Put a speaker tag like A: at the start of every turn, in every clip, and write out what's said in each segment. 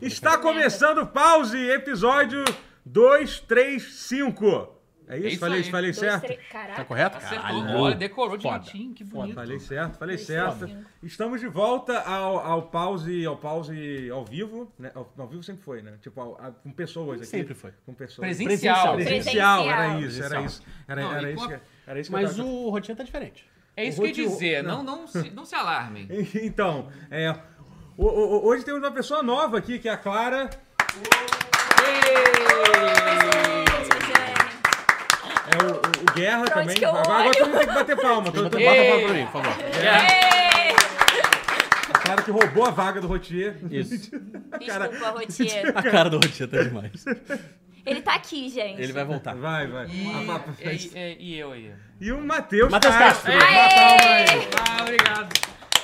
A: Está começando o pause, episódio 235. É isso?
B: isso
A: falei,
B: aí.
A: falei
C: Dois,
A: certo?
C: três- Caraca.
D: Tá correto?
B: Acertou, é olha, decorou direitinho, que
A: né?
B: bonito.
A: Falei certo, falei
C: Dois,
A: certo.
C: três, cinco.
A: Estamos de volta ao, ao pause, ao pause ao vivo, né? Ao, ao vivo sempre foi, né? Tipo, ao- a- com pessoas aqui.
D: Sempre foi.
A: Com pessoas.
D: Presencial.
B: Presencial.
A: Presencial, era
C: Presencial.
A: isso, era isso. Era,
B: Não,
A: era
B: e
A: isso
B: com a-
A: que, era isso que eu
D: Mas
A: tava-
D: o rotinha tá diferente.
B: É isso
A: O
B: que eu ia
A: Ruth-
B: dizer,
A: o-
B: não, não, se, não se alarmem.
A: Então, é, o- o- o- hoje temos uma pessoa nova aqui, que é a Clara. É o, o- o Guerra
C: Pra onde
A: também.
C: que eu
A: Agora, agora
C: olho?
A: todo mundo tem que bater palma. Todo, todo,
D: Bota
B: Ei.
D: bota a palavra pra mim, por favor.
A: É.
C: Ei!
A: a Clara que roubou a vaga do Rotier.
D: Isso.
C: Desculpa, Rotier.
D: A cara do rotinha tá demais.
C: Ele tá aqui, gente.
D: Ele vai voltar.
A: Vai, vai. A-
C: é
A: a-
B: E, e- e- e eu aí?
A: E o Matheus
D: Matheus
A: Castro.
D: Castro.
B: Ah, obrigado.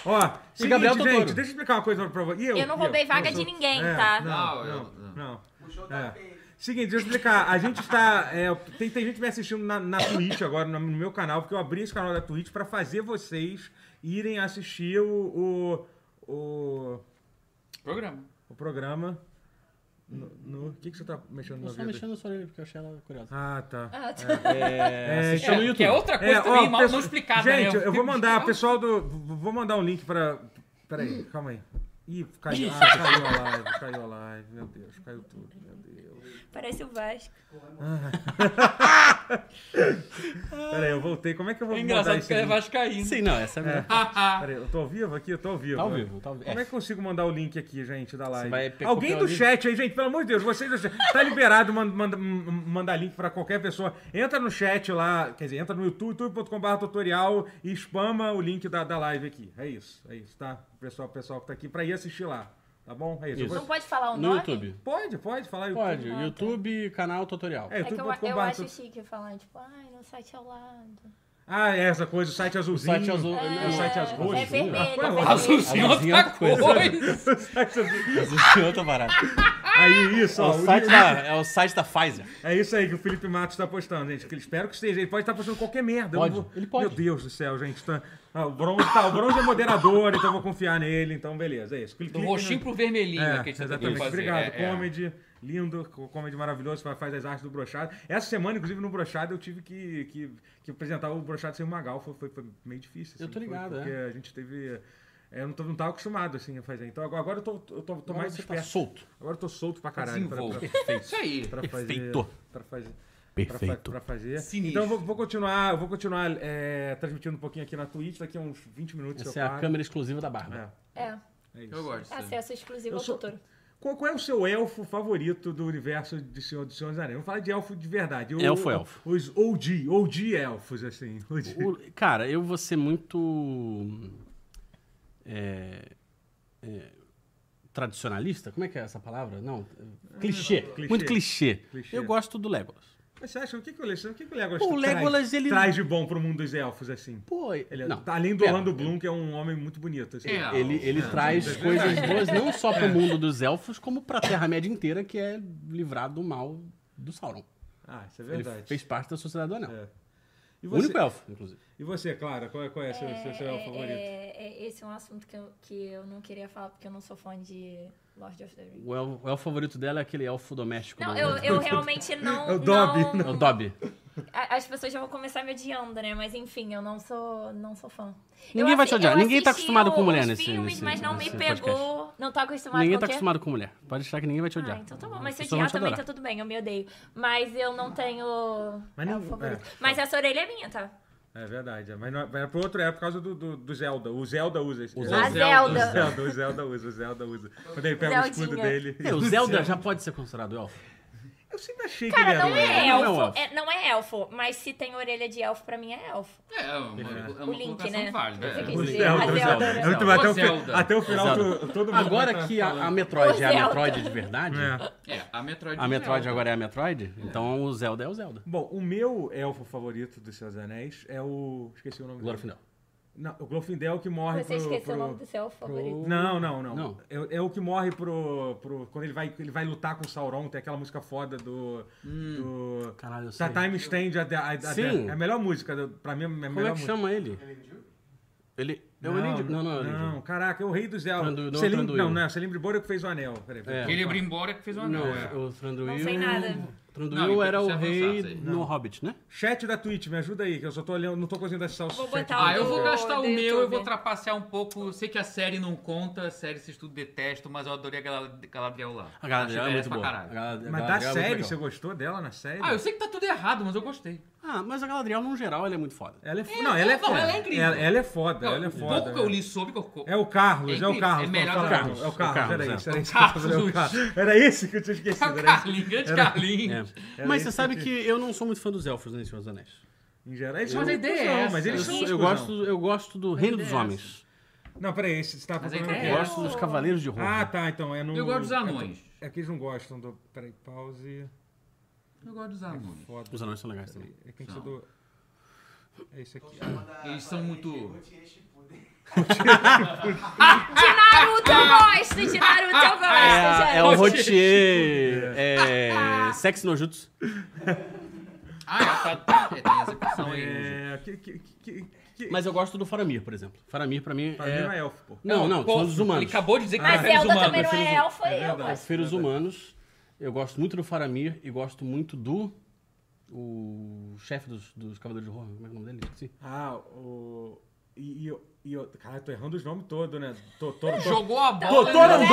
A: Ó, seguinte,
D: Gabriel
A: gente,
D: Totoro.
A: deixa eu explicar uma coisa pra vocês.
C: Eu não roubei vaga de ninguém, tá?
A: É, Não,
B: Não, eu-
A: não, não. É. Seguinte, deixa eu explicar. A gente está. é, tem, tem gente me assistindo na, na Twitch agora, no meu canal, porque eu abri esse canal da Twitch pra fazer vocês irem assistir o- o, o
B: Programa.
A: o programa. No, no- O que, que você tá mexendo
D: Eu
A: no
D: só
A: ouvido?
D: mexendo no seu porque eu achei ela curiosa.
A: Ah, tá.
C: Ah, tá.
D: É,
A: assiste
D: assistiu
A: no
D: no
B: que
D: YouTube.
B: é outra coisa
A: É,
B: também
A: ó,
B: mal
A: pesso-
B: não explicada, né?
A: Gente, eu vou
B: fico-
A: mandar,
B: Ah,
A: pessoal do. v- Vou mandar um link pra. Peraí, calma aí. Ih, caiu, ah, caiu a live, caiu a live, meu Deus, caiu tudo, meu Deus.
C: Parece o Vasco.
A: Peraí, eu voltei, como é que eu vou
B: É
A: mandar
B: engraçado
A: isso?
B: porque ele é
A: aí?
B: vascaíno.
D: Sim, não, essa é a melhor.
B: Ah, ah.
A: Peraí, eu tô ao vivo aqui, eu tô ao vivo.
D: Tá ao vivo, tá ao vivo.
A: Como é
D: É.
A: que eu consigo mandar o link aqui, gente, da live?
D: vai pe-
A: Alguém
D: copiar
A: do
D: o link?
A: chat aí, gente, pelo amor de Deus, vocês do chat. Tá liberado mand- mand- m- mandar link pra qualquer pessoa. Entra no chat lá, quer dizer, entra no YouTube, youtube.com.br tutorial e spama o link da, da live aqui. É isso, é isso, tá? Pessoal, pessoal que tá aqui pra ir assistir lá, tá bom? É isso.
D: Isso.
A: Eu
C: Não
A: vou-
C: pode falar o
D: No
C: nome?
D: YouTube.
A: Pode, pode falar YouTube.
B: é,
D: Pode,
B: tá.
D: YouTube, canal, tutorial.
A: É,
C: É que eu, eu
A: youtube.com.br
C: acho
A: tu-
C: chique falando, tipo, ai, no site ao lado.
A: Ah, é essa coisa, o site azulzinho.
D: Site azul.
A: É o site azul.
C: É vermelho,
A: Ah, qual
C: é
A: o-
C: vermelho.
B: Azulzinho é
A: assim,
D: Azulzinho é
B: outra
D: outra
B: coisa.
A: o site azul.
D: Azul, outra parada.
C: Ah!
A: Aí, isso,
D: um É
A: ó.
D: o site da, é o site da Pfizer.
A: É isso aí que o Felipe Matos tá postando, gente. Que ele espero que seja. Ele pode estar postando qualquer merda. Eu
D: Pode,
A: vou-
D: ele pode.
A: Meu Deus do céu, gente. Tá... Ah, o, bronze, tá, o Bronze é moderador, então eu vou confiar nele. Então, beleza, é isso. Clique-
B: Do
A: clique no-
B: roxinho pro vermelhinho
A: É,
B: é, que a gente tá tentando
A: exatamente.
B: fazer.
A: Obrigado.
B: É, é.
A: comedy, lindo, co- comedy maravilhoso, fa- faz as artes do brochado. Essa semana, inclusive, no brochado, eu tive que, que, que apresentar o brochado sem o Magal. Foi, foi- foi meio difícil. assim,
D: Eu tô
A: foi
D: ligado,
A: Porque a gente teve... é, Eu não, tô, não tava acostumado, assim, a fazer. Então, agora, agora eu tô, eu tô, tô mais
D: Você tá
A: esperto.
D: solto.
A: Agora eu tô solto pra caralho. pra-
B: Desenvolve.
A: pra-
B: Isso aí.
A: pra fazer,
D: Perfeito.
A: pra fazer,
D: Perfeito.
A: pra fa- pra fazer.
B: Sinistro.
A: Então eu vou, vou continuar, eu vou continuar é, transmitindo um pouquinho aqui na Twitch, daqui a uns 20 minutos
D: Essa é
A: eu
D: a
A: paro.
D: câmera exclusiva da Bárbara.
A: É,
C: É,
A: é isso.
B: Eu gosto. disso.
C: acesso exclusivo
A: Eu
C: ao
A: sou-
C: futuro.
A: Qual, qual é o seu elfo favorito do universo de Senhor dos Senhores dos Anéis? Vamos falar de elfo de verdade. O-
D: Elfo,
A: o-
D: elfo.
A: Os OG, OG elfos, assim. OG.
D: O- cara, eu vou ser muito. é, é, tradicionalista? Como é que é essa palavra? Não. Clichê.
A: Clichê.
D: Muito clichê.
A: Clichê.
D: Eu gosto do Legolas.
A: Mas você acha, o que, que, o, Legolas- o, que que o Legolas,
D: O
A: traz-
D: Legolas, ele-
A: traz de bom pro mundo dos elfos, assim?
D: Pô,
A: Ele é-
D: não,
A: tá além do
D: pera.
A: Lando Bloom, que é um homem muito bonito. Assim.
B: É.
D: Ele, ele traz
A: É.
D: coisas boas não só pro mundo dos elfos, como pra Terra-média inteira, que é livrado do mal do Sauron.
A: Ah, isso é
D: Ele
A: verdade.
D: fez parte da Sociedade do Anel.
A: É. E
D: O
A: você-
D: único elfo, inclusive.
A: E você, Clara, qual é, qual é seu, seu, seu elfo favorito?
C: é, é- esse é um assunto que eu, que eu não queria falar porque eu não sou fã de Lord of the Rings.
D: O elfo, o elfo favorito dela é aquele elfo doméstico.
C: Não,
D: do-
C: eu, eu realmente não.
A: É o Dobby,
C: não-
D: É o Dobby.
C: A- As pessoas já vão começar me odiando, né? Mas enfim, eu não sou, não sou fã.
D: Ninguém
C: Eu
D: vai te
C: assi-
D: odiar,
C: eu
D: ninguém tá
C: assisti
D: acostumado com mulher
C: os
D: nesse-
C: filmes,
D: nesse-
C: mas não
D: nesse
C: me pegou.
D: podcast.
C: Não tá acostumado
D: Ninguém
C: com
D: tá
C: o quê?
D: acostumado com mulher. Pode achar que ninguém vai te odiar.
C: Ah, então tá bom. Mas se
D: As pessoas vão
C: odiar
D: te
C: também
D: adorar.
C: tá tudo bem, eu me odeio. Mas eu não tenho.
A: Mas
C: é
A: nem-
C: o favorito.
A: é.
C: Mas essa orelha é minha, tá?
A: É verdade, é. mas não é, era pro outro, era por causa do, do, do Zelda. O Zelda usa esse. é,
D: O Zelda.
C: A
A: o
B: Zelda.
C: Ah, Zelda.
A: Zelda, o Zelda usa, o Zelda usa. Quando ele pega o escudo
C: Zeldinha.
A: dele.
D: É, o Zelda já pode ser considerado elfo.
A: Eu sempre achei que ele
C: Cara,
A: era.
C: não
A: um elfo.
D: Não é um
C: é elfo.
D: elfo.
C: é- Não é elfo, mas se tem orelha de elfo, pra mim é elfo.
B: É, uma, é
C: O
B: uma
C: link,
B: colocação
C: né?
B: válida.
C: Você
B: é.
C: quis
A: O
C: dizer,
A: Zelda,
C: a
A: o
C: Zelda.
A: Zelda. É muito
B: Zelda.
A: bom, Até, o,
B: O
A: fi-
B: Zelda.
A: até o final,
D: Zelda.
A: tu- todo mundo.
D: Agora
A: tá
D: que a, a
A: falando.
D: Metroid é a
C: Zelda.
D: Metroid de verdade,
A: É.
B: É, a Metroid.
D: a Metroid
B: é
D: agora é a Metroid, então o Zelda é o Zelda.
A: Bom, o meu elfo favorito dos Seus Anéis é o. Esqueci o nome
D: Agora
A: dele.
D: final.
A: Não, o Glorfindel que morre
C: Você
A: pro.
C: esqueceu o
A: pro-
C: nome do seu favorito.
A: Não, não, não.
D: Tipo, Não.
A: É, é o que morre pro. pro quando ele vai, ele vai lutar com o Sauron, tem aquela música foda do. do
D: Caralho, eu Hum, sei.
A: tá, é Ta Time Stand. A, a, a,
D: Sim.
A: é a melhor música, do- pra mim é a
D: Como
A: melhor
D: é que
A: música.
D: chama ele? Ele. É o Elendil? Não, não é o Elendil.
A: Não, caraca, é o rei dos elfos.
D: Trandu- não,
A: Selim,
D: Tranduil.
A: não, não, é Selim Bribora que fez o anel. Peraí,
D: é
A: peraí.
B: Ele abriu embora que fez uma
D: Não,
B: anel. é.
D: o Tranduil.
C: Não sei nada.
D: Tranduil
B: Não, então
D: era o
B: você avançar,
D: rei
B: sei.
D: no Hobbit, né?
A: Chat da Twitch, me ajuda aí, que eu só tô olhando, não tô conseguindo acessar o
C: Vou
A: chat.
C: botar
A: aqui.
B: Ah, eu vou
C: Do-
B: gastar o
C: do
B: meu, eu
C: YouTube.
B: vou trapacear um pouco. Eu Sei que a série não conta, a série vocês tudo detestam, mas eu adorei a Gala- Galadriel lá.
D: A Galadriel
B: Acho
D: é
B: merece
D: muito
B: pra
D: boa.
B: caralho.
D: A Galadriel-
A: Mas
D: a
A: da
D: Galadriel é muito
A: série,
D: legal.
A: você gostou dela na série?
B: Ah, eu sei que tá tudo errado, mas eu gostei.
D: Ah, mas a Galadriel, no geral, ela é muito foda.
A: Ela é, fo- não, ela é
B: não,
A: foda.
B: ela é incrível.
A: Ela, ela é foda,
B: Não,
A: ela é
B: o
A: foda.
B: pouco que eu li sobre que eu-
A: É o Carlos, é, o
B: É
A: Carlos.
B: melhor
A: não,
B: que o
A: fala-
B: Carlos.
A: É o Carlos,
D: É o Carlos,
A: era
D: é.
A: isso. Era isso,
B: Carlos.
A: que eu ia falar. Era esse que eu tinha
B: É o
A: esquecido. Era esse.
B: Carlinhos, grande
D: É.
B: Carlinhos.
D: Mas
A: isso
D: você sabe
A: que-
D: que eu não sou muito fã dos elfos, né, Senhor dos Anéis.
A: Em geral, eles
B: Mas
A: são
B: a ideia é
A: cuzão,
B: essa.
A: Mas eles
D: Eu,
A: são
D: sou-
A: uns
D: eu
A: cuzão.
D: gosto, eu gosto do Reino dos Homens.
A: Não, peraí, esse você tá
B: Mas a
A: procurando
B: ideia
A: aqui.
B: é
D: Eu
B: Eu-
D: gosto dos Cavaleiros de Rohan.
A: Ah, tá, então. É no...
B: Eu gosto dos anões.
A: É, é que eles não gostam do. Peraí, pause.
B: Eu gosto dos anões.
A: Foda.
D: Os anões são legais também.
A: É que tem que ser
B: Não.
A: do. É isso aqui.
B: Eles são muito-
C: De Naruto eu gosto, de Naruto eu gosto,
D: É, é o
C: gente.
D: Rotier. É, Sex no Jutsu.
B: Ah, é, tá. É, tem execução aí. Anjo.
A: É. Que, que, que, que...
D: Mas eu gosto do Faramir, por exemplo. Faramir, pra mim,
A: Pra mim não é elfo, pô.
D: Não, não,
B: Pô,
D: são os humanos.
B: Ele acabou de dizer que
A: Ah,
C: Mas
B: prefere os
C: Zelda
B: humanos.
C: também não é
D: prefiro-
A: é
C: elfa e eu
A: verdade.
C: gosto.
D: prefiro os humanos. Eu gosto muito do Faramir e gosto muito do. O chefe dos, dos Cavaleiros de Rohan. Como é que é o nome dele? Esqueci.
A: Ah, o. E, e, e eu. Caralho, tô errando os nomes todos, né? Tô, tô, tô-
B: Jogou a bola.
A: Torandor!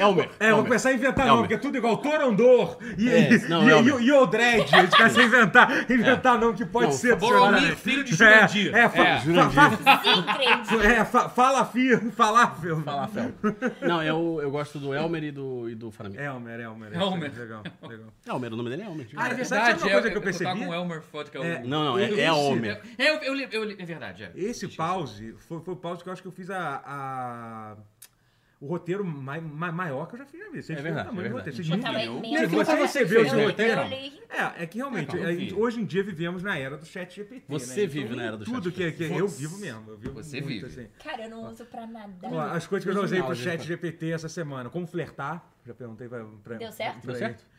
A: É,
D: Elmer,
A: eu vou
D: Elmer.
A: começar a inventar
D: Elmer.
A: nome, porque é tudo igual. Torandor e,
D: É,
A: e,
D: não,
A: e,
D: Elmer.
A: e, e Odred. A gente começa a inventar, inventar nome que pode
D: Não,
A: ser. do
B: Boromir,
A: Senhor dos
B: filho de
A: Anéis.
B: Jurandir.
A: É, é, fa,
B: É.
A: fa, fa,
C: Incrível.
A: é, fa, fala firme, falável. Falável.
D: Não, eu, eu gosto do Elmer e do, e do Faramir.
A: Elmer, Elmer.
B: Elmer.
A: Elmer. é Legal, legal.
D: Elmer, o nome dele é Elmer.
A: Ah, é
B: É
A: verdade,
B: verdade,
A: sabe uma
B: é,
A: coisa que eu
B: Eu
A: percebi?
B: tava com o Elmer foda, que é o...
A: É,
D: Não, não, é,
A: Esse-
D: é
B: É,
D: Elmer.
B: eu, eu, li- eu li- é verdade, é.
A: Esse pause foi, foi o pause que eu acho que eu fiz a. a- O roteiro mai- ma- maior que eu já fiz na vida. Vocês viram
D: É
A: o
D: verdade,
A: tamanho
D: é
A: do
D: verdade.
A: roteiro. Vocês
C: Eu tava
A: viram?
C: imenso.
A: Se você recebeu
D: fez,
A: esse
D: né?
A: roteiro.
C: Eu li.
A: É, é que realmente,
B: É, eu
A: a
B: vi.
A: gente- hoje em dia vivemos na era do chat GPT.
D: Você vive na era do
A: né? Então, tudo
D: ChatGPT.
A: Que, que eu vivo mesmo. Eu vivo
B: Você
A: muito,
B: vive.
A: assim.
C: Cara, eu não uso pra nada.
A: Ó, as coisas que eu já usei pro
D: Original,
A: chat
D: gente.
A: GPT essa semana. Como flertar. Já perguntei pra... pra-
C: Deu certo?
A: pra
D: Deu
A: ele.
D: Tá certo?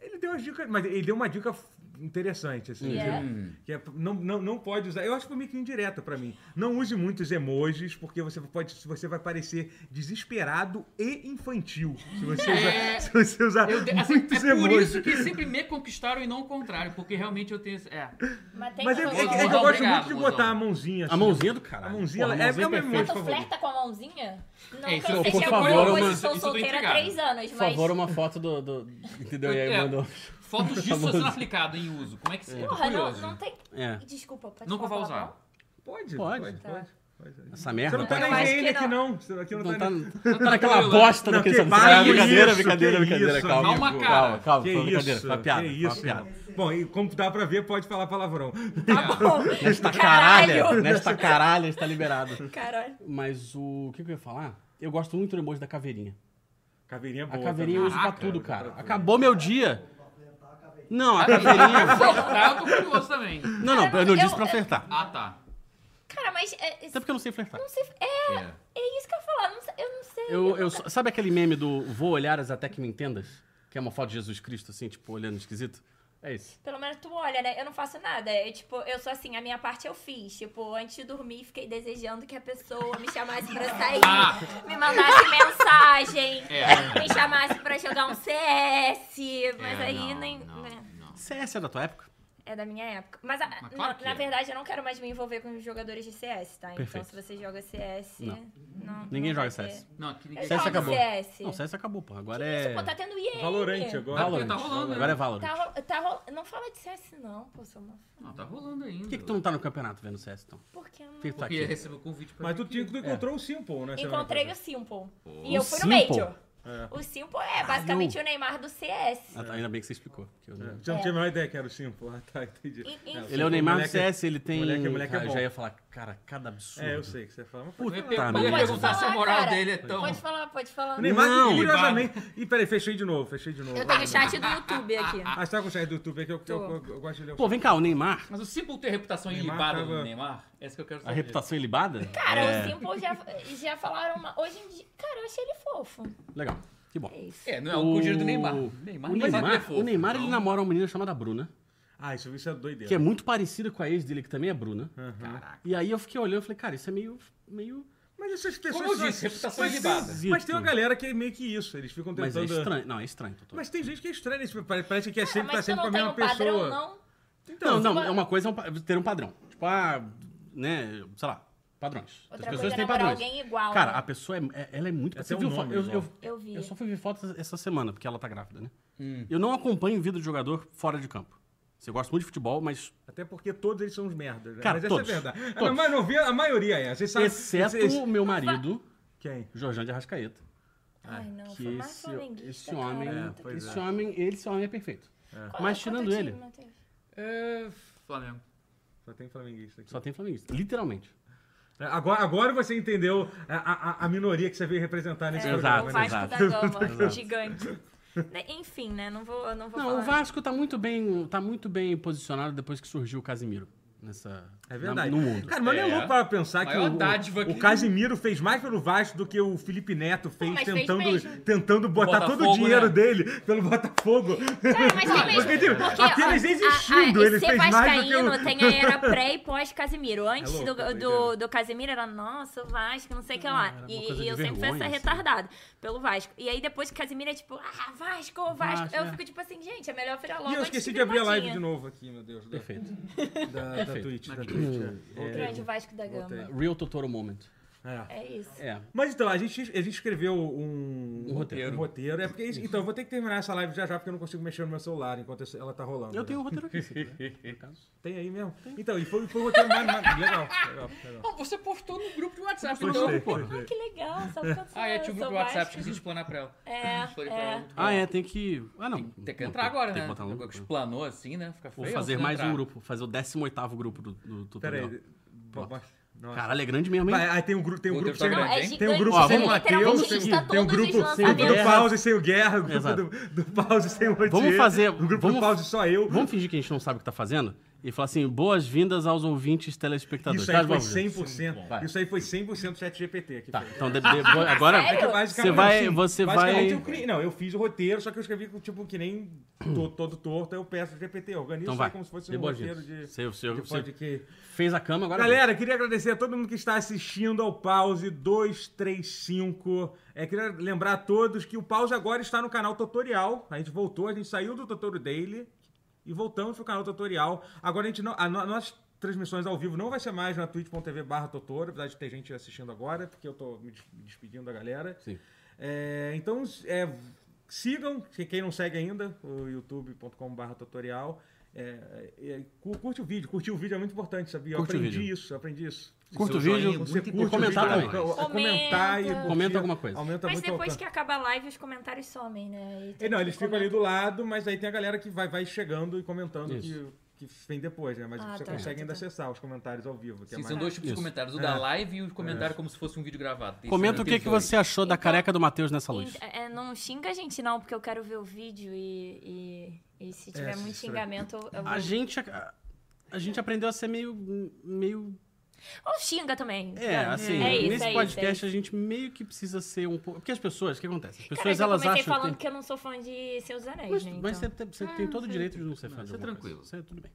A: Ele deu uma dica, mas ele deu uma dica f- interessante, assim.
C: Que é?
D: Hum.
A: de- Que é, não, não, não pode usar. Eu acho que foi meio que indireta pra mim. Não use muitos emojis, porque você pode, você vai parecer desesperado e infantil. Se você usar,
B: É.
A: se você usar
B: Eu de- assim,
A: muitos
B: é por
A: emojis.
B: isso que sempre me conquistaram e não o contrário, porque realmente eu tenho. esse- É.
C: Mas tem
A: Mas é,
C: como
A: é- é
C: usar.
A: que eu gosto
B: Obrigado,
A: muito de
B: mozão.
A: botar a mãozinha. assim,
D: A mãozinha do caralho.
A: A mãozinha,
D: Porra,
A: ela- é- é uma
D: perfeita.
A: Por
C: Mas tu
A: favor.
C: flerta com a mãozinha? Não,
B: É,
C: é,
B: isso
C: que
D: não,
C: eu sei
D: por
C: que é
D: favor,
C: alguma
D: eu-
C: coisa,
B: isso eu tô
C: sou solteira há
B: intrigado.
C: três anos,
D: Por
C: mas...
D: favor, uma foto do. do- entendeu? E aí
B: É.
D: mandou. um
B: Fotos disso
D: Famoso.
B: sendo aplicado em uso. Como é que se é?
C: Porra, não,
B: Curioso.
C: não tem...
D: É.
C: Desculpa, pode
B: Nunca
C: falar
B: vou usar.
C: palavrão?
A: Pode,
D: Pode.
A: pode,
C: Tá.
A: pode, pode.
D: Essa
A: Você
D: merda.
A: não tá
D: cara.
A: na
C: Eu acho
A: higiene
C: que
A: aqui, não. Você aqui não,
D: Não
A: tá,
D: tá,
A: na-
D: não tá naquela bosta
A: Não,
D: do que
A: que
D: você
A: barulho
D: Brincadeira,
A: isso,
D: brincadeira,
A: que
D: brincadeira.
A: isso,
D: Calma,
B: calma, cara.
D: calma, calma.
A: Que
D: foi brincadeira,
A: isso?
D: foi uma piada.
A: que
D: foi uma
A: isso?
D: piada.
A: Bom, e como dá pra ver, pode falar palavrão.
C: Tá bom.
D: Nesta caralha,
A: né?
D: nesta caralha está liberado.
C: Caralho.
D: Mas o, o que, que eu ia falar? Eu gosto muito do emoji da caveirinha.
A: Caveirinha é
D: A
A: boa.
D: caveirinha eu uso pra
B: Caraca,
D: tudo,
A: eu uso pra
D: cara.
A: tudo.
D: Acabou meu dia. Não, a caveirinha.
B: Ah, Tá, eu tô curioso também.
D: Não, não, eu não
C: Eu-
D: disse pra
C: eu-
D: flertar.
B: Ah, tá.
C: Cara, mas... É,
D: Até porque eu não sei flertar.
C: não sei... É, é isso que eu ia falar. não sei- eu não sei.
D: Eu, eu, só- sabe aquele meme do Vou Olhares até que me entendas? Que é uma foto de Jesus Cristo, assim, tipo, olhando esquisito? É isso.
C: Pelo menos tu olha, né? Eu não faço nada. Eu, tipo, eu sou assim, a minha parte eu fiz. Tipo, antes de dormir, fiquei desejando que a pessoa me chamasse pra sair,
B: Ah.
C: me mandasse mensagem,
B: É.
C: me chamasse pra jogar um CS. Mas
B: É,
C: aí
B: não,
C: nem.
B: não,
C: né?
B: não.
D: CS é da tua época?
C: É da minha época. Mas, a-
B: Mas claro
C: na,
B: que
C: na
B: é.
C: verdade, eu não quero mais me envolver com os jogadores de CS, tá?
D: Perfeito.
C: Então, se você joga CS.
D: Não.
C: não-
D: Ninguém
C: não
D: joga
C: vai ter.
D: CS.
B: Não, aqui
C: Eu
B: ninguém.
D: CS
C: jogo
D: acabou.
C: CS.
D: Não, CS acabou, pô. Agora
C: Isso,
D: é.
C: pô, tá tendo EA.
A: Valorante agora.
D: Valorant.
B: Tá rolando, né?
D: Agora é Valorant.
C: Tá, ro- tá ro- Não fala de CS, não, pô, seu mal.
B: Não, tá rolando ainda.
D: Por que, que tu não tá no campeonato vendo CS, então? Por
C: Por que eu não?
D: que, que tu tá
B: Porque
D: aqui?
B: recebeu convite pra.
A: Mas
B: vir
A: tu, tinha,
B: aqui.
A: tu encontrou o Simple, né? semana
C: Encontrei o
A: passada.
C: Simple.
D: O
C: E eu fui
D: Simple?
C: no Major. O Simple é basicamente o Neymar do CS.
D: Ah, tá, ainda bem que você explicou. que eu não-
A: Você não tinha a menor ideia que era o Simple. Ah, tá, entendi.
C: E- e-
A: É,
D: Ele é o
A: Simple,
D: Neymar do
A: moleque-
D: CS, ele tem.
A: moleque- moleque é
D: cara, eu
A: bom.
D: já ia falar, cara, cada absurdo.
A: É, eu sei que você fala. Mas
B: Eu
D: Puta
B: ia per- eu ia
D: merda.
B: perguntar se a moral
C: cara.
B: dele é tão.
C: Pode falar, pode falar.
A: O Neymar,
D: Não.
A: curiosamente. Ih, peraí, fechei de novo, fechei de novo.
C: Eu tô no chat do YouTube aqui.
A: Ah, você tá com o chat do YouTube aqui, eu, eu,
C: Tô.
A: eu- eu gosto de ler o
D: Pô, vem cá, o Neymar,
B: Mas o Simple tem reputação
A: Neymar
B: ilibada
A: tava-
B: do Neymar? Essa que eu quero
D: a
B: saber.
D: reputação ilibada?
C: Cara, assim-
D: é...
C: o Simple já, já falaram uma. Hoje em dia. Cara, eu achei ele fofo.
D: Legal, que bom.
C: É isso.
B: É, não é o dinheiro do Neymar.
D: O
B: Neymar,
D: o
B: nem sabe que é
D: Neymar,
B: fofo,
D: o Neymar ele
B: então.
D: namora uma menina chamada Bruna.
A: Ah, isso, isso é doideira.
D: Que é muito parecida com a ex dele, que também é Bruna.
B: Caraca.
D: E aí eu fiquei olhando e falei, cara, isso é meio. meio.
A: Mas essas pessoas.
B: Como eu
A: são-
B: disse, reputação
A: mas,
B: ilibada.
A: tem, mas tem uma galera que é meio que isso. Eles ficam
D: Mas
A: tentando.
D: é estranho. Não, é estranho, Totó.
A: Mas tem gente que é estranha. isso, Parece parece que é
C: Cara,
A: sempre, tá
C: mas tu
A: sempre com
C: não
A: a
C: tem
A: mesma
C: um padrão,
A: pessoa.
C: não?
D: Não, não,
C: uma-
D: é uma coisa é um pa- ter um padrão. Tipo, ah, né, sei lá, padrões.
C: Outra coisa é namorar alguém igual.
D: Cara,
C: né?
D: a pessoa é, é- ela é muito.
A: Até
D: Você
A: o
D: viu
A: nome
D: fo- eu,
A: igual.
D: eu-
C: Eu vi.
D: eu só fui ver fotos essa semana, porque ela tá grávida, né? Eu não acompanho vida de jogador fora de campo. Você gosta muito de futebol, mas.
A: Até porque todos eles são uns merdas. né?
D: Cara,
A: mas essa
D: todos,
A: é a verdade.
D: todos.
A: A, maioria, a maioria é. Vocês sabem.
D: exceto
A: esse-
D: o meu marido,
A: Quem?
D: Jorjão de Arrascaeta.
C: Ai, não,
D: Que
C: foi mais
D: esse,
C: flamenguista,
D: esse homem.
C: cara,
A: É,
C: puta
A: pois
C: que-
D: esse homem, ele, esse homem é perfeito.
C: Qual-
D: Mas
C: quanto
D: tirando
C: time,
D: ele.
C: Matheus?
B: É, Flamengo.
A: Só tem flamenguista aqui. É,
D: Só tem flamenguista. Literalmente.
A: Agora, agora você entendeu a, a- a minoria que você veio representar nesse
D: É,
A: programa.
C: o
A: né?
C: Vasco da Gama, gigante. Né, Enfim, né? Não vou, não vou
D: Não,
C: falar.
D: o Vasco tá muito bem, tá muito bem posicionado depois que surgiu o Casimiro nessa
A: É verdade.
D: na- no mundo.
A: Cara, mas não é
B: É.
A: louco para pensar que
B: Maior
A: o,
B: dádiva
A: o
B: que-
A: Casimiro fez mais pelo Vasco do que o Felipe Neto fez,
C: mas fez
A: tentando,
C: mesmo.
A: tentando botar todo o
B: Botafogo,
A: dinheiro
B: né?
A: dele pelo Botafogo.
C: Cara, mas tem mesmo.
A: Porque, tipo,
C: Porque,
A: apenas
C: ó,
A: existindo,
C: a, a,
A: ele
C: ser
A: fez mais do que
C: vascaíno
A: o-
C: tem a era pré e pós Casimiro. Antes
D: É
A: louco,
D: tá
C: do, do,
A: doideira.
C: do Casimiro era, nossa, o Vasco, não sei o que lá.
D: era uma
C: E,
D: coisa
C: e
D: de
C: eu sempre fui essa
D: vergonha, assim.
C: retardada pelo Vasco. E aí depois que Casimiro é tipo, ah, Vasco, Vasco.
D: Vasco,
C: eu
D: é.
C: fico tipo assim, gente, é melhor virar logo
A: E eu
C: antes
A: esqueci
C: que
A: de abrir a live
C: Grimadinha.
A: de novo aqui, meu Deus. Da,
D: Perfeito.
A: da, da
D: Perfeito.
A: Twitch. Da
B: Aqui.
A: Twitch é.
C: O grande Vasco da Gama.
A: Voltei.
D: Real Totoro Moment.
A: É.
C: É isso.
D: É.
A: Mas então, a gente, a gente escreveu um,
D: Um roteiro.
A: um roteiro. É porque, isso- então, eu vou ter que terminar essa live já já, porque eu não consigo mexer no meu celular enquanto essa- ela tá rolando.
D: Eu
A: né?
D: tenho um roteiro aqui, se quiser, por acaso.
A: Tem aí mesmo? Então, e foi, foi um roteiro mais, mais- legal, legal, legal.
B: Não, você postou no grupo de WhatsApp,
A: Gostei,
B: então.
A: gostei.
C: Ah, que legal, só porque eu sou-
B: Ah, é,
A: um
B: tinha o
C: sou
B: grupo do WhatsApp,
C: Vasco.
B: esqueci de explanar pra ela.
C: É,
B: Explorei pra
C: é.
B: ela.
D: Ah, é, tem que. Ah, não.
B: Tem que entrar agora,
D: Tem que
B: né?
D: botar um
B: Agora que Explanou assim, né? Fica feio.
D: Vou fazer
B: você
D: mais
B: entrar.
D: um grupo, fazer o 18 grupo do, do
A: Pera
D: tutorial.
A: aí. bo- bo- nossa.
D: Caralho, é grande mesmo, hein?
A: Vai, aí tem um grupo, tem um
B: Vou
A: grupo
B: ter
A: sem
B: que
C: Não, é
B: Tem
C: gigante.
A: tem um grupo sem
D: Ó,
A: o
D: vamos-
A: Matheus,
C: literalmente
D: vamos
A: tem,
C: está
A: tem um
C: todos os
A: grupo, tem
C: lançamentos.
A: o Pause sem o Guerra, o grupo
D: Exato.
A: do, do Pause sem o Rotier,
D: Vamos fazer-
A: o grupo do
D: vamos-
A: Pause só eu.
D: Vamos fingir que a gente não sabe o que tá fazendo? E falar assim, boas-vindas aos ouvintes telespectadores.
A: Isso aí
D: Tá,
A: foi
D: vamos, gente.
A: 100%,
D: Vai.
A: isso aí foi 100% chat GPT aqui.
D: Tá,
A: foi.
D: então de- de- bo- agora...
C: Sério?
A: Porque
D: Você vai- você vai-
A: é assim, basicamente um eu criei- não, eu fiz o roteiro, só que eu escrevi tipo que nem to- todo torto, aí eu peço o GPT, organiza
D: Então
A: isso aí
D: vai,
A: como se fosse
D: dê
A: um roteiro
D: boas-vindas.
A: de,
D: Você, você,
A: de
D: você
A: podcast.
D: fez a cama, agora...
A: Galera, queria agradecer a todo mundo que está assistindo ao Pause 235. É, queria lembrar a todos que o Pause agora está no canal Tutorial. A gente voltou, a gente saiu do Totoro Daily e voltamos pro canal Tutorial. Agora a gente não. A, no- nossas transmissões ao vivo não vai ser mais na twitch.tv barra Totoro, apesar de ter gente assistindo agora, porque eu tô me des- me despedindo da galera.
D: Sim.
A: É, então, é, sigam, que quem não segue ainda, o youtube.com.br tutorial. É, é, cu- curte o vídeo, curtir o vídeo é muito importante, sabia? Eu
D: Curte o
A: aprendi
D: vídeo.
A: isso, eu aprendi isso.
D: Curta
B: Seu
D: o vídeo,
B: joinha,
A: Quando
B: muito
A: Você
B: importante.
A: curte o
D: comentar
A: vídeo,
D: também.
A: co- comentar e
C: Comenta.
A: curtir,
D: Comenta alguma coisa.
A: Aumenta Tá
C: Mas
A: muito a
C: depois
A: alcance.
C: que acaba a live, os comentários somem, né? E
A: É,
C: tem
A: Não,
C: que
A: eles ficam ali do lado, mas aí tem a galera que vai, vai chegando e comentando
D: Isso.
A: que, que vem depois, né? Mas
C: Ah,
A: você
C: tá,
A: consegue
C: tá,
A: ainda
C: tá.
A: acessar os comentários ao vivo. Que é
B: Sim,
A: mais-
B: são dois tipos
D: Isso. É.
B: de comentários. O
A: É.
B: da live e o comentário como se fosse um vídeo gravado. Tem
D: Comenta o que,
B: sempre
D: que
B: dois.
D: você achou da
C: Então-
D: careca do Matheus
B: Tá
D: nessa
C: comentário.
D: luz.
C: E, é, não xinga a gente, não, porque eu quero ver o vídeo e, e, e se tiver
A: se
C: muito
A: estranho.
C: xingamento, eu vou.
D: É, A gente... A, a gente aprendeu a ser meio... meio
C: Ou xinga também.
D: É,
C: sabe?
D: assim,
C: É isso,
D: nesse
C: é isso,
D: podcast
C: é isso.
D: a gente meio que precisa ser um pouco. Porque as pessoas, o que acontece? As
C: Cara, eu
D: pessoas
C: já
D: elas
C: comecei
D: acham.
C: falando
D: que
C: que eu não sou fã de Seus Anéis,
D: tem... Mas,
C: né? Então.
D: mas você, tem- você tem todo o direito de não ser fã de
B: isso é
D: alguma
B: tranquilo.
D: Coisa. Isso é tudo bem.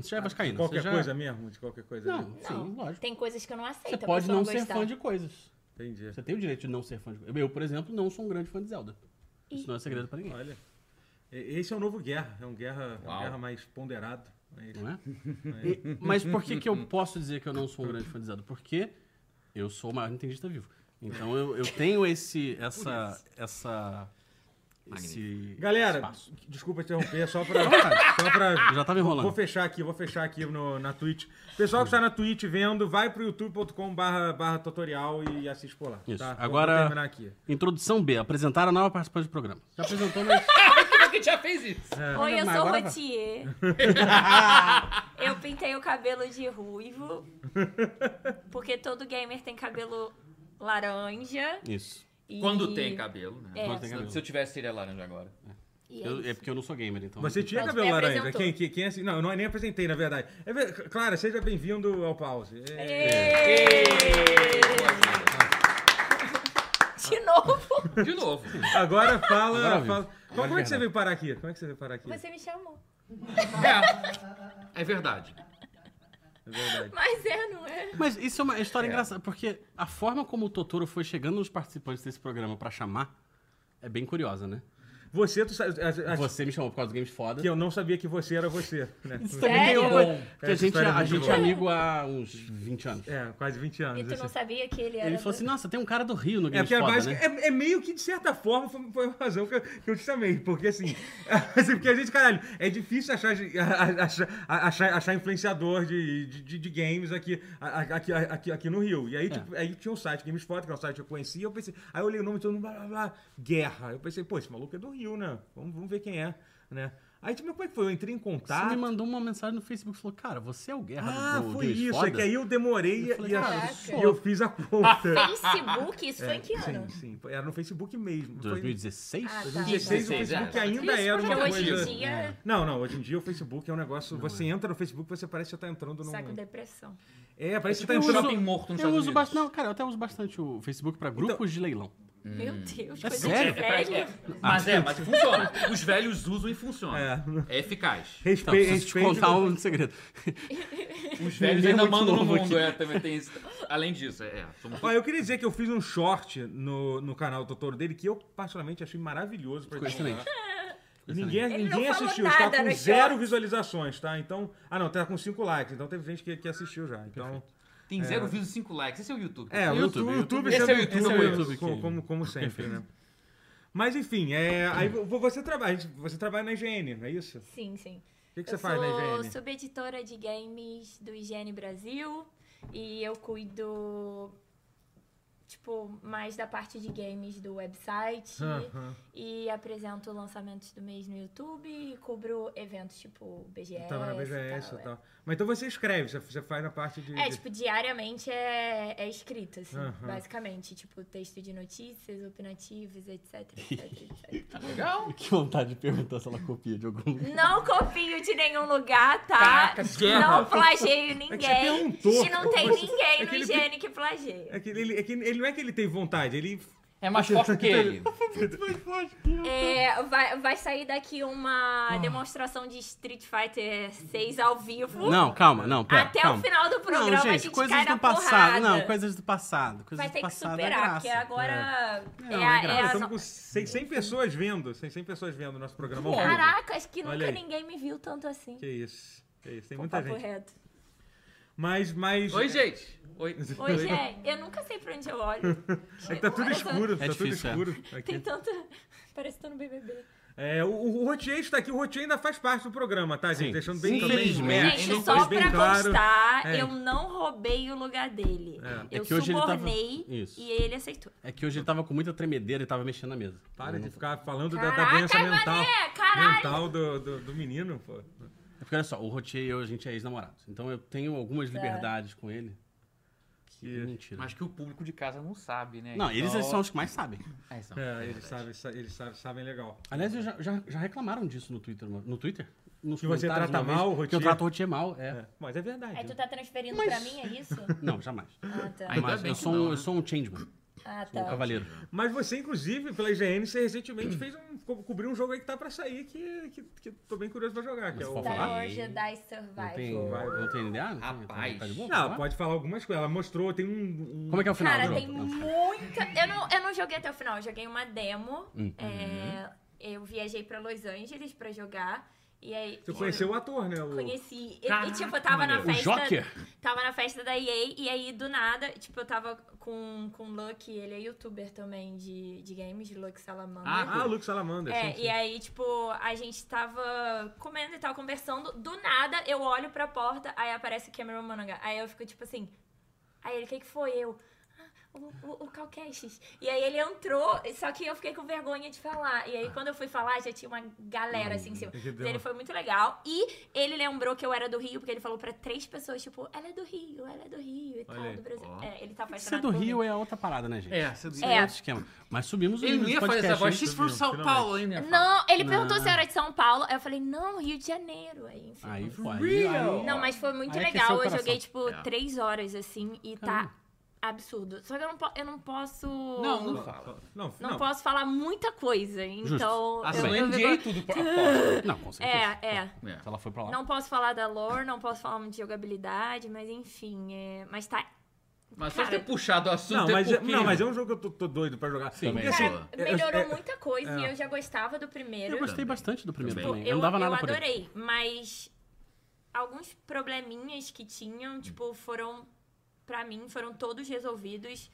D: Você já é vascaíno.
A: Qualquer
D: você já...
A: coisa mesmo? De qualquer coisa? né?
D: Não,
A: mesmo?
D: sim, lógico.
C: Tem coisas que eu não aceito.
D: Você
C: a
D: pode
C: pessoa
D: não ser
C: gostar.
D: fã de coisas.
A: Entendi.
D: Você tem o direito de não ser fã de coisas. Eu, por exemplo, não sou um grande fã de Zelda. Isso não é segredo pra ninguém.
A: Olha. e- Esse é um novo guerra. É um guerra, é um
B: Uau.
A: guerra mais ponderado. né? Mas-
D: Não é? E- mas por que, que eu posso dizer que eu não sou um grande fã de Zelda? Porque eu sou o maior nintendista vivo. Então eu, eu tenho esse. essa. essa. Esse
A: Galera,
D: espaço.
A: desculpa interromper, só pra. só pra
D: Eu já tava
A: vou
D: enrolando.
A: fechar aqui, vou fechar aqui no, na Twitch. Pessoal que está na Twitch vendo, vai pro youtube.com barra, barra tutorial e assiste por lá.
D: Isso.
A: tá? Vou-
D: Agora-
A: vou terminar aqui.
D: Introdução B. Apresentar a nova participante do programa. Já apresentou,
A: né?
D: mas...
B: Como é que a gente já fez isso?
C: Oi,
D: Mas
C: eu sou
D: agora vai.
C: Rotier. eu pintei o cabelo de ruivo. Porque todo gamer tem cabelo laranja.
D: Isso.
C: e-
B: Quando tem cabelo, né?
C: É.
D: Quando tem cabelo.
B: Se eu tivesse, seria laranja agora.
C: E é
D: Eu- é
C: isso.
D: porque eu não sou gamer, então...
A: Você tinha
C: Pronto,
A: cabelo
C: me
A: laranja?
C: apresentou.
A: Quem, quem, quem é assim? Não, eu não- nem apresentei, na verdade. É ver- Clara, seja bem-vindo ao pause. É-
C: De novo.
B: De novo.
A: Agora fala.
D: Agora viu.
A: fala-
D: Agora
A: Como é que você
D: verdade.
A: veio parar aqui? Como é que você veio parar aqui?
C: Você me chamou.
B: É. É verdade.
A: É verdade.
C: Mas é, não é?
D: Mas isso é uma história engraçada, porque a forma como o Totoro foi chegando nos participantes desse programa pra chamar é bem curiosa, né?
A: Você, tu sabe. as- as-
D: Você me chamou por causa dos games foda.
A: Que eu não sabia que você era você, né?
D: Isso
C: Sério?
D: bom. Porque a
A: Essa
D: gente,
A: história é
D: a
A: muito
D: gente é
A: boa.
D: amigo há uns 20 anos.
A: É, quase 20 anos.
C: E tu
A: assim.
C: não sabia que ele era.
D: Ele falou assim, nossa, tem um cara do Rio no
A: É,
D: Games
A: porque
D: Foda,
A: basic-
D: né?
A: é, é meio que, de certa forma, foi, foi uma razão que eu, que eu te chamei. Porque, assim, assim, porque a gente, caralho, é difícil achar, de- a- a- achar, achar- achar influenciador de, de- de- de games aqui, a- a- aqui, aqui, aqui no Rio.
D: É.
A: E aí, tipo, aí tinha um site, GameSpot, que é um site que eu conhecia, eu pensei, aí eu olhei o nome todo mundo, blá, blá, blá, Guerra. Eu pensei, pô, esse maluco é do Rio, né? Vamos, vamos ver quem é, né? Aí, tipo, mas como é que foi? Eu entrei em
D: Você me
A: contato...
D: mandou uma mensagem no Facebook e falou, cara, você é o Guerra
A: Ah,
D: do, do
A: foi
D: Games
A: isso.
D: Foda?
A: É que aí eu demorei
D: Eu falei,
A: e, a-
C: "Caraca."
A: e eu fiz a
D: Ah,
A: conta.
C: Facebook? Isso foi em que
A: É, Sim,
C: ano?
A: sim. Era no Facebook mesmo. Foi-
D: 2016?
C: Ah, tá.
A: 2016 o
B: 2016,
A: Facebook
B: é.
A: ainda era
C: Isso porque
A: uma
C: hoje
A: coisa. É.
C: em dia,
A: Não, não, hoje em dia o Facebook é um negócio. você entra no Facebook, você parece que você tá entrando num.
C: sai com depressão.
A: É, parece que você
D: Eu
A: tá
D: uso-
A: entrando.
B: Tipo um Shopping morto nos
D: Eu
B: Estados
D: uso
B: Unidos.
D: bastante. Não, cara, eu até uso bastante o Facebook pra
A: Então
D: grupos de leilão.
C: Meu
A: Hum.
C: Deus,
D: É
C: coisa
D: sério?
C: de
B: É, é,
C: velho.
B: é.
D: Ah.
B: Mas é, mas funciona. Os velhos usam e funciona. É, eficaz.
D: Então,
A: Respeito.
D: preciso te contar um segredo.
B: Os velhos
D: Ninguém é
B: ainda
D: muito
B: mandam no
D: novo aqui.
B: mundo, é, também tem isso. Além disso, é. é, somos-
A: Olha, eu queria dizer que eu fiz um short no, no canal do Totoro dele que eu particularmente achei maravilhoso pra divulgar.
D: Excelente.
A: Ninguém,
C: Ele não
A: ninguém
C: falou
A: assistiu, está
C: nada né,
A: com
C: no
A: zero
C: short.
A: visualizações, tá? Então. Ah, não, tá com cinco likes, então teve gente que, que assistiu já. Então.
B: Tem 0,5 likes. Esse é o YouTube.
A: É, o
D: YouTube,
A: YouTube, o YouTube,
B: Esse é o
A: sempre-
B: YouTube,
A: como-
B: é o
D: YouTube
A: como,
D: que-
A: como- como sempre, né? Mas enfim, é, aí vo- você trabalha, você trabalha na IGN, não é isso? O
C: Sim, sim.
A: que, que você
C: eu
A: faz né, na
C: sou
A: IGN?
C: subeditora de games do IGN Brasil e eu cuido, tipo, mais da parte de games do website
A: Aham.
C: e apresento lançamentos do mês no YouTube e cubro eventos tipo BGS.
A: Tava na BGS
C: tal,
A: e
C: é.
A: tal. Mas então você escreve, você, você faz na parte de.
C: É,
A: de-
C: tipo, diariamente é, é escrito, assim,
A: Aham.
C: basicamente. Tipo, texto de notícias, opinativos, etc, etc, etc.
B: Legal.
D: Que vontade de perguntar se ela copia de algum lugar.
C: Não copio de nenhum lugar, tá?
B: Caraca, guerra.
C: não
D: É
C: plageio
A: você
C: ninguém.
A: perguntou.
C: e não tem
A: Você-
C: ninguém
A: é
C: no
A: que ele-
C: higiene que plageia.
A: É que ele, é que ele não é que ele tem vontade, ele.
B: É mais forte que ele.
C: É, vai, vai sair daqui
D: Ah.
C: uma demonstração de Street Fighter 6 ao vivo.
D: Não, calma, não, pera,
C: Até
D: calma.
C: o final do programa
D: não,
C: a
D: gente,
C: gente
D: coisas
C: cai
D: do
C: na
D: passado.
C: porrada.
D: Não, coisas do passado. Coisas
C: Vai
D: do
C: ter que
D: passado é
C: superar,
D: graça.
C: porque agora é,
D: Não, é
C: a-
D: graça.
C: é
D: Cara,
A: Nós
C: a
A: estamos
C: no-
A: com 100, 100 pessoas vendo, 100, 100 pessoas vendo o nosso programa. ao vivo.
C: Caraca, acho que
A: Olha
C: nunca
A: aí.
C: ninguém me viu tanto assim.
A: Que isso, que isso, tem
C: Com
A: muita
C: papo
A: gente.
C: reto.
A: Mas, mas.
B: Oi, gente. Oi.
C: Oi, gente. é, Eu nunca sei pra onde eu olho.
A: É que tá tudo
C: Olha,
A: escuro, tá
D: difícil, é.
A: tudo escuro. aqui.
C: Tem tanta... Parece que tô no BBB.
A: É, o, o Rotier está aqui, o Rotier ainda faz parte do programa, tá, gente?
D: Sim.
A: Deixando bem
D: Sim.
A: também.
D: Infelizmente.
B: É,
C: Gente,
B: não
C: só
A: foi
C: pra
A: bem claro.
C: constar,
A: É.
C: eu não roubei o lugar dele.
A: É.
C: Eu
D: É que hoje ele tava-
C: subornei
D: Isso.
C: e ele aceitou.
D: É que hoje ele tava com muita tremedeira e tava mexendo na mesa.
A: Para de ficar falando da, da
C: Caraca,
A: doença mental.
C: mané, caralho.
A: Mental do, do, do menino, pô.
D: É porque olha só, o Rotier e eu, a gente é ex-namorados. Então eu tenho algumas
C: É.
D: liberdades com ele. Que
A: Que-
D: mentira.
B: Mas que o público de casa não sabe, né?
D: Não, eles
B: Então-
D: são os que mais sabem.
B: Ah, eles são.
A: É, eles sabem, sa- eles sabem, sabem legal.
D: Aliás, eu já, já- já reclamaram disso no Twitter. uma- No Twitter? Nos
A: Que você
D: comentários
A: trata
D: uma vez,
A: mal o
D: Que eu
A: Rotier?
D: trato o Rotier mal, é.
A: É, mas é verdade.
C: Aí tu tá transferindo pra mim, é isso?
D: Não, jamais.
C: Ah, tá.
B: Ainda
D: Mas
B: bem
D: eu
B: que
D: sou,
B: não,
D: um,
B: né?
D: eu sou um changeman,
C: Ah,
D: sou um
C: tá.
D: cavaleiro.
A: Mas você, inclusive, pela IGN, você recentemente fez um. co- cobriu um jogo aí que tá pra sair, que, que, que eu tô bem curioso pra jogar. Que é
D: Mas
A: o...
D: pode
C: Star
D: falar?
C: Wars Jedi
D: Não tem,
C: Survival.
D: não tem ideia? Não tem-
B: Rapaz.
D: tá de boa?
A: Não, pode falar algumas coisas. Ela mostrou, tem um. um-
D: Como é que é o final
C: Cara,
D: do
C: tem
D: jogo? Não.
C: muita. Eu não, eu não joguei até o final, eu joguei uma demo.
A: Uhum.
C: É, eu viajei pra Los Angeles pra jogar. E aí.
A: Você
C: eu
A: conheceu o ator, né? O...
C: Conheci. E- e,
B: Caraca,
C: tipo, eu tava na
B: maneiro.
D: O
C: festa.
D: Joker?
C: Tava na festa da EA e aí do nada, tipo, eu tava com, com o Luck, ele é youtuber também de, de games, Luck Salamander.
A: Ah, o Luke Salamander.
C: É,
A: sim, sim.
C: e aí, tipo, a gente tava comendo e tal, conversando. Do nada, eu olho pra porta, aí aparece o Cameron Monaghan. Aí eu fico, tipo assim... Aí ele, o que que foi? Eu... "Ah, O, o, o Calcaxes. E aí ele entrou, só que eu fiquei com vergonha de falar. E aí quando eu fui falar, já tinha uma galera assim em cima.
A: que
C: Mas
A: deu.
C: ele foi muito legal. E ele lembrou que eu era do Rio, porque ele falou pra três pessoas, tipo, ela é do Rio, ela é do Rio
A: Olha
C: e tal,
A: aí,
C: do Brasil.
B: ó.
C: É, ele tá
D: Ser
C: apaixonado
D: do
C: por mim.
D: Rio é outra parada, né, gente?
B: É, você do
C: É.
D: outro esquema. Mas subimos o
B: Ele
D: nível
B: não
D: do
B: ia fazer
D: podcast,
B: essa voz.
D: hein?
B: She's from São
A: Finalmente.
B: Paulo, hein? né?
C: Não, ele perguntou se eu era de São Paulo. Aí eu falei, não, Rio de Janeiro. Aí, enfim.
D: Aí,
C: não
D: pô, aí,
B: Real.
D: aí-
C: Não, mas foi muito
D: Aí aqueceu
C: legal.
D: o
C: Eu
D: coração.
C: joguei, tipo,
B: É.
C: três horas, assim, e tá
D: Caramba.
C: absurdo. Só que eu não, po- eu não posso.
B: Não, não
C: não,
B: fala.
A: Não, Ah,
C: posso falar muita coisa. Então.
B: Ação
C: eu, eu,
B: NDA e
C: eu-
B: tudo pra aposta.
D: Não, com certeza.
C: É, é.
D: Se ela foi pra lá.
C: Não posso falar da lore, não posso falar muito de jogabilidade, mas enfim. é, Mas tá.
B: Mas
C: Cara-
B: só ter puxado o assunto
A: Não,
B: é
A: mas, é-
B: porque-
A: não, mas é um jogo que eu tô, tô doido pra jogar. Sim,
B: também.
A: assim,
B: Cara,
A: eu-
C: Melhorou
A: eu-
C: muita coisa e eu já gostava do primeiro.
D: Eu gostei bastante do primeiro também.
B: Também.
C: Tipo,
D: Eu
C: eu,
D: não dava nada
C: eu
D: por ele.
C: adorei, mas alguns probleminhas que
A: Hum.
C: tinham, tipo, foram pra mim, foram todos resolvidos.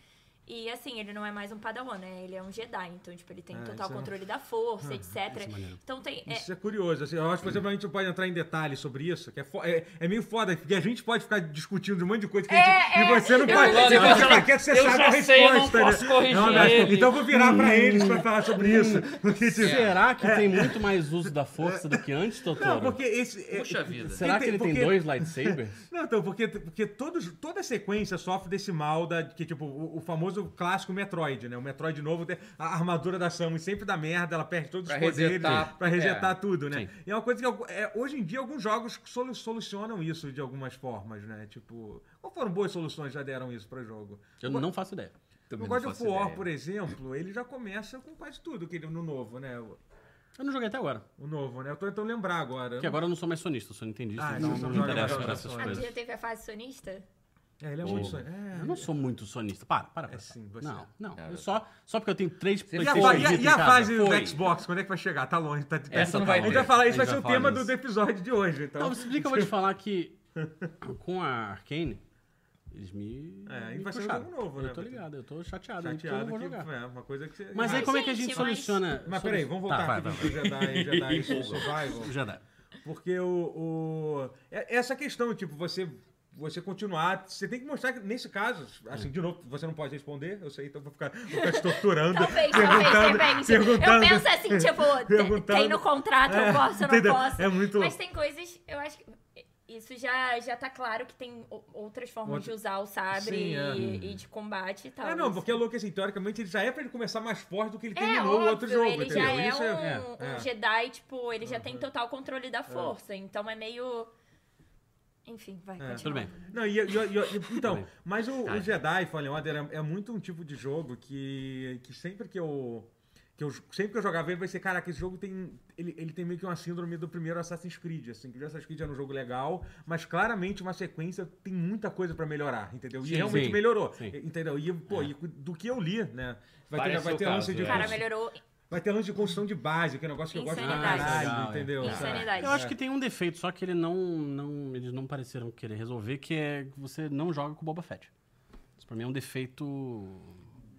C: E assim, ele não é mais um padawan, né? Ele é um Jedi, então tipo, ele tem
A: Ah,
C: total
A: isso é-
C: controle da força, etc.
D: é maneiro.
C: então tem é,
A: Isso é curioso. assim, eu acho que possivelmente a gente pode entrar em detalhes sobre isso, que é, fo- é, é meio foda, porque a gente pode ficar discutindo de um monte de coisa que a gente,
C: É,
A: e você não
C: é.
A: pode.
C: Eu-
A: você
C: eu-
A: pode falar,
B: eu-
A: quer que você
B: eu
A: saiba
B: já
A: a
B: sei, eu não
A: resposta,
B: posso
A: né?
B: corrigir
A: Não, mas-
B: ele. Uhum.
A: Então eu vou virar pra eles pra falar sobre isso. Porque, se-
D: Será que tem muito mais uso da força do que antes,
A: Não,
D: Totoro?
A: porque esse. é-
B: Puxa vida.
D: Será que ele tem
A: porque-
D: dois lightsabers?
A: Não, então, porque, porque todos, toda sequência sofre desse mal da, que, tipo, o, o famoso clássico Metroid, né? O Metroid novo, tem- a armadura da Samus sempre dá merda, ela perde todos
B: Pra
A: os poderes
B: resetar,
A: pra resetar tudo, né?
D: Sim.
A: E é uma coisa que algu- é, hoje em dia alguns jogos solu- solucionam isso de algumas formas, né? Tipo, qual foram boas soluções que já deram isso pra jogo?
D: Eu não faço ideia.
A: O
B: Também não
A: God of
B: faço
A: War,
B: ideia.
A: por exemplo, ele já começa com quase tudo que ele, no novo, né? O,
D: Eu não joguei até agora.
A: o novo, né? Eu tô tentando lembrar agora.
D: Porque
B: é
D: agora eu não sou mais sonista, eu sou nintendista,
A: Ah, não,
D: então não
A: não
D: me
A: joga
D: interesso
A: mais
D: por essas
A: jogos.
C: a já
D: coisas.
C: teve a fase sonista.
A: É, ele é
D: Pô,
A: muito... sonho- É,
D: Eu não sou muito sonista. Para, para.
A: É
D: para.
A: sim, você.
D: Não, não.
B: É,
D: Eu
B: eu-
D: só, só porque eu tenho três
A: E a,
D: PlayStation
A: fa- e a-
D: Vita em
A: e a
D: casa.
A: fase
D: Foi.
A: do Xbox, quando é que vai chegar? Tá longe, tá, tá-
B: Essa não
A: tá-
B: vai
A: A gente
B: ter.
A: vai falar,
D: A
A: isso
D: gente
A: vai ser o
D: vai falar
A: tema do,
D: disso.
A: do episódio de hoje, então.
D: Não, você explica, eu vou te falar que com a Arkane, eles me.
A: É, e
D: me
A: vai ser um
D: puxaram.
A: jogo novo,
D: eu
A: né?
D: tô ligado, eu tô chateado, porque eu
A: Chateado
D: não vou
A: que
D: jogar.
A: é uma coisa que você...
D: Mas aí como é que a gente
C: Gente, mas-
D: soluciona.
A: Mas peraí, vamos voltar
D: tá, vai,
A: aqui
D: vai,
A: pro Jedi, Jedi Survival.
D: vai. Já dá.
A: Porque o, o- é- Essa questão, tipo, você. Você continuar, você tem que mostrar que, nesse caso, assim, de novo, você não pode responder, eu sei, então vou ficar, vou ficar te torturando.
C: Talvez,
A: perguntando,
C: talvez, depende. Eu
A: perguntando.
C: penso assim, tipo, te-
A: perguntando.
C: tem no contrato,
A: É,
C: eu posso, eu não
A: entendeu?
C: posso.
A: É muito-
C: Mas tem coisas, eu acho que isso já, já tá claro que tem o- outras formas
A: Outra-
C: de usar o sabre
A: Sim, é.
C: e, e de combate e tal.
A: É, não,
C: Isso.
A: porque é louco, assim, teoricamente ele já é pra ele começar mais forte do que ele
C: É,
A: terminou o outro
C: óbvio,
A: jogo,
C: ele
A: entendeu?
C: já é
A: Isso
C: um,
A: é,
C: um
A: é. Uhum.
C: Jedi, tipo, ele já tem total controle da força, então é meio... Enfim, vai,
A: É.
C: continua.
D: Tudo bem.
A: Não, e, eu- e eu- e eu- então,
D: Peraí.
A: mas o,
B: Tá.
A: o Jedi Fallen Order é, é muito um tipo de jogo que, que sempre que eu, que eu- sempre que eu jogava ele vai ser, caraca, esse jogo tem ele, ele tem meio que uma síndrome do primeiro Assassin's Creed, assim, que o Assassin's Creed era um jogo legal, mas claramente uma sequência tem muita coisa pra melhorar, entendeu? E
D: Sim,
A: realmente
D: sim,
A: melhorou,
D: sim. É.
A: entendeu? E, pô, e do que eu li, né? Vai ter,
B: Parece
A: vai
B: o
A: ter
B: caso,
A: lance de
B: é.
C: Cara, melhorou
A: vai ter lance de construção de base, que é um negócio que eu gosto pra
C: Insanidade.
A: caralho,
D: Legal, é.
A: entendeu? É.
C: insanidade.
D: Eu acho que tem um defeito, só que ele não, não, eles não pareceram querer resolver, que é que você não joga com o Boba Fett. Isso pra mim é um defeito.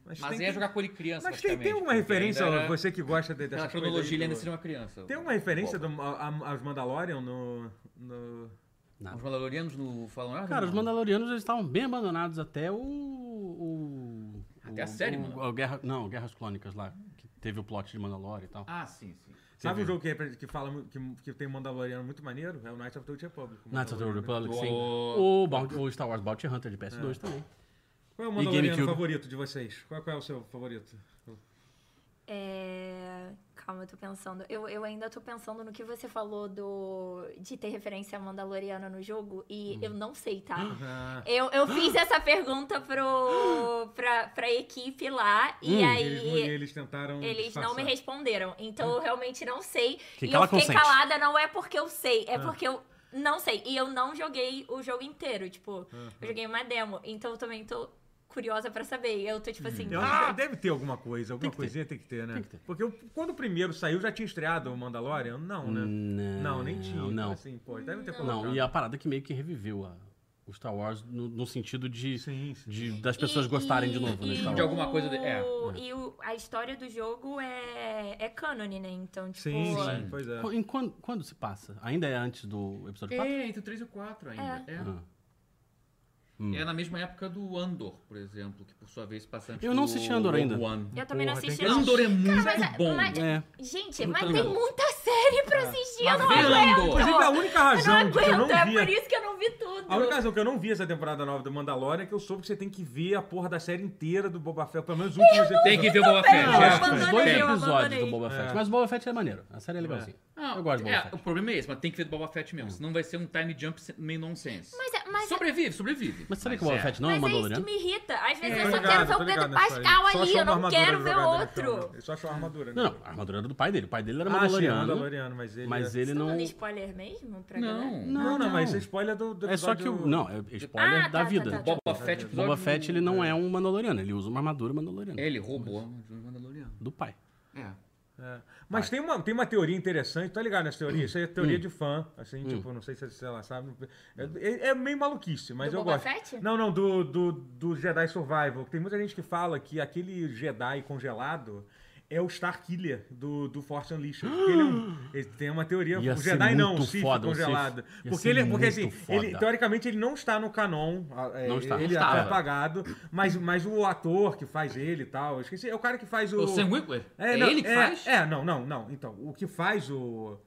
B: Mas
A: tem
D: é
B: ia
A: que-
B: jogar com ele criança,
A: Mas tem, tem
B: praticamente,
A: uma
B: porque
A: referência,
B: ainda era-
A: você que gosta de, dessa
B: Pela cronologia, ele ainda seria uma criança.
A: Tem uma referência do, a- a- aos Mandalorian no. no-
B: Os Mandalorianos no Fallen Order?
D: Cara,
B: não?
D: os Mandalorianos eles estavam bem abandonados até o. o
B: Até a
D: o-
B: série,
D: o-
B: mano.
D: a Guerra, não, Guerras Clônicas lá, que teve o plot de Mandalore e tal.
B: Ah, sim, sim.
A: Sabe
D: viu?
A: um jogo que, repre- que fala mu- que, que tem Mandaloriano muito maneiro? É o Knights of the Old Republic. o né?
D: Knights of the
A: Mandaloriano.
D: Republic, sim.
B: O-
D: O, Bounty- o Star Wars Bounty Hunter de PS2
A: É.
D: também.
A: Qual é o
D: E
A: Mandaloriano
D: GameCube.
A: favorito de vocês? Qual, qual é o seu favorito?
C: É... Calma, eu tô pensando. Eu, eu ainda tô pensando no que você falou do de ter referência a Mandaloriana no jogo e
A: Uhum.
C: eu não sei, tá?
A: Ah,
C: Eu, eu fiz essa pergunta pro, pra, pra equipe lá e
D: Hum.
A: eles, não-
C: aí
A: eles tentaram.
C: eles não me
A: disfarçar.
C: responderam. Então eu realmente não sei.
D: Que
C: e
D: cala
C: eu fiquei
D: consente.
C: calada não é porque eu sei, é porque eu não sei. E eu não joguei o jogo inteiro, tipo, eu joguei uma demo. Então eu também tô curiosa pra saber. E Eu tô tipo assim,
A: Eu acho que deve ter alguma coisa, alguma
D: que ter.
A: coisinha tem que ter, né?
D: Tem que ter.
A: Porque o- quando o primeiro saiu, já tinha estreado o Mandalorian? Não, né?
D: Não,
A: Não, nem tinha.
D: não.
A: Então, Assim, pô, deve ter colocado.
D: Não, e a parada que meio que reviveu a- o Star Wars no, no sentido de,
A: Sim, sim.
D: de- das pessoas gostarem de novo, né? Star
B: De
D: Wars.
B: alguma coisa de- é.
C: E o- a história do jogo é, é cânone, né? Então, tipo.
A: Sim, sim, pois é.
D: Qu- em quando, quando se passa? Ainda é antes do episódio 4?
B: É, entre o 3 e o 4 ainda. É.
D: Ah. Hum.
B: É na mesma época do Andor, por exemplo, que por sua vez passa antes
D: Eu não
B: do
D: assisti Andor ainda.
B: Rogue One.
C: Eu também não
A: Porra, tem
C: assisti,
A: que
C: não.
B: Andor é muito
C: mas- tipo,
B: bom.
C: mas-
D: É.
C: Gente,
D: Eu não
C: mas
D: tô
C: tem
D: ligado.
C: muita série
A: É.
C: pra assistir, eu
B: Mas
C: não
B: vê Lando.
C: aguento.
A: Inclusive, é a única
C: Eu não
A: razão de que eu não
C: aguento, é
A: vi.
C: por isso que eu não vi tudo.
A: A única razão que eu não vi essa temporada nova do Mandalorian é que eu soube que você tem que ver a porra da série inteira do Boba Fett, pelo menos um últimos
B: Tem que ver o Boba
C: também,
B: Fett.
C: eu
D: Eu
B: é.
D: acho que os
C: abandonei,
D: tipo, dois
C: eu
D: episódios
C: abandonei.
D: do Boba Fett. Mas o Boba Fett é maneiro. A série é legalzinha.
B: Não,
D: Eu gosto do
B: é,
D: Boba
B: O
D: Fett. Hum.
B: problema é esse, mas tem que ver do Boba Fett mesmo. Senão vai ser um time jump meio nonsense.
C: Mas, é- mas, é-
B: sobrevive, sobrevive.
D: Mas sabe que o Boba
B: é.
D: Fett não é
C: mas
D: um
C: é isso que
D: Mandaloriano?
C: me irrita. Às vezes
A: Tô
C: eu só
A: ligado,
C: quero ver
A: tô
C: o Pedro
A: ligado nessa aí.
C: Pascal
A: Só
C: ali,
A: achou
C: eu
A: uma
C: não
A: armadura
C: quero
A: jogada,
C: ver
A: ele chama,
C: outro.
A: né? Ele só achou uma armadura. né?
D: Não, não. A armadura era do pai dele. O pai dele era
A: Ah, sim, é
D: Mandaloriano.
A: Mandaloriano, mas ele.
D: Mas
A: é-
D: ele
C: Tô
D: não.
C: dando spoiler mesmo pra galera?
B: Não.
A: Não, não,
D: não.
A: mas é spoiler do. do
D: É só que
A: episódio-
D: o. Não, é spoiler
C: Ah,
D: da
C: tá,
D: vida.
C: tá, tá, tá.
B: Boba Fett,
D: O Boba Fett, ele não é um Mandaloriano. Ele usa uma armadura Mandaloriana.
B: É, Ele roubou a armadura do Mandaloriano.
D: Do pai.
B: É.
A: É. Mas tem uma, tem uma teoria interessante, tá ligado nessa
D: Hum.
A: teoria? Isso é teoria de fã, assim, tipo, não sei se se ela sabe. É, é- é meio maluquice, mas
C: Do
A: eu
C: Boba
A: gosto.
C: Fett?
A: Não, não, do, do, do Jedi Survival. Tem muita gente que fala que aquele Jedi congelado é o Starkiller do, do Force Unleashed. Porque ele, é um- ele tem uma teoria.
D: Ia
A: o
D: ser
A: Jedi não, o
D: muito
A: Sith
D: foda, o Sith.
A: congelado.
D: Ia
A: Porque,
D: ser
A: ele, porque
D: muito
A: assim, ele,
D: foda.
A: teoricamente ele não está no canon. a- é,
D: Não está.
A: Ele
B: Não
A: é
B: estava.
A: apagado, mas, mas o ator que faz ele e tal, eu esqueci, é o cara que faz o...
B: O Sam Witwer? É,
A: não,
B: ele que
A: é,
B: faz?
A: É, não, não, não. Então, o que faz o.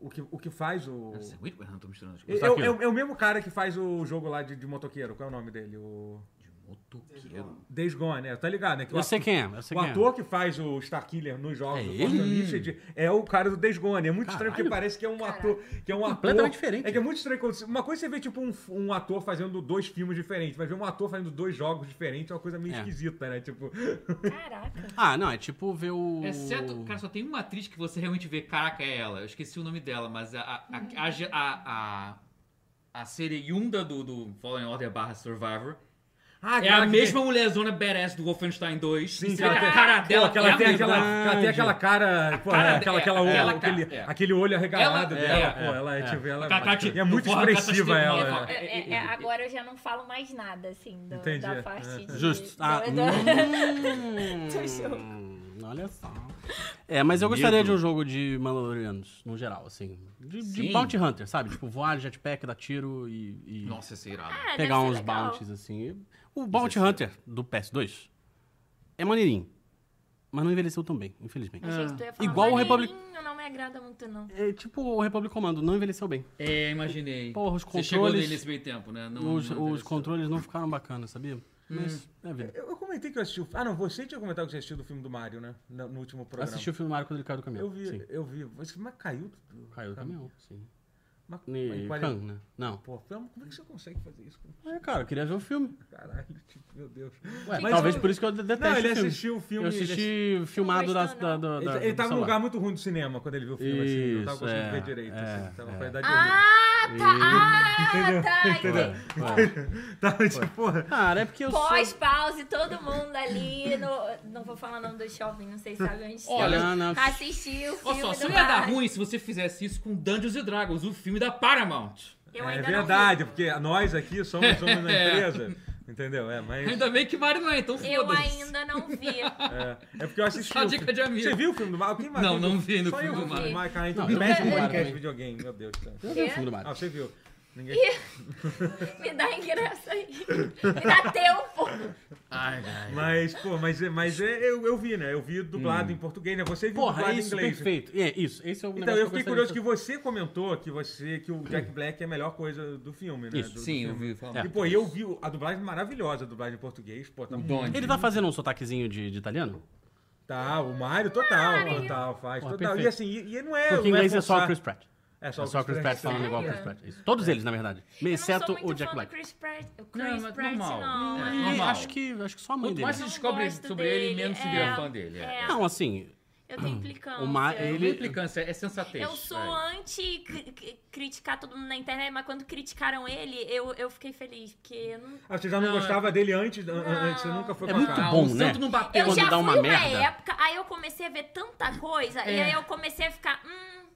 A: O que, o que faz o.
B: O Sam Witwer? Não, tô misturando as
A: É,
B: coisas.
A: é o- é o- é o mesmo cara que faz o jogo lá de, de motoqueiro. Qual é o nome dele? O.
B: De motoqueiro.
A: Days Gone, né? Tá ligado, né? Que o
D: Eu sei
A: ator-
D: quem é, eu sei
A: o
D: quem é.
A: ator que faz o Starkiller nos jogos
D: É
A: do
D: ele?
A: Force Unleashed é o cara do Days Gone. É muito estranho porque
D: Caralho.
A: parece que é um ator. Que é um ator-
D: Completamente diferente.
A: É que é muito estranho. quando você- Uma coisa você vê, tipo, um, f- um ator fazendo dois filmes diferentes, mas ver um ator fazendo dois jogos diferentes é uma coisa meio
D: É.
A: esquisita, né? Tipo.
C: Caraca.
D: Ah, não, é tipo ver o.
B: Exceto, cara, só tem uma atriz que você realmente vê, caraca, é ela. Eu esqueci o nome dela, mas a. A, a, a,
C: Uhum.
B: a, a, a Sereyunda do, do Fallen Order barra Survivor
A: Ah,
B: é
A: cara,
B: a
A: que-
B: mesma mulherzona badass do Wolfenstein 2.
A: Sim,
B: Você
A: ela
B: vê a
A: tem-
B: cara
A: Pô,
B: dela,
A: que ela,
B: é a
A: tem
B: mesma.
A: aquela, que ela tem aquela cara, pô,
B: cara-
A: aquela,
B: é,
A: aquela,
B: é, ela-
A: aquele,
B: é.
A: aquele olho arregalado
B: Ela-
A: dela,
B: é,
A: pô, ela é, tipo, ela,
B: Aquela cara de-
A: é muito
B: porra,
A: expressiva
B: cara tá
A: ela.
B: extremamente-
A: é.
C: É, é, é, agora eu já não falo mais nada, assim, do-
A: Entendi, é.
C: da parte de...
D: Justo.
C: do-
D: Ah,
C: do- é-
D: hum, olha só. É, mas eu gostaria de um jogo de Mandalorianos, no geral, assim. De, de
B: Sim.
D: Bounty Hunter, sabe? Tipo, voar, jetpack, dar tiro e. e
B: Nossa, esse é irado.
C: Ah, deve
D: pegar
C: ser
D: uns
C: legal.
D: bounties, assim. O Bounty Hunter do PS2 é maneirinho. Mas não envelheceu tão bem, infelizmente.
C: Achei que tu
A: É.
C: ia falar,
D: Igual o
C: maneirinho, Não me agrada muito, não.
D: É tipo o Republic Commando, não envelheceu bem.
B: É, imaginei.
D: Porra, os
B: Você chegou
D: controles-
B: nele nesse meio tempo, né? Não-
D: os
B: não
D: os
B: interessou.
D: controles não ficaram bacanas, sabia? Mas é a vida.
A: Eu eu comentei que eu assisti o... Ah, não, você tinha comentado que você assistiu do filme do Mario, né? No, no último programa.
D: Assisti o filme Mario quando ele caiu do caminhão.
A: Eu vi,
D: Sim.
A: eu vi. Mas, mas caiu... do-
D: Caiu do caminhão, Ah, sim.
A: Mas, mas
D: E
A: quali-
D: Khan, né? Não.
A: Pô, como como é que você consegue fazer isso? um
D: É, cara, eu queria ver o filme.
A: Caralho, tipo, meu Deus.
D: Ué,
A: Mas
D: talvez
A: eu-
D: por isso que eu de- detesto
A: Não, ele
D: o filme.
A: assistiu o filme...
D: Eu
A: ele assi-
D: assisti filmado da,
C: gostou,
D: da,
C: não.
D: da,
A: Ele,
D: da-
A: ele
D: do
A: tava num
D: celular.
A: lugar muito ruim do cinema quando ele viu o filme, assim. Ele não tava
D: Isso,
A: conseguindo
D: é,
A: ver direito, assim.
D: é,
A: Tava
D: é.
A: com a idade horrível.
C: Ah, tá! Ah, tá! entendi.
A: Tava tipo, porra...
D: É, Cara, é porque eu sou...
C: Pós-pause, todo mundo ali no... Não vou falar o nome do shopping, não sei se sabe onde está.
B: Olha,
D: não, não.
C: Assistiu o filme
B: Olha só,
C: do
B: só ia dar
C: Mario.
B: ruim se você fizesse isso com Dungeons and Dragons, o filme da Paramount.
A: é
C: Eu ainda não vi.
A: verdade, porque nós aqui somos, somos uma empresa. Entendeu? É, mas.
B: Ainda bem que Mario não é, então foda-se.
C: Eu ainda não vi.
A: É, é porque eu assisti.
B: Só
A: o
B: dica
A: filme.
B: de amigo.
A: Você viu o filme do Mario? Quem mais
B: Não,
A: viu?
B: não vi no
A: Só
B: filme
A: eu
B: do
A: vi.
B: Mario.
A: Mike, ah, então
D: Não, eu
A: péssimo
D: vi.
B: é.
A: podcast de
D: Também.
A: videogame, meu Deus do céu.
D: Eu vi o
C: Quê?
D: filme do
A: Ah,
D: Mario.
A: você viu. Ninguém.
C: Me dá ingresso aí. Me dá tempo.
B: Ai, ai.
A: Mas, pô, mas, é- mas é, eu, eu vi, né? Eu vi
B: Hum.
A: dublado em português, né? Você viu
D: Porra,
A: dublado
D: isso,
A: em inglês.
D: perfeito. É, isso, esse
B: Um
D: é o
A: Então,
D: negócio
A: eu fiquei
D: gostaria
A: curioso que você comentou que você que o Jack Black é a melhor coisa do filme, né?
D: Isso,
A: Do- do
B: Hum. Sim, eu
A: filme.
B: vi falar.
A: E, pô, eu vi a dublagem maravilhosa, a dublagem em português. Pô, tá
B: O
A: muito
B: Donnie.
D: Ele tá fazendo um sotaquezinho de, de italiano?
A: Tá, o Mario total, total, faz
D: Pô,
A: total.
D: perfeito.
A: E assim, e, e não é.
D: Porque em
A: não
D: inglês é só
A: forçar.
D: o Chris Pratt.
A: É
D: É só o Chris Pratt falando igual o Chris Pratt. Isso. Todos eles, na verdade. Exceto
C: eu não sou muito
D: o Jack
C: fã do
D: Black.
C: Chris Pratt, o Chris
B: Não, mas
C: Pratt,
B: normal.
C: não.
B: É,
C: é.
D: E
B: normal.
D: acho que, acho que só a mãe
B: Quanto
D: dele.
B: mais se descobre
C: gosto
B: sobre ele,
C: dele,
B: menos se
C: é,
B: vira fã dele.
C: é.
D: Não, assim,
C: Eu tenho implicância.
D: O Ma-
B: Ele...
D: ele-
B: Não é implicância, é sensatez.
C: Eu sou
B: vai.
C: anti cri- cri- criticar todo mundo na internet, mas quando criticaram ele, eu, eu fiquei feliz, porque eu não...
A: Ah, você já não,
B: Não,
A: gostava dele antes? an- an- Antes você nunca foi
D: É
A: pra
D: muito
A: cá.
B: Ah,
D: bom,
B: um
D: né?
B: santo não bateu.
C: Eu
D: Quando
C: já
D: dá
C: fui
D: uma
C: uma
D: merda.
C: época, aí eu comecei a ver tanta coisa, e
B: É.
C: aí eu comecei a ficar, hum,
D: é.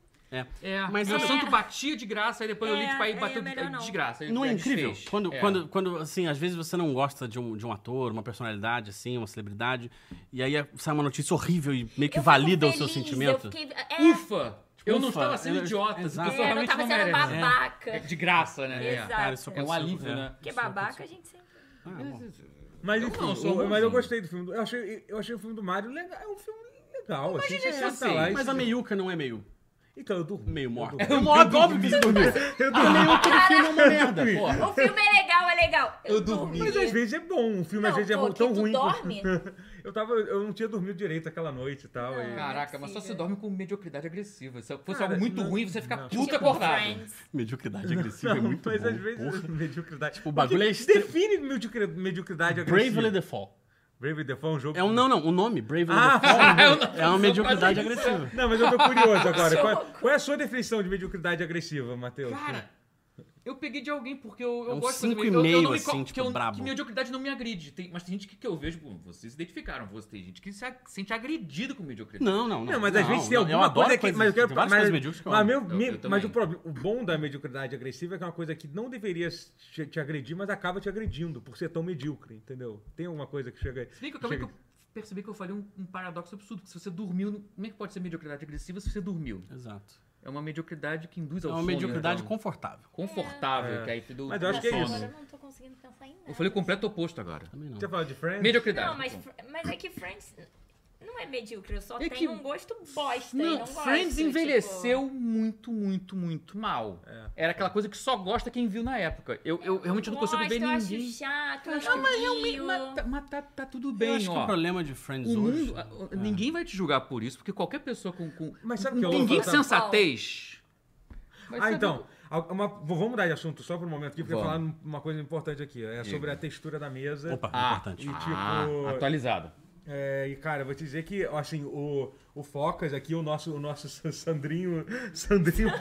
B: É,
D: Mas
B: mas
D: é-
B: o santo batia de graça, aí depois eu li
C: É,
B: tipo, aí
C: é,
B: bateu de
C: melhor não.
B: desgraça. aí
D: Não é
B: ele
D: incrível?
B: desfez.
D: Quando,
B: É.
D: quando, quando, assim, às vezes você não gosta de um, de um ator, uma personalidade, assim, uma celebridade, e aí é, sai uma notícia horrível e meio que
C: eu
D: valida
C: fico
D: o seu
C: feliz,
D: sentimento.
C: Eu fiquei... é,
B: Ufa! Eu não
D: Ufa,
B: estava sendo
D: eu-
B: idiota, porque
D: exato.
B: eu
C: é, eu não
B: realmente
C: tava
B: não
C: sendo
B: merece.
C: babaca.
B: É de graça, né? É.
C: Exato.
D: Cara, isso
B: É um
D: aconteceu,
B: alívio,
D: é.
B: né?
C: Porque babaca a gente sempre...
D: Ah, bom.
A: Mas
B: Eu
A: enfim,
B: não, eu sou
A: o- mas eu
B: bonzinho.
A: gostei do filme. do- Eu achei, eu achei o filme do Mario legal. É um filme legal. Assim,
B: Imagina
A: você
B: isso
A: senta
B: assim,
A: lá e
D: Mas
A: se-
D: a meiuca não é meio.
A: Então, eu durmo.
D: Meio
A: Eu
D: morto.
A: durmo.
D: É
B: um
D: o modo óbvio que você
B: né?
D: dormiu.
A: Eu
D: Ah,
A: durmo.
D: nem outro filme é uma merda, porra.
C: O filme é legal, é legal. Eu,
B: Eu dormi.
C: dormia.
A: Mas às vezes é bom, o filme às
C: Não,
A: vezes é
C: pô,
A: ru-
C: que
A: tão
C: tu
A: ruim.
C: dorme?
A: eu, tava, eu não tinha dormido direito aquela noite e tal.
C: Não.
A: e-
B: Caraca, mas só se
C: É possível.
B: dorme com mediocridade agressiva. Se fosse
A: Cara,
B: algo muito
A: não-
B: ruim, você fica
A: não.
B: puta
C: Tipo,
B: acordado.
C: Friends.
D: Mediocridade agressiva é
A: Não,
D: muito
A: mas
D: bom,
A: às vezes
D: porra.
A: mediocridade.
D: Tipo, o bagulho
A: que
D: é extremo.
A: Define mediocri- mediocridade agressiva.
D: Bravely Default.
A: Brave the Fall é um jogo.
D: É um, não, não, o nome, Bravely
A: Ah,
D: Default, é uma mediocridade
B: quase
D: agressiva.
A: Não, mas eu tô curioso agora. Qual,
C: Jogo.
A: qual é a sua definição de mediocridade agressiva, Matheus?
B: Cara, eu peguei de alguém porque eu, eu
D: É um
B: gosto
D: cinco e
B: de eu- eu
D: meio,
B: não me
D: assim,
B: co-
D: tipo,
B: que, eu,
D: brabo.
B: que mediocridade não me agride. Tem- mas tem gente que, que eu vejo, pô, vocês se identificaram. Você, tem gente que se a- sente agredido com mediocridade.
D: Não, não, não.
A: Não, mas às vezes tem
D: não,
A: alguma
D: eu adoro
A: coisa que.
D: coisas-
A: Mas eu quero.
D: tem várias
A: Mas,
D: coisas medíocres que eu
A: mas,
D: amo.
A: meu-
B: Eu-
A: me-
B: eu também.
A: mas o, prob- o bom da mediocridade agressiva é que é uma coisa que não deveria te, te agredir, mas acaba te agredindo por ser tão medíocre, entendeu? Tem alguma coisa que chega.
B: Se bem que eu acabei que
A: chega-
B: eu percebi que eu falei um, um paradoxo absurdo. Que se você dormiu... Como é que pode ser mediocridade agressiva se você dormiu?
D: Exato.
B: É uma mediocridade que induz
D: É
B: ao
D: uma
B: sono,
D: mediocridade
B: então.
D: confortável.
B: confortável.
A: É.
B: Que aí te do,
A: Mas eu acho que é
B: sono.
A: isso.
C: Agora eu não tô conseguindo pensar em nada.
B: Eu falei o completo oposto agora.
D: Também não.
A: Você fala de Friends?
B: Mediocridade.
C: Não, mas,
B: Bom.
C: Fr- mas é que Friends não é medíocre, eu só
B: É
C: tenho
B: que-
C: um gosto bosta. e
B: Não,
C: não gosto,
B: Friends
C: tipo-
B: envelheceu muito, muito, muito mal.
A: É.
B: Era aquela coisa que só gosta quem viu na época. Eu, eu realmente não consigo
C: gosto,
B: ver
C: eu
B: ninguém.
C: Acho chato, eu
B: Não,
C: acho
B: mas realmente.
C: frio.
B: Mas, tá- mas tá, tá tudo
D: eu
B: bem,
A: é
D: acho que o
B: ó.
D: problema de Friends
B: O
D: hoje...
B: mundo. a- Ninguém vai te julgar por isso, porque qualquer pessoa com. com
A: Mas sabe
B: com
A: que eu-
B: Ninguém
A: eu-
B: sensatez. vai
A: Ah,
B: saber
A: então. al- uma- vou- vamos mudar de assunto só por um momento aqui, porque eu ia falar
B: Vamos.
A: uma coisa importante aqui. É sobre
B: Diga.
A: a textura da mesa.
D: Opa,
B: Ah,
A: E
D: importante.
A: tipo.
B: Ah, atualizado.
A: É, e cara, eu vou te dizer que, assim, o, o Focas aqui, o nosso, o nosso Sa- Sandrinho. Sandrinho.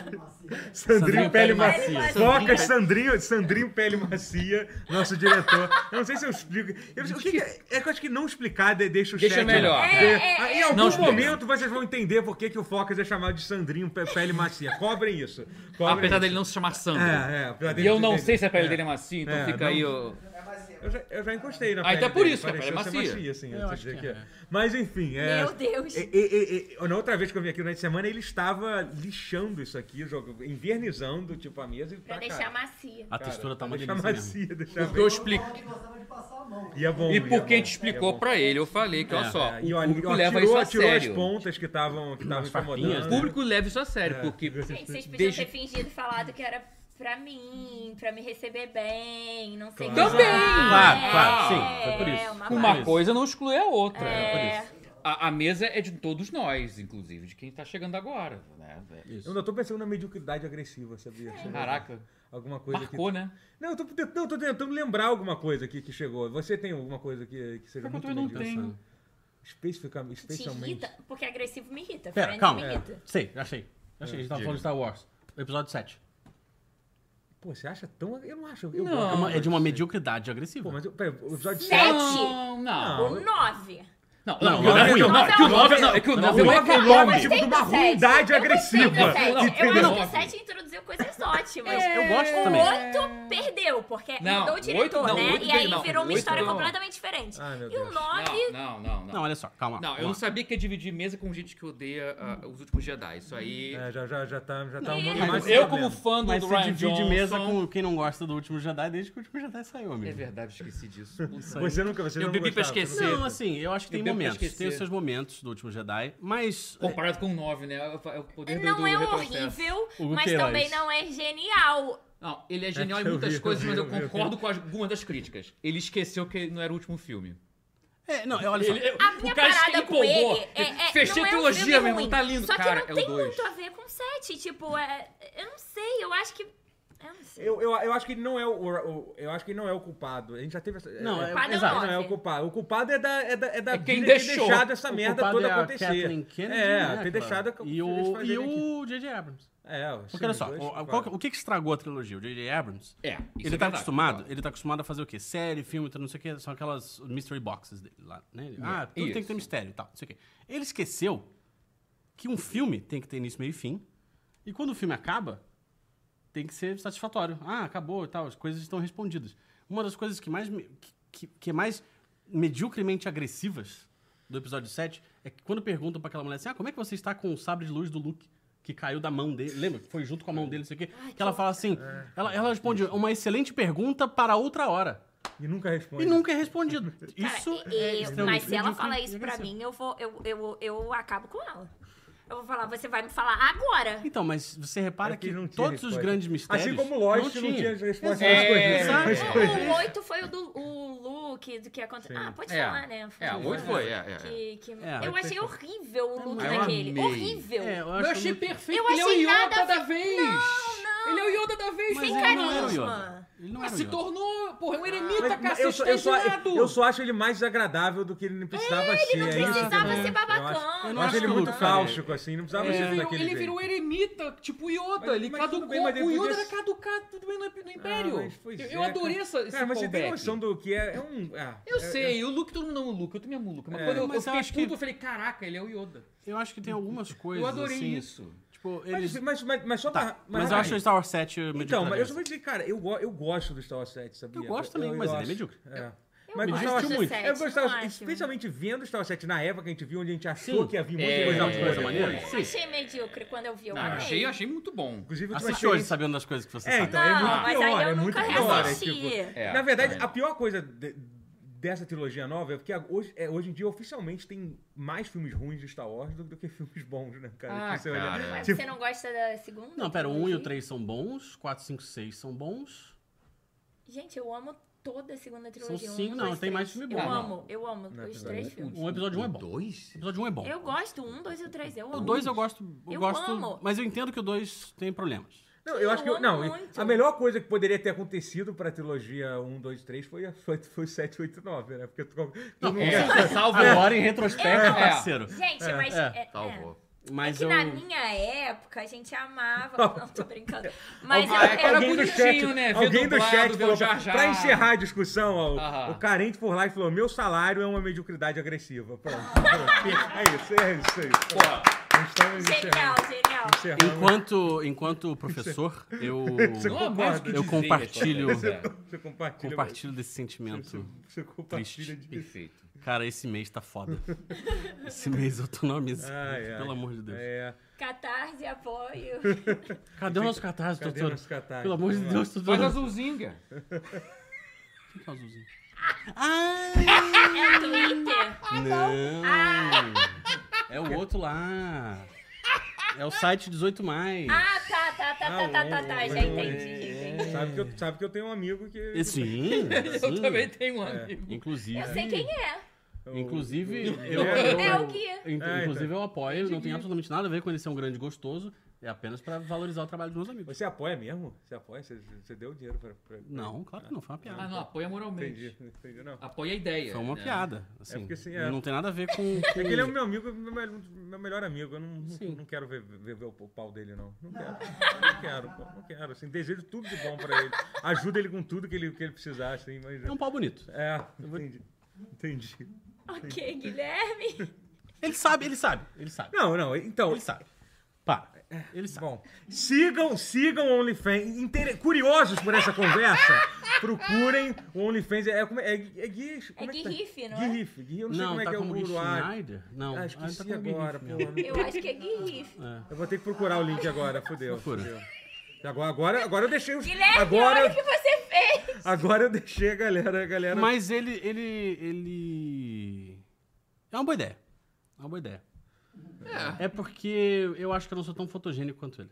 A: Sandrinho, Pele
D: Pele
A: Macia.
C: Macia.
A: Focas, Sandrinho, Sandrinho Pele Macia, nosso diretor. Eu não sei se eu explico. Eu, o que que é, é que eu acho que não explicar de- deixa o
B: Deixa
A: chat.
B: melhor.
A: É,
C: É, é,
A: ah,
C: é.
A: em algum
B: Não explica.
A: momento vocês vão entender por que, que o Focas é chamado de Sandrinho Pe- Pele Macia. Cobrem isso.
C: é.
A: Cobrem
B: Apesar
A: isso.
B: dele não se chamar Sandro.
A: É, é, apesar
B: E
A: dele
B: eu não
A: entender.
B: sei se a pele dele é macia, então
A: É,
B: fica
A: não-
B: aí o.
A: Eu já, eu já encostei na
B: Ah, então
A: pele
B: é por
A: dele,
B: isso que a pele é
A: pareceu ser
B: macia.
A: assim,
D: Eu
A: eu
D: acho
A: dizer
D: que
A: que
D: é.
A: é. Mas enfim, é.
C: Meu Deus.
A: E, e- e- e- na outra vez que eu vim aqui durante a semana, ele estava lixando isso aqui, jogo, invernizando, tipo, a mesa e
C: Pra
A: tá, cara,
C: deixar macia.
D: A textura tá uma
A: deixar
D: delícia mesmo.
A: macia, deixar
B: Porque eu
A: bem.
B: explico.
A: E é bom.
B: E
A: é
B: por quem
A: bom,
B: te
A: é
B: explicou
A: bom.
B: pra ele, eu falei que, olha
D: É,
B: só,
A: É, e
B: o
A: olha,
B: público
A: ó,
B: leva
A: tirou,
B: isso a
A: tirou as
B: sério.
A: pontas que estavam que estavam
D: farpinhas,
A: incomodando.
B: O
D: né?
B: público leva isso a sério, porque...
C: Gente, vocês podiam
B: Deixa-
C: ter fingido e falado que era pra mim, pra me receber bem, não sei o
A: Claro.
C: que
B: Também!
C: lá.
B: Claro,
D: claro, sim,
C: É,
D: foi por isso.
C: Uma
D: Uma
B: Uma
C: parte.
D: isso.
B: coisa não exclui a outra.
C: É.
B: A, a mesa é de todos nós, inclusive, de quem tá chegando agora. né?
A: Eu ainda tô pensando na mediocridade agressiva, sabia? Tipo,
B: Caraca,
A: Alguma É. coisa que-
B: marcou, né?
A: Não, eu tô, tentando- não, eu tô tentando lembrar alguma coisa aqui que chegou. Você tem alguma coisa que, que seja
B: Só que eu
A: muito
B: também não
A: medíocre?
B: tenho.
A: Especificamente.
C: Te
A: especialmente.
C: irrita, porque agressivo me irrita.
D: Pera,
C: Friends
D: calma.
C: me irrita.
D: Sei, achei. Achei, a gente tava
B: É. diga.
D: falando de Star Wars. Episódio 7.
A: Pô, você acha tão. Eu não acho. Eu
B: Não.
A: gosto
D: É, uma- é de uma
A: Pô,
D: mediocridade agressiva.
A: mas eu, peraí, o episódio
C: Sete.
A: 7.
B: Não, não.
C: O 9.
B: Não,
D: Não,
B: não, não, é ruim, não, é que o nove- não, é que o
D: Não,
B: nove é
A: Não
B: uma-
A: é que o nome, tipo, de uma ruindade
C: Eu
A: agressiva.
C: gostei do sete.
B: Entendeu?
C: Eu acho que o
B: Óbvio.
C: 7 introduziu coisas ótimas.
D: Eu gosto
C: O
D: também.
C: 8 perdeu, porque
B: Não,
C: mudou o
B: oito
C: diretor,
B: não,
C: né?
B: oito
C: E aí
B: não,
C: virou uma
B: oito
C: história
B: não.
C: completamente diferente.
A: Ai, meu
C: e o
A: Deus.
B: Não,
C: 9.
B: não, não.
D: Não,
B: Não,
D: olha só, calma.
B: Não,
D: vamos
B: eu não
D: lá.
B: sabia que ia dividir mesa com gente que odeia ah, os últimos Jedi. Isso aí...
A: É, já, já, já tá, já tá um
C: Não,
A: nome
C: mas
A: mais.
B: Eu,
A: problema.
B: como fã do
D: Mas se
B: Ryan
D: divide
B: Johnson...
D: mesa com quem não gosta do Último Jedi desde que o Último Jedi saiu, amigo.
B: É verdade, esqueci disso. Puta
A: Você nunca. Você
B: Eu
A: não
B: bebi pra
A: gostava,
B: esquecer.
A: você
D: Não,
A: nunca-
D: assim, eu acho que
B: Eu
D: tem
B: devo
D: momentos.
B: esquecer.
D: Tem os seus momentos do Último Jedi, mas...
B: Comparado com o 9, né? É o poder do, do
C: Não é
B: retrocesso.
C: horrível,
D: O
C: mas
D: Queiroz.
C: também não é genial.
B: Não, ele é genial
A: É,
B: em
A: eu
B: muitas
A: vi,
B: coisas,
A: eu
B: mas
A: vi,
B: eu
A: eu vi.
B: concordo com as- algumas das críticas. Ele esqueceu que não era o último filme.
D: É, não, olha só.
C: A minha parada com ele é, é,
B: Fechei
C: não
B: a
C: é um
B: trilogia,
C: filme
B: meu irmão.
C: ruim.
B: Tá lindo,
C: Só que
B: cara.
C: não
B: é
C: tem
B: o 2.
C: muito a ver com o 7. Tipo, é, eu não sei, eu acho que. Eu não sei.
A: Eu, eu, eu acho que ele não é o, o- Eu acho que ele não é o culpado. A gente já teve essa.
D: Não,
A: é,
D: é,
C: Padrão
A: ele
D: exato.
C: nove.
A: não é o culpado. O culpado é da, é da, é da
B: É quem
A: vida ter
B: deixou.
A: deixado essa
D: O
A: merda
D: culpado
A: toda
D: é a
A: acontecer.
D: Kathleen Kennedy,
A: é,
D: né,
A: ter
D: cara?
A: deixado.
D: E
A: eles
D: o, e
A: fazerem aqui.
D: o J.J. Abrams.
A: É, os
D: Porque olha
A: filmes
D: só,
A: dois,
D: o, qual
A: claro.
D: que- o que que estragou a trilogia? O J.J. Abrams,
B: É,
D: ele
B: isso é
D: tá
B: verdade,
D: acostumado,
B: claro.
D: ele tá acostumado a fazer o quê? Série, filme, não sei o quê, são aquelas mystery boxes dele lá, né? Ele, Ah, tudo tem que
B: É, Isso.
D: ter mistério e tal, não sei o quê. Ele esqueceu que um filme tem que ter início, meio e fim, e quando o filme acaba, tem que ser satisfatório. Ah, acabou e tal, as coisas estão respondidas. Uma das coisas que mais me- que, que- que é mais mediocremente agressivas do episódio 7 é que quando perguntam pra aquela mulher assim: "Ah, como é que você está com o sabre de luz do Luke?" Que caiu da mão dele, lembra? Que foi junto com a mão dele, não sei o quê. Que ela fala assim: ela, ela responde uma excelente pergunta para outra hora.
A: E nunca responde.
D: E nunca é respondido. Isso
C: Cara,
D: é
C: eu-
D: extremamente
C: mas se ela
D: medíocre
C: falar
D: e
C: isso pra
D: agressivo.
C: mim, eu vou, eu, eu, eu acabo com ela. Eu vou falar, você vai me falar agora.
D: Então, mas você repara
A: É
D: que,
A: que não tinha
D: todos os
A: resposta.
D: grandes mistérios.
A: Assim como Lost não tinha resposta
D: Exato.
A: às coisas.
B: É,
A: Mas-
D: exato.
C: O, o 8 foi o do o Luke, do que aconteceu.
A: Sim.
C: Ah, pode
B: É.
C: falar, né?
B: É, o 8 foi, é, é.
C: Que, que-
D: É,
C: eu
A: oito
C: achei
A: foi.
C: horrível o look
B: mas eu
C: daquele.
B: amei.
C: Horrível.
D: É, eu
B: Eu
D: acho
B: achei
D: muito-
B: perfeito.
C: Eu
B: ele é o
C: achei
B: Yoda
C: nada-
B: da vez.
C: Não,
B: Ele é o Yoda da vez.
D: Mas
C: Sem
D: ele
B: cara.
D: não era o Yoda.
C: carisma.
D: Ele não
B: Mas
D: era o
B: se
D: Yoda.
B: tornou, porra, um eremita,
D: tá
A: mas- mas
B: cacete,
A: eu, só, eu, só,
B: exilado.
A: eu só acho ele mais desagradável do que ele precisava ser.
C: não
A: é isso
C: precisava
A: também.
C: ser babacão.
A: Eu acho,
C: Eu
A: eu
C: não
A: acho
D: acho
A: ele
D: que
A: muito
D: eu-
A: cáustico, assim, não precisava
B: Ele
A: ser
B: virou,
A: daquele
B: ele
A: jeito.
B: virou eremita, tipo Yoda,
A: Mas-
B: ele
A: mas
B: caducou.
A: tudo bem, mas ele
B: o Yoda
A: podia-
B: era caducado no, no
A: Ah,
B: Império.
A: mas pois
B: eu
A: é,
B: eu adorei
A: cara.
B: essa, esse
A: Cara, mas você tem
B: callback.
A: noção do que é? É um... ah,
B: Eu
A: é-
B: sei, o Luke todo mundo ama o Luke, eu também amo o Luke. Mas
A: É.
B: quando eu,
D: Mas eu
B: eu fiquei
D: acho que-
B: puto, eu falei, caraca, ele é o Yoda.
D: Eu acho que tem algumas coisas.
B: eu adorei
D: assim,
B: isso.
D: Tipo, eles.
A: Mas, mas, mas, mas só pra...
D: Tá, mas eu acho o Star Wars 7 medíocre.
A: Então, mas eu só
D: mesmo.
A: vou dizer, cara, eu, go- eu gosto do Star Wars 7, sabia?
D: Eu gosto também, mas ele é medíocre.
A: É.
D: gosto
A: Star Wars-
D: do muito.
C: sete,
A: Eu gostava,
C: não acho.
A: especialmente vendo Star Wars 7 na época que a gente viu, onde a gente achou
D: Sim.
A: que havia um monte
B: É,
A: de coisa
B: é,
A: boa.
B: é,
D: maneira.
C: Eu achei medíocre quando eu vi. Eu
B: Não,
C: amei.
B: achei, achei muito bom.
A: Inclusive, eu tive uma
D: Assiste hoje
A: experiência-
D: sabendo das coisas que você
A: É,
D: sabe.
A: então,
C: Não,
A: é muito
C: mas aí
A: pior,
C: eu
A: é muito
C: nunca
A: pior. é
C: reassisti.
A: tipo-
B: É,
A: Na verdade,
B: também
A: a
B: não.
A: pior coisa de- dessa trilogia nova é porque a- hoje, é, hoje em dia, oficialmente, tem mais filmes ruins de Star Wars do, do que filmes bons, né, cara?
B: Ah,
A: Se você olhar-
B: cara.
C: Mas
A: Tipo,
C: você não gosta da segunda?
D: é, Não, pera, o 1 e o
C: trilogia?
D: 3 são bons, 4, 5, 6 são bons.
C: Gente, eu amo toda a segunda trilogia. eu
D: cinco,
C: amo
D: não,
C: dois,
D: tem
C: três.
D: mais filme
C: Eu
D: bom.
C: amo, eu amo
A: Não,
C: os
A: tem
C: três
A: mais.
C: filmes.
D: O episódio 1 é bom.
B: Dois?
D: O episódio 1 é bom.
C: Eu gosto, um, dois e o três. Eu amo.
D: O 2 eu gosto. Eu,
C: Eu
D: gosto.
C: amo.
D: Mas eu entendo que o 2 tem problemas.
A: não, eu acho que.
C: eu
A: eu- Não,
C: amo muito.
A: a melhor coisa que poderia ter acontecido pra trilogia 1, 2, 3 foi, a- foi, foi 7, 8, 9, né? Porque tu, tu não-
B: É, salvo
D: Agora, em retrospecto,
B: É.
D: parceiro.
C: Gente, mas.
D: é,
C: É, é,
B: Salvou.
C: É
D: Mas
C: que
D: eu.
C: na minha época a gente amava. Não, tô brincando. Mas eu,
B: Ah, é que era
C: eu-
A: alguém do
B: bonitinho,
A: chat,
B: né? Ver
A: alguém do
B: dublado,
A: chat
B: ver
A: falou,
B: o Jar Jar.
A: pra encerrar a discussão, ó, o-
B: Aham.
A: o carente por lá e falou, meu salário é uma mediocridade agressiva. Pronto. é isso, é isso, é isso.
B: Porra.
A: Nós estamos
C: Genial,
A: encerrando.
C: genial.
A: Encerrando.
D: Enquanto, enquanto professor, eu
B: Não há mais o que
D: Eu
B: dizer, é.
D: compartilho-
B: Alexandre.
A: Você compartilha.
D: compartilho desse sentimento.
A: Você, você compartilha
D: Triste.
A: de.
B: Perfeito.
D: Cara, esse mês tá foda. Esse mês eu tô na mesa.
A: Ai, ai.
D: Pelo amor de Deus.
A: É.
C: Catarse, apoio.
D: Cadê o nosso catarse,
A: Cadê então?
D: doutor?
A: nosso catarse?
D: Pelo amor de
A: Vamos lá.
D: Deus, doutor.
B: Faz azulzinga.
D: Quem que é o azulzinho? Ah!
C: É Twitter.
D: Não! É o outro lá. É o site 18.
C: Ah, tá, tá, tá, tá, tá, tá, tá. Já
A: é,
C: entendi, já entendi.
A: Sabe que, eu, sabe que eu tenho um amigo que.
D: Sim, sim.
B: Eu também tenho um amigo.
D: Inclusive.
C: Eu sei quem é.
A: o-
D: Inclusive,
A: o-
D: eu,
A: É,
D: eu-
C: É o Gui.
D: in-
A: então.
D: inclusive eu apoio, não tem absolutamente nada a ver com ele ser um grande gostoso, é apenas pra valorizar o trabalho dos meus amigos.
A: Você apoia mesmo? Você apoia? Você, você deu dinheiro pra. pra...
D: Não, claro que não, foi uma
B: Ah,
D: piada.
B: não, apoia moralmente.
A: Entendi, entendi, não.
B: Apoia a ideia.
D: Foi uma
B: né?
D: piada, assim,
A: porque, assim, é.
D: não tem nada a ver com... com-
A: É que ele é o meu amigo, meu, mel- meu melhor amigo. Eu não, não-
D: Sim.
A: não quero ver, ver- ver o pau dele, não. Não quero. Não quero, pô, não quero. Assim, desejo tudo de bom pra ele. Ajuda ele com tudo que ele, que ele precisar, assim, mas.
D: É um pau bonito.
A: É, entendi. Entendi.
C: Ok, Guilherme.
D: Ele sabe, ele sabe, ele sabe,
A: Não, não, então.
D: ele sabe. Pá,
A: É,
D: ele sabe.
A: Bom, sigam, sigam o OnlyFans. Inter- Curiosos por essa conversa, procurem o OnlyFans. É, como é, é, é Gui.
C: É
A: como que
C: Gui
A: tá?
C: Riff, não
A: Gui
C: é?
A: Riff. Gui, eu não, sei
D: Não,
A: como é
D: tá
A: que é
D: como
A: o
D: Gui
A: uruguai.
D: Schneider? Não,
A: Ah,
D: ele
A: esqueci
D: tá como Gui
A: agora,
D: Riff,
A: pô.
D: mesmo.
C: Eu acho que é Guirif.
A: Eu vou ter que procurar o link agora, fodeu.
D: Procura.
A: fodeu. Agora, agora, agora eu deixei os.
C: Guilherme,
A: agora,
C: olha o que você fez.
A: Agora eu deixei a galera, a galera.
D: Mas ele, ele, ele... É uma boa ideia, é uma boa ideia. É porque eu acho que eu não sou tão fotogênico quanto ele.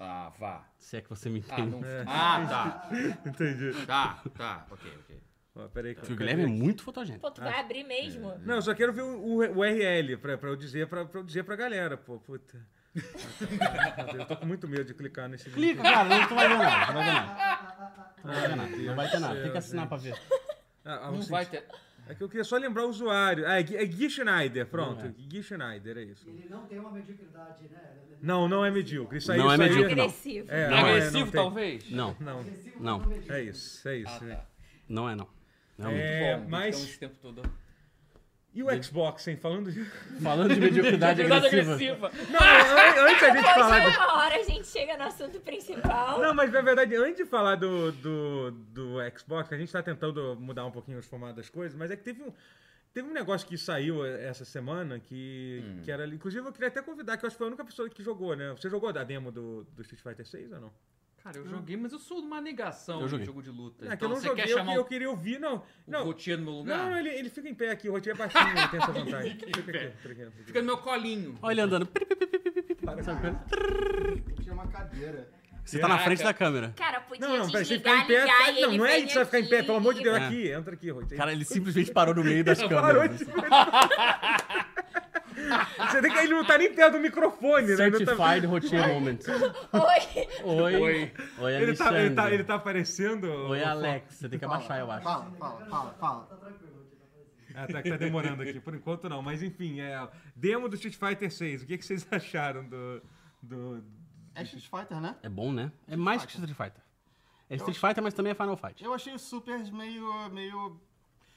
B: Ah, vá.
D: Se é que você me
B: Ah,
D: entende.
B: não... ah,
A: Entendi.
B: tá. Tá, tá. Ok, ok.
A: Ó, peraí que eu-
D: Porque o Guilherme é muito fotogênico.
C: Pô, tu vai abrir mesmo?
A: Não, eu só quero ver o, o URL pra, pra eu dizer pra, pra eu dizer pra galera, pô. Puta. Eu tô com muito medo de clicar nesse link.
D: Clica, cara, não tu vai ver nada, não vai ver nada. Não vai ver nada, não vai ter nada. Tem que assinar pra ver.
A: Ah, ah,
B: Não
A: vocês-
B: vai ter...
A: É que eu queria só lembrar o usuário. Ah, é, Gui- é Gui Schneider, pronto. Gui Schneider, é isso.
E: Ele não tem uma mediocridade, né? Ele-
A: Não, não é medíocre. Isso aí,
D: Não é
A: isso aí
D: medíocre, não.
C: Agressivo.
A: É, não é,
B: Agressivo,
A: não tem-
B: talvez?
D: Não,
A: Não,
D: não,
A: é isso, é isso.
B: Ah, tá.
D: não é não. Não.
A: É,
B: Bom,
A: mas-
B: então, esse tempo todo.
A: E o Xbox, hein? Falando de...
D: Falando de mediocridade
B: Verdade
D: agressiva.
B: agressiva.
A: Não, an- antes a gente falar...
C: Hoje
A: de-
C: é uma hora, a gente chega no assunto principal.
A: Não, mas na verdade, antes de falar do, do, do Xbox, a gente tá tentando mudar um pouquinho os formatos das coisas, mas é que teve um. Teve um negócio que saiu é, essa semana que,
D: Hum.
A: que era. Inclusive, eu queria até convidar, que eu acho que foi a única pessoa que jogou, né? Você jogou a demo do, do Street Fighter 6 ou não?
B: Cara, eu joguei, mas eu sou uma negação
D: Eu
B: de
D: joguei.
B: jogo de luta.
A: É, que
B: então,
A: eu não
B: você
A: joguei,
B: quer
A: eu,
B: chamar
A: que- eu
B: o,
A: queria ouvir, não.
B: o
A: Não,
B: Rotier no meu lugar?
A: não, não, ele, ele fica em pé aqui, o roteiro é baixinho, ele tem essa vantagem. Fica aqui, fica aqui. Fica aqui.
B: Fica no meu colinho.
D: Olha ele andando. Pi, pi, pi, pi, pi, pi,
F: Tinha uma cadeira.
D: Você tá na frente da câmera.
C: Cara, podia
A: Não, não, peraí, você ficar
C: desligar,
A: em pé.
C: ligar e
A: não,
C: ele
A: não é
C: vem
A: isso, você vai ficar em pé,
C: aqui
A: pelo amor de
C: e-
A: Deus,
D: É.
A: aqui, entra aqui, Rui. Tem-
D: Cara, ele simplesmente parou no meio das
A: Parou
D: câmeras.
A: de se Você tem que ele não tá nem perto do microfone, né? Ele não tá-
D: Certified Routier Moment.
C: Oi!
D: Oi. Oi,
A: Ele
D: Alexandre.
A: tá, ele, tá, ele tá aparecendo.
D: Oi, Alex. Você tem que abaixar, eu acho.
F: Fala, fala, fala, fala.
A: Ah, tá, que tá demorando aqui. Por enquanto não, mas enfim, é. Demo do Street Fighter 6. O que, que vocês acharam do. do...
F: É Street Fighter, né?
D: É bom, né? É mais que Street Fighter. É Street Fighter, mas também é Final Fight.
F: Eu achei o Super meio. meio.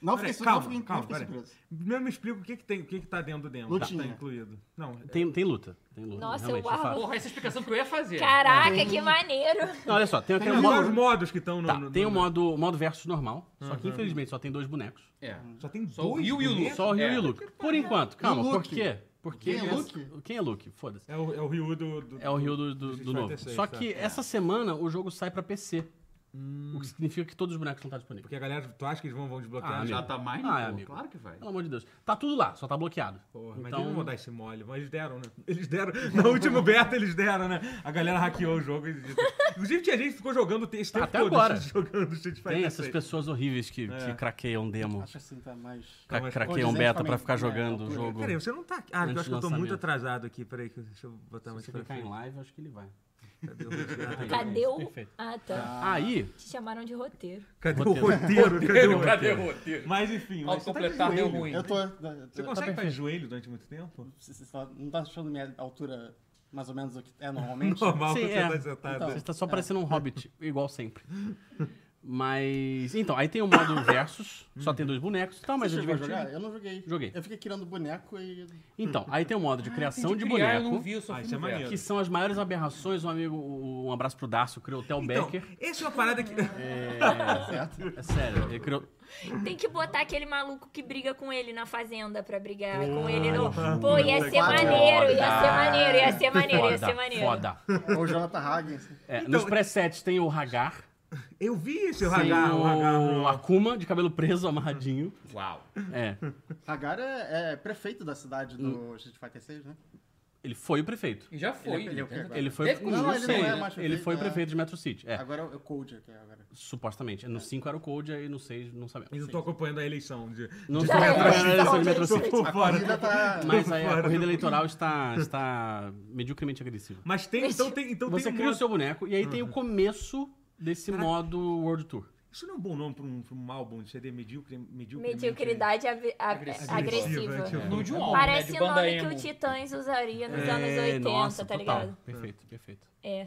F: Não fiquei,
A: Peraí,
F: su-
A: calma,
F: não fiquei,
A: calma,
F: não fiquei
A: peraí.
F: surpreso.
A: Mesmo me explica o que, que tem, o que, que tá dentro do demo, que tá
F: Lutinha.
A: incluído. Não,
D: Tem, tem luta. Tem luta.
C: Nossa,
D: realmente,
C: eu
D: é fato.
B: Porra, essa é a explicação que eu ia fazer.
C: Caraca, que maneiro!
D: Não, olha só, tem aquele
A: tem vários
D: modo.
A: modos que estão no.
D: Tá,
A: no-
D: tem o
A: no-
D: modo, o modo versus normal, só que infelizmente só tem dois bonecos.
B: É.
A: Só tem
B: Só o
A: dois.
B: Ryu e o
A: bonecos?
B: Lu.
D: Só o Ryu
B: É.
D: e o Luke. Por enquanto, calma, por
F: Luke?
D: quê? Porque
F: Quem é
D: essa-
F: Luke?
D: Quem é Luke? Foda-se.
A: É o, é o Ryu do. do-
D: É o Rio do, do,
A: Street
D: do novo.
A: Fighter VI,
D: Só
A: tá.
D: que essa semana o jogo sai pra PC. O que significa que todos os bonecos não estão disponíveis.
A: Porque a galera, tu acha que eles vão, vão desbloquear?
D: Ah,
A: já?
B: Já tá mais?
D: Ah, é,
B: pô,
D: amigo.
B: Claro que vai.
D: Pelo amor de Deus. Tá tudo lá, só tá bloqueado.
A: Porra, mas eles não vão
D: então,
A: dar esse mole, mas eles deram, né? Eles deram. No último beta eles deram, né? A galera hackeou o jogo. e- Inclusive tinha gente que ficou jogando o te- esse tempo
D: Até
A: todo,
D: agora.
A: jogando Street Fighter.
D: tem essas
A: 6.
D: pessoas horríveis que, que craqueiam demo,
F: Acho assim, tá mais.
D: cra
A: mas-
D: craqueiam
F: Condizente
D: beta
F: também,
D: pra ficar
F: né,
D: jogando o
F: altura.
D: jogo.
A: Peraí, você não tá aqui. Ah,
D: Antes
A: eu acho que
D: do
A: eu tô muito
D: lançamento.
A: atrasado aqui. Peraí, que eu- deixa eu botar mais
D: Se
A: pra
D: clicar em
A: frente.
D: live, acho que ele vai.
A: Cadê o Ah, tá roteiro?
C: Cadê o.
D: Perfeito.
C: Ah, tá.
D: Aí,
C: Te chamaram de roteiro.
A: Cadê o
D: Roteiro.
A: roteiro? Cadê o
B: Cadê
A: roteiro?
B: o roteiro?
A: Mas enfim, mas
B: Ao
A: você, tá
B: completar
A: de
B: deu
A: joelho.
B: ruim.
F: Eu tô. eu tô-
D: Tá
A: você consegue fazer joelho durante muito tempo?
F: Você- você só não tá achando minha altura mais ou menos o que é Então, normalmente?
A: Normal
D: Sim,
A: você
D: é.
A: tá sentado.
D: Você está só parecendo um hobbit, igual sempre. Mas. Então, aí tem o modo versus, só tem dois bonecos e tal, mas
F: Você
D: é
F: chegou a
D: divertido.
F: jogar? Eu não joguei.
D: Joguei.
F: Eu fiquei criando boneco e.
D: Então, aí tem o modo
F: Ah,
D: de criação
B: Tem
D: de,
B: que criar, Eu
D: boneco,
B: não vi, eu só
A: Ah,
B: fui
A: isso é
B: no
A: maneiro.
B: verso.
D: que são as maiores aberrações. Um amigo, um abraço pro Darcio, criou o Theo
A: Então,
D: Becker.
A: essa é uma parada que.
F: tá
D: É sério, ele criou.
C: Tem que botar aquele maluco que briga com ele na fazenda pra brigar com ele no. Pô, ia ser
F: Foda.
C: maneiro, ia ser maneiro, ia É ser maneiro, ia ser
D: Foda,
C: maneiro.
D: foda.
F: Ou o Jonathan Hagen. assim.
D: É, nos presets tem o Hagar,
A: Eu vi esse
D: tem
A: ragar, Então, o ragar.
D: o Akuma, de cabelo preso, amarradinho.
B: Uau.
D: É,
F: Hagar é, é prefeito da cidade
A: Hum.
F: do Street Fighter 6, né?
D: ele foi o prefeito.
B: E já foi.
F: Ele é o quê agora?
D: Ele foi,
B: Deve
D: não,
F: continuar,
D: ele,
F: ele não é
D: né?
F: mais
D: ele foi o
F: prefeito, é.
D: prefeito de Metro City. É,
F: Agora é o Code aqui agora.
D: supostamente. No 5 era o Code, aí no 6 não sabemos.
A: Eu não tô acompanhando a eleição de.
D: Não
A: de
D: sei
C: é,
D: como é a eleição de
C: não,
D: Metro
C: não,
D: City.
A: Por fora.
F: A corrida tá.
D: Mas aí a
A: Fora
D: corrida
A: do-
D: eleitoral está, está medíocremente agressiva.
A: Mas tem, então tem, então
D: Você
A: tem um
D: cria o
A: modo...
D: seu boneco e aí tem o começo desse modo World Tour.
A: Isso não é um bom nome pra um, pra um álbum de CD medíocre, né? medíocre
C: Mediocridade ab- ab-
B: Agressiva.
C: agressiva.
A: agressiva. tipo,
B: Não de um álbum, né?
C: Parece
B: De
C: o
B: banda
C: nome
B: emo.
C: que o Titãs usaria nos
D: É,
C: anos 80,
D: nossa,
C: tá
D: total.
C: ligado?
D: Perfeito, perfeito.
C: É.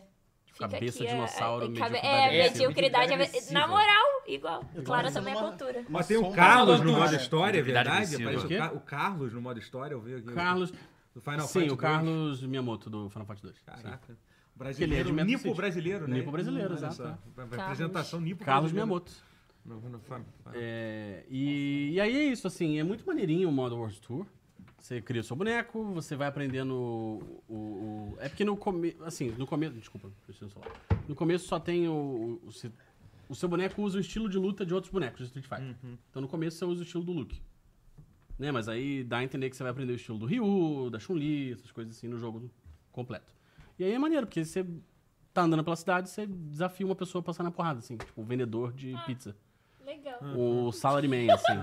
D: cabeça,
C: aqui a-
D: dinossauro,
C: a- cabe-
D: mediocridade
C: É,
B: agressiva.
C: mediocridade. agressiva. Na moral, igual. Clara
F: pensando
C: também é
F: numa-
C: cultura.
A: Mas tem o
F: sombra
A: Carlos no
F: falando,
A: modo
F: cara.
A: história, é
D: Mediocridade
A: verdade?
D: agressiva.
A: Aparece
D: O quê?
A: o, Ca- o Carlos no modo história, eu vi aqui.
D: O Carlos.
A: Do Uhum. Final
D: sim,
A: Fight
D: o
A: 2.
D: Carlos Miyamoto do Final Fight 2. Sim.
A: Caraca.
D: Ele é
A: Brasileiro,
D: de Metro
A: nipo
D: City.
A: brasileiro, né?
D: Nipo brasileiro,
A: Olha
D: exato,
A: só.
D: é.
A: Apresentação nipo
D: Carlos
A: brasileiro.
D: Miyamoto.
A: No- no- fa-
D: É, e, e aí é isso, assim, é muito maneirinho o modo World Tour. Você cria o seu boneco, você vai aprendendo o. o- o- é porque no começo. Assim, no começo. Desculpa, preciso celular. No começo só tem o. O, o se- o seu boneco usa o estilo de luta de outros bonecos do Street Fighter. Então no começo você usa o estilo do Luke. Né? Mas aí dá a entender que você vai aprender o estilo do Ryu, da Chun-Li, essas coisas assim no jogo completo. E aí é maneiro, porque você tá andando pela cidade, você desafia uma pessoa a passar na porrada, assim, tipo, o vendedor de pizza.
C: Legal.
D: O Salaryman, assim.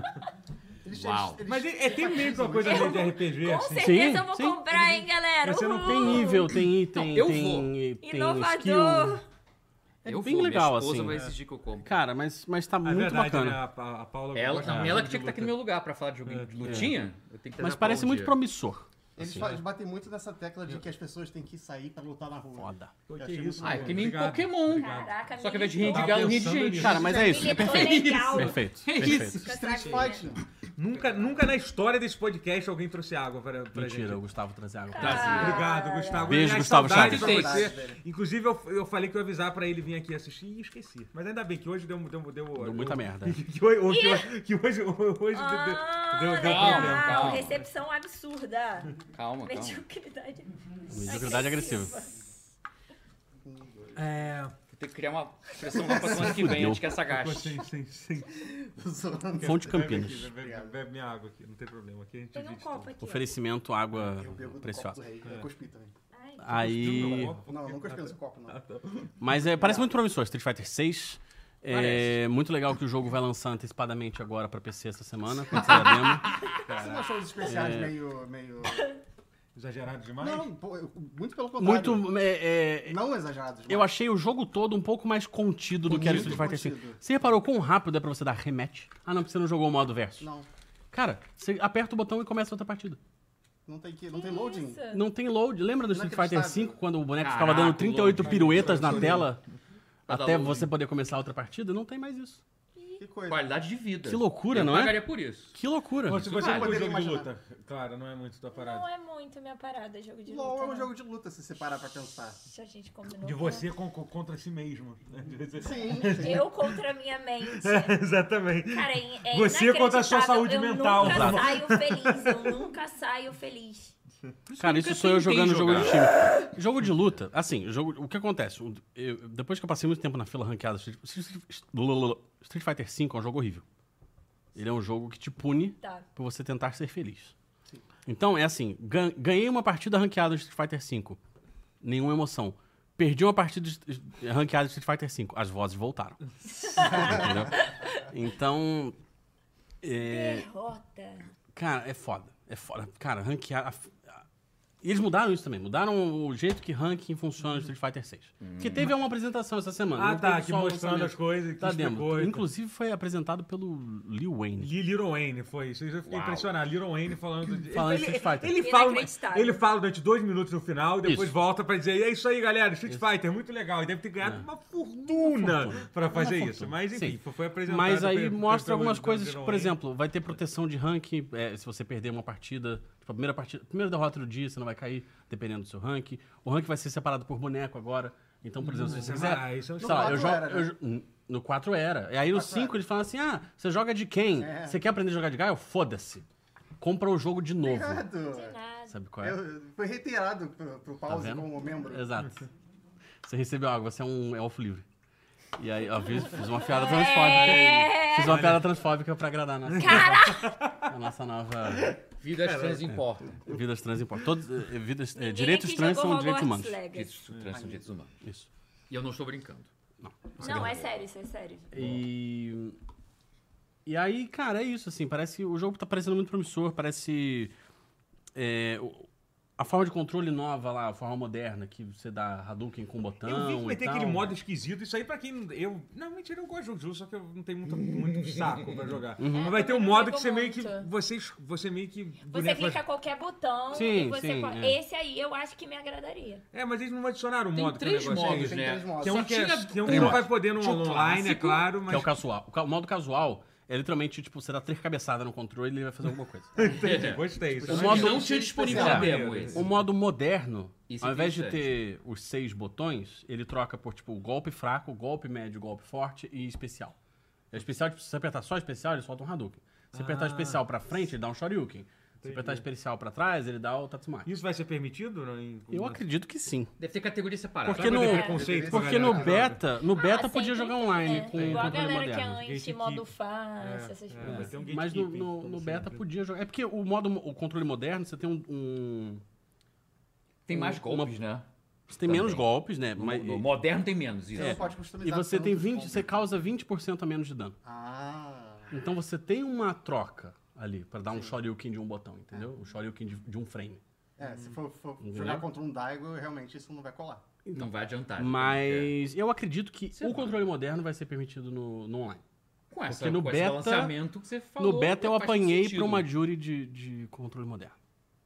F: Eles-
B: Uau.
F: eles-
A: Mas é, é, tem meio que uma coisa meio de RPG,
C: Com
A: assim.
C: certeza eu vou
D: sim.
C: comprar, hein, galera?
A: Você não
C: Uhul!
D: Tem nível, tem item,
B: Não, eu
D: tem, tem
C: Inovador!
D: skill. É
B: Eu
D: bem
B: vou,
D: legal,
B: minha esposa
D: assim.
B: vai exigir que eu compre.
D: Cara, mas, mas tá
A: é
D: muito
A: verdade,
D: bacana.
A: né? A, Pa- a Paula
B: Ela, é.
A: gosta
B: não,
A: de
B: ela que
A: jogo
B: tinha que
A: de
B: estar aqui
A: luta.
B: no meu lugar pra falar de joguinho de lutinha. Eu tenho que
D: Mas
B: trazer a Paula
D: parece
B: um
D: muito
B: dia.
D: promissor. Assim,
F: Eles
D: né?
F: fa- eles batem muito nessa tecla de que as pessoas têm que sair pra lutar na rua.
D: Foda.
A: Pô,
F: Eu
A: Que
F: achei
A: isso,
F: muito
B: Ah, é
A: pô.
B: que nem
A: Obrigado.
B: Pokémon.
C: Caraca,
B: Só que ao invés de rir
C: milho.
B: de
A: Tava
B: galo, rir de
A: pensando
B: gente.
A: nisso.
D: Cara, mas é isso.
C: Milho
D: É perfeito.
C: legal.
D: Perfeito.
B: É
D: perfeito.
B: isso.
F: Street Fight.
A: Nunca, nunca na história desse podcast alguém trouxe água pra, pra
D: Mentira,
A: gente.
D: o Gustavo trazer água.
A: Obrigado, Gustavo.
D: Beijo,
A: Aliás,
D: Gustavo
A: saudades
B: Chaves.
A: pra você.
F: Saudades,
A: Inclusive, eu, eu falei que eu ia avisar pra ele vir aqui assistir e esqueci. Mas ainda bem que hoje deu... Deu, deu,
D: Deu muita merda.
A: Que, hoje- que hoje- que hoje... hoje
C: Ah,
A: deu, deu, deu
C: legal.
A: problema.
B: calma.
C: Recepção absurda.
B: Calma,
C: tipo
B: calma.
C: Mediocridade.
D: Mediocridade agressiva.
A: É...
B: Tem que criar uma expressão lá pra semana que vem, antes que essa
A: Pô,
B: gaste.
A: sim, sim, sim.
F: Zoando.
D: Fonte
A: Bebe, aqui, né?
D: Campinas.
A: bebe- bebe, bebe minha água aqui, não tem problema. Aqui a gente
C: Tem um
A: divide
C: copo aqui. ó.
D: Oferecimento água
F: Eu bebo do copo do
D: preciosa.
F: rei. Eu cuspi também.
C: Ai,
A: né? um
D: Aí.
F: Não, eu nunca
A: tá
F: experimentei o copo, não.
D: Mas é, parece muito promissor, Street Fighter 6. É
B: Parece.
D: muito legal que o jogo vai lançar antecipadamente agora pra PC essa semana, quando sair a demo.
F: Você não achou os
D: É.
F: especiais meio. meio...
A: Exagerado demais?
F: Não, pô, eu- muito pelo contrário.
D: Muito. é, é,
F: Não exagerados.
D: eu achei o jogo todo um pouco mais contido do que era Street Fighter 5.
F: contido.
D: Você reparou quão rápido é pra você dar rematch? Ah, não, porque você não jogou o modo verso.
F: Não,
D: Cara, você aperta o botão e começa outra partida.
F: não tem, que, não tem loading.
C: Isso.
D: Não tem load. Lembra do Street Fighter
F: Inacreditável.
D: 5 quando o boneco
B: Caraca,
D: ficava dando 38
B: load.
D: piruetas na tela
B: Pra dar
D: até
B: load.
D: você poder começar outra partida? Não tem mais isso.
F: Que coisa.
B: Qualidade de vida.
D: Que loucura,
B: eu
D: não é?
B: pagaria por isso.
D: Que loucura.
A: Ou se você
B: Claro.
A: for jogo de
F: Poderia
A: luta. Claro, não é muito tua
C: Não
A: parada.
C: é muito minha parada, jogo de
F: LOL
C: luta.
F: é um
C: não.
F: jogo de luta, se você parar pra pensar.
C: Isso a gente combinou.
A: De você né? con- con- contra si mesmo. né?
F: Sim,
C: Eu contra a minha mente.
A: Exatamente.
C: Cara, é, é
A: Você contra a sua
C: inacreditável.
A: saúde
C: eu
A: mental.
C: Nunca
A: Exato.
C: saio feliz. Eu nunca saio feliz.
D: Cara, isso sou eu
B: tentei
D: jogando jogo de
B: jogar.
D: time. jogo de luta, assim, jogo, o que acontece? O- eu- depois que eu passei muito tempo na fila ranqueada, Street, Street- Street Fighter V é um jogo horrível. Ele é um jogo que te pune
C: Tá.
D: por você tentar ser feliz. Então, é assim, gan- ganhei uma partida ranqueada de Street Fighter V. Nenhuma emoção. Perdi uma partida de de- ranqueada de Street Fighter V. As vozes voltaram. Entendeu? Então, é,
A: É.
C: Derrota.
D: Cara, é foda. É foda. Cara, ranquear. a- a- E eles mudaram isso também. Mudaram o jeito que ranking funciona no Street Fighter 6. Porque teve uma apresentação essa semana.
A: Hum. Ah,
D: não
A: tá,
D: teve
A: que
D: só o
A: mostrando
D: lançamento.
A: as coisas, que
D: Tá
A: explicou.
D: dentro. Inclusive foi apresentado pelo Lil Wayne.
A: Li- Little Wayne, foi isso. Eu fiquei
B: Uau.
A: impressionado. Little Wayne falando de.
D: Falando de
A: ele,
D: Street Fighter.
A: Ele, fala,
C: Inacreditável.
A: ele fala durante dois minutos no final, depois
D: Isso.
A: volta pra dizer: "E é isso aí, galera, Street Fighter, muito legal. E deve ter ganhado uma fortuna pra fazer
D: É. Uma
A: isso.
D: fortuna.
A: Mas enfim,
D: Sim.
A: foi- foi apresentado.
D: Mas aí
A: pe- pe-
D: mostra
A: pelo
D: algumas
A: Little
D: coisas,
A: Wayne.
D: por exemplo, vai ter proteção de ranking é, se você perder uma partida. Tipo, a primeira partida, primeira derrota do dia, você não vai cair, dependendo do seu ranking. O ranking vai ser separado por boneco agora. Então, por exemplo, se você
A: Ah,
D: quiser.
A: isso é um
D: sei lá, eu
F: No
D: jogo.
F: quatro era,
D: eu
F: né?
D: jo- n- no 4 era. E aí no 5 eles falam assim: ah, você joga de quem?
F: É.
D: Você quer aprender a jogar de Gaio? Foda-se. Compra o jogo de novo.
F: Errado.
C: De nada.
D: Sabe qual é?
F: Eu, foi reiterado pro, pro
D: Tá
F: pause
D: vendo?
F: como membro.
D: Exato. Você recebeu água, você é um elfo livre. E aí, ó, fiz, fiz uma
C: É.
D: piada transfóbica. Fiz uma piada transfóbica pra agradar a nossa, a nossa nova
B: Vidas trans importam.
D: Vidas Trans Importa. Todos, eh, vidas, eh,
A: É,
C: Ninguém
D: direitos
C: aqui
D: trans
C: jogou
A: um
D: são direitos
C: Hogwarts
D: humanos.
C: Legacy.
B: Direitos trans são direitos humanos.
D: Isso.
B: E eu não estou brincando.
C: Não, é sério, isso é sério.
D: E. E aí, cara, é isso, assim. Parece. O jogo tá parecendo muito promissor, parece. é, o- a forma de controle nova lá, a forma moderna, que você dá Hadouken com um botão.
A: Eu vi que vai
D: e
A: ter
D: tal.
A: aquele modo esquisito. Isso aí pra quem. Eu. Não, mentira, eu gosto de jogo de luta, só que eu não tenho muito, muito saco pra jogar.
D: Uhum.
A: Mas vai ter um
C: também não
A: modo que
C: ligo
A: você meio que.
C: muito.
A: Você, es- você meio que.
C: Você
A: boneco vai-
C: clica qualquer botão
D: Sim,
C: e você
D: sim,
C: co-
D: é.
C: Esse aí eu acho que me agradaria.
A: É, mas eles não adicionaram um
B: Tem
A: modo. que é um
B: três
A: negócio aí.
B: modos,
F: Tem
B: né?
F: três modos.
A: Tem um
B: Só
A: que, é-
B: tinha
A: tem um que
B: três
A: não
B: modos.
A: vai poder no
B: Tinha o
A: online, é
B: clássico,
A: claro,
D: Que é
A: mas.
D: o casual. O ca- o modo casual é literalmente, tipo, você dá três cabeçadas no controle e ele vai fazer alguma coisa.
A: Eu Gostei. isso.
D: O
A: Mas-
B: Mas
D: modo-
B: É. não tinha disponível na
D: Especial.
B: demo esse.
D: O modo moderno,
B: Isso é
D: ao invés de
B: interessante.
D: ter os seis botões, ele troca por, tipo, golpe fraco, golpe médio, golpe forte e especial. É especial, tipo, se você apertar só especial, ele solta um Hadouken. Se você apertar especial pra frente, ele dá um Shoryuken. Se apertar especial pra trás, ele dá o Tatsumaki.
A: Isso vai ser permitido? Não, em-
D: Eu acredito que sim.
B: Deve ter categoria separada.
D: Porque
A: vai
D: no,
A: ter preconceito com a
D: porque
A: galera
D: no
A: que joga.
D: beta, no beta
C: Ah,
D: podia
C: sempre
D: jogar
C: tem,
D: online
C: né?
D: com o
C: Igual a
D: controle
C: galera que é
D: moderno.
A: Gatekeep.
C: anti, modo fácil, essas
A: É, vai
C: coisas.
A: ter um
D: Mas no,
A: gatekeeping,
D: no,
A: como
D: no
A: sempre.
D: beta podia jogar. É porque o modo o controle moderno, você tem um- um
B: Tem mais
D: Uma-
B: golpes, né?
D: Você tem
B: Também.
D: menos golpes, né?
B: No,
D: Mas- É.
B: no moderno tem menos isso.
F: Você não pode customizar.
D: e
B: tá
D: você
F: tanto
D: tem
F: os
D: 20,
F: combos.
D: você causa 20% a menos de dano.
F: Ah.
D: Então você tem uma troca ali pra dar um shoryuken de um botão, entendeu?
B: É.
D: Um shoryuken de, de um frame.
F: É, se for, for
D: Entendeu?
F: jogar contra um Daigo, realmente isso não vai colar.
B: Não vai adiantar. É.
D: Mas eu acredito que
B: Sei
D: o
B: lá.
D: controle moderno vai ser permitido no, no online.
B: Com, essa,
D: porque no
B: com
D: beta-
B: esse balanceamento que você falou.
D: no beta eu
B: faz todo
D: apanhei
B: sentido.
D: pra uma jury de, de controle moderno.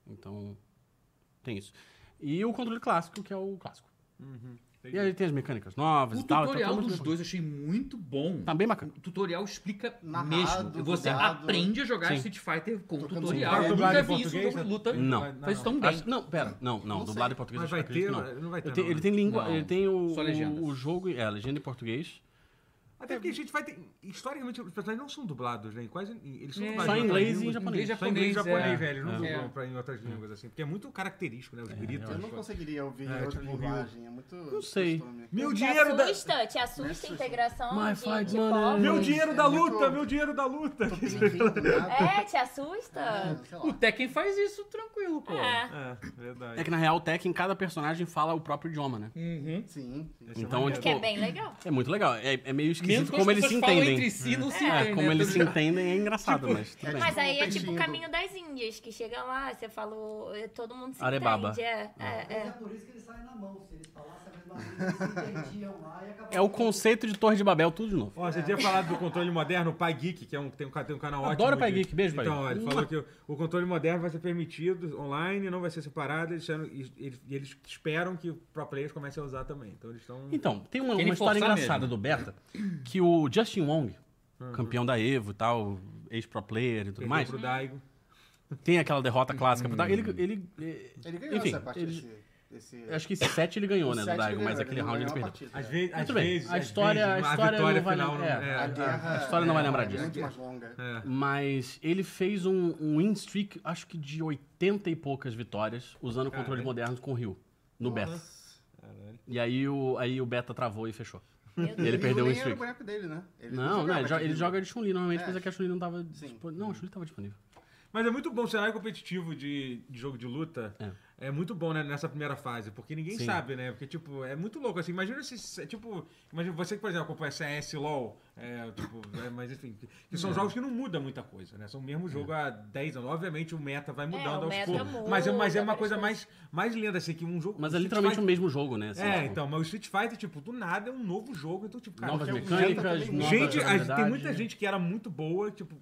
D: Então, tem isso. E o controle clássico, que é o clássico.
A: Uhum.
D: E aí tem as mecânicas novas
B: O
D: e tal. então
B: tutorial
D: tá muito
B: dos
D: bacana.
B: dois eu achei muito bom.
D: Tá bem bacana.
B: O tutorial explica
F: Narrado,
B: mesmo. Você
F: dublado.
B: aprende a jogar
D: Sim.
B: Street Fighter com
F: Tocando
B: tutorial.
F: dublado.
B: Eu
A: Dublado
B: nunca
A: em
B: vi isso em
A: português,
B: jogo de
A: né?
B: luta.
D: Não.
B: Faz tão bem.
D: Acho- não, pera. Não, não.
F: Não
D: dublado
F: sei.
D: em português
A: Mas
D: eu
A: vai
D: acredito
B: né?
A: ter.
D: não.
A: Não vai ter.
D: Eu tenho-
A: não,
D: ele
A: né?
D: tem língua,
B: Não,
D: ele tem o,
B: só legendas.
D: o, o jogo, é, a legenda em português.
A: Até porque a gente vai ter. Historicamente, os personagens não são dublados, né? Quase, eles são
B: É.
A: dublados
D: Só em
A: outras
D: inglês e em
A: línguas.
D: japonês.
A: Só em inglês e japonês,
B: é.
A: velho. Eles não
B: É.
A: dublam pra, em outras línguas, assim. Porque é muito característico, né?
D: É,
A: Os gritos.
F: Eu não conseguiria ouvir
A: É,
F: outra
A: tipo,
F: linguagem. É muito. Não
D: sei.
A: Meu
C: Te
A: dinheiro da.
C: assusta, te assusta a integração
D: My
C: de,
D: fight
C: de
D: money.
C: pobre.
A: Meu dinheiro da
F: É muito-
A: luta! Meu dinheiro da luta!
C: É, te assusta?
B: O Tekken faz isso tranquilo, pô.
C: É.
A: É,
D: É
A: verdade.
D: que na real, o Tekken, cada personagem fala o próprio idioma, né?
B: Uhum.
F: Sim. sim.
A: Esse
D: Então,
A: é
D: tipo,
C: Que é bem legal.
D: É muito legal. É, é meio
B: Menos
D: esquisito
B: quando
D: como
B: as
D: eles se
B: pessoas falam entre
D: entendem.
B: si, não se
D: É,
B: entendem.
D: como
B: né?
D: eles se
B: Tudo- Tipo,
D: entendado, é engraçado, mas tudo bem.
C: Mas aí é
F: Peixinho
C: tipo o
F: do-
C: caminho das Índias, que chega lá, você falou, todo mundo se
D: Arebaba.
C: entende. É, é,
E: Mas é
C: é.
E: por isso que eles saem na mão. Se eles falassem a mesma coisa, eles se entendiam lá e acabavam.
D: É o conceito de Torre de Babel, tudo de novo.
A: Ó, você tinha falado do controle moderno, o Pai Geek, que é um, tem, um, ca- tem um canal ótimo.
D: Adoro o Pai
A: de-
D: Geek, beijo, Pai
A: Então, ó, ele
D: Geek.
A: falou que o, o controle moderno vai ser permitido online, não vai ser separado, eles, disseram- e- eles, e eles esperam que pro players comecem a usar também. Então eles estão.
D: Então, tem uma,
B: Querem
D: uma história
B: forçar Uhum.
D: engraçada do Berta, que o Justin Wong, campeão da Evo e tal, ex-pro player e tudo mais,
A: pro Daigo.
D: tem aquela derrota clássica pro Daigo.
B: Hum.
D: Ele, ele, eh,
F: Ele ganhou
D: Enfim,
F: essa parte
D: ele-
F: desse. desse...
D: eu acho que esse set ele ganhou,
F: o
D: né, do
F: set ele
D: Daigo, mas
F: ganhou,
D: aquele
F: não
D: round ele
F: ganhou a
D: perdeu.
F: partida.
A: Às vezes, às
D: Muito bem,
A: vezes,
D: a
A: às
D: história-
A: vezes,
D: a história
A: vitória
D: não vale-
A: final não-
D: é,
F: A
A: é.
F: guerra.
D: a história não vai lembrar disso.
F: É muito mais longa.
D: Mas ele fez um, um win streak, acho que de 80 e poucas vitórias, usando controles modernos com o Rio, no Beta. E aí o, aí o Beta travou e fechou.
C: Meu
D: E
C: Deus.
D: ele perdeu o
F: nem
D: win
F: era o
D: streak.
F: boneco dele, né? Ele
D: Não, não,
F: jogava
D: ele, jo-
F: de
D: ele
F: Rio.
D: joga de Chun-Li normalmente,
F: É.
D: mas é que a Chun-Li não tava
F: Sim.
D: disponível. Não, a Chun-Li tava disponível.
A: Mas é muito bom, o cenário competitivo de, de jogo de luta é. muito bom né, nessa primeira fase, porque ninguém
D: Sim.
A: sabe, né? Porque, tipo, é muito louco, assim, imagina se, é tipo, imagina você que, por exemplo, acompanha CS, LoL, é, tipo, é, mas enfim, que, que são jogos que não muda muita coisa, né? São o mesmo jogo
D: É.
A: há 10 anos, obviamente o meta vai mudando
C: É, o
A: aos
C: meta
A: poucos,
C: muda,
A: mas, é- mas é uma
C: várias
A: coisa mais,
C: coisas.
A: mais lenda, assim, que um jogo...
D: Mas é
A: Street
D: literalmente o
A: Fighter-
D: mesmo jogo, né? assim,
A: É,
D: tipo,
A: então, mas o Street Fighter, tipo, do nada é um novo jogo, então, tipo, cara...
D: Novas
A: qualquer-
D: mecânicas,
F: gente-
D: novas né.
A: Gente, a- tem
D: jogabilidade.
A: muita gente que era muito boa, tipo,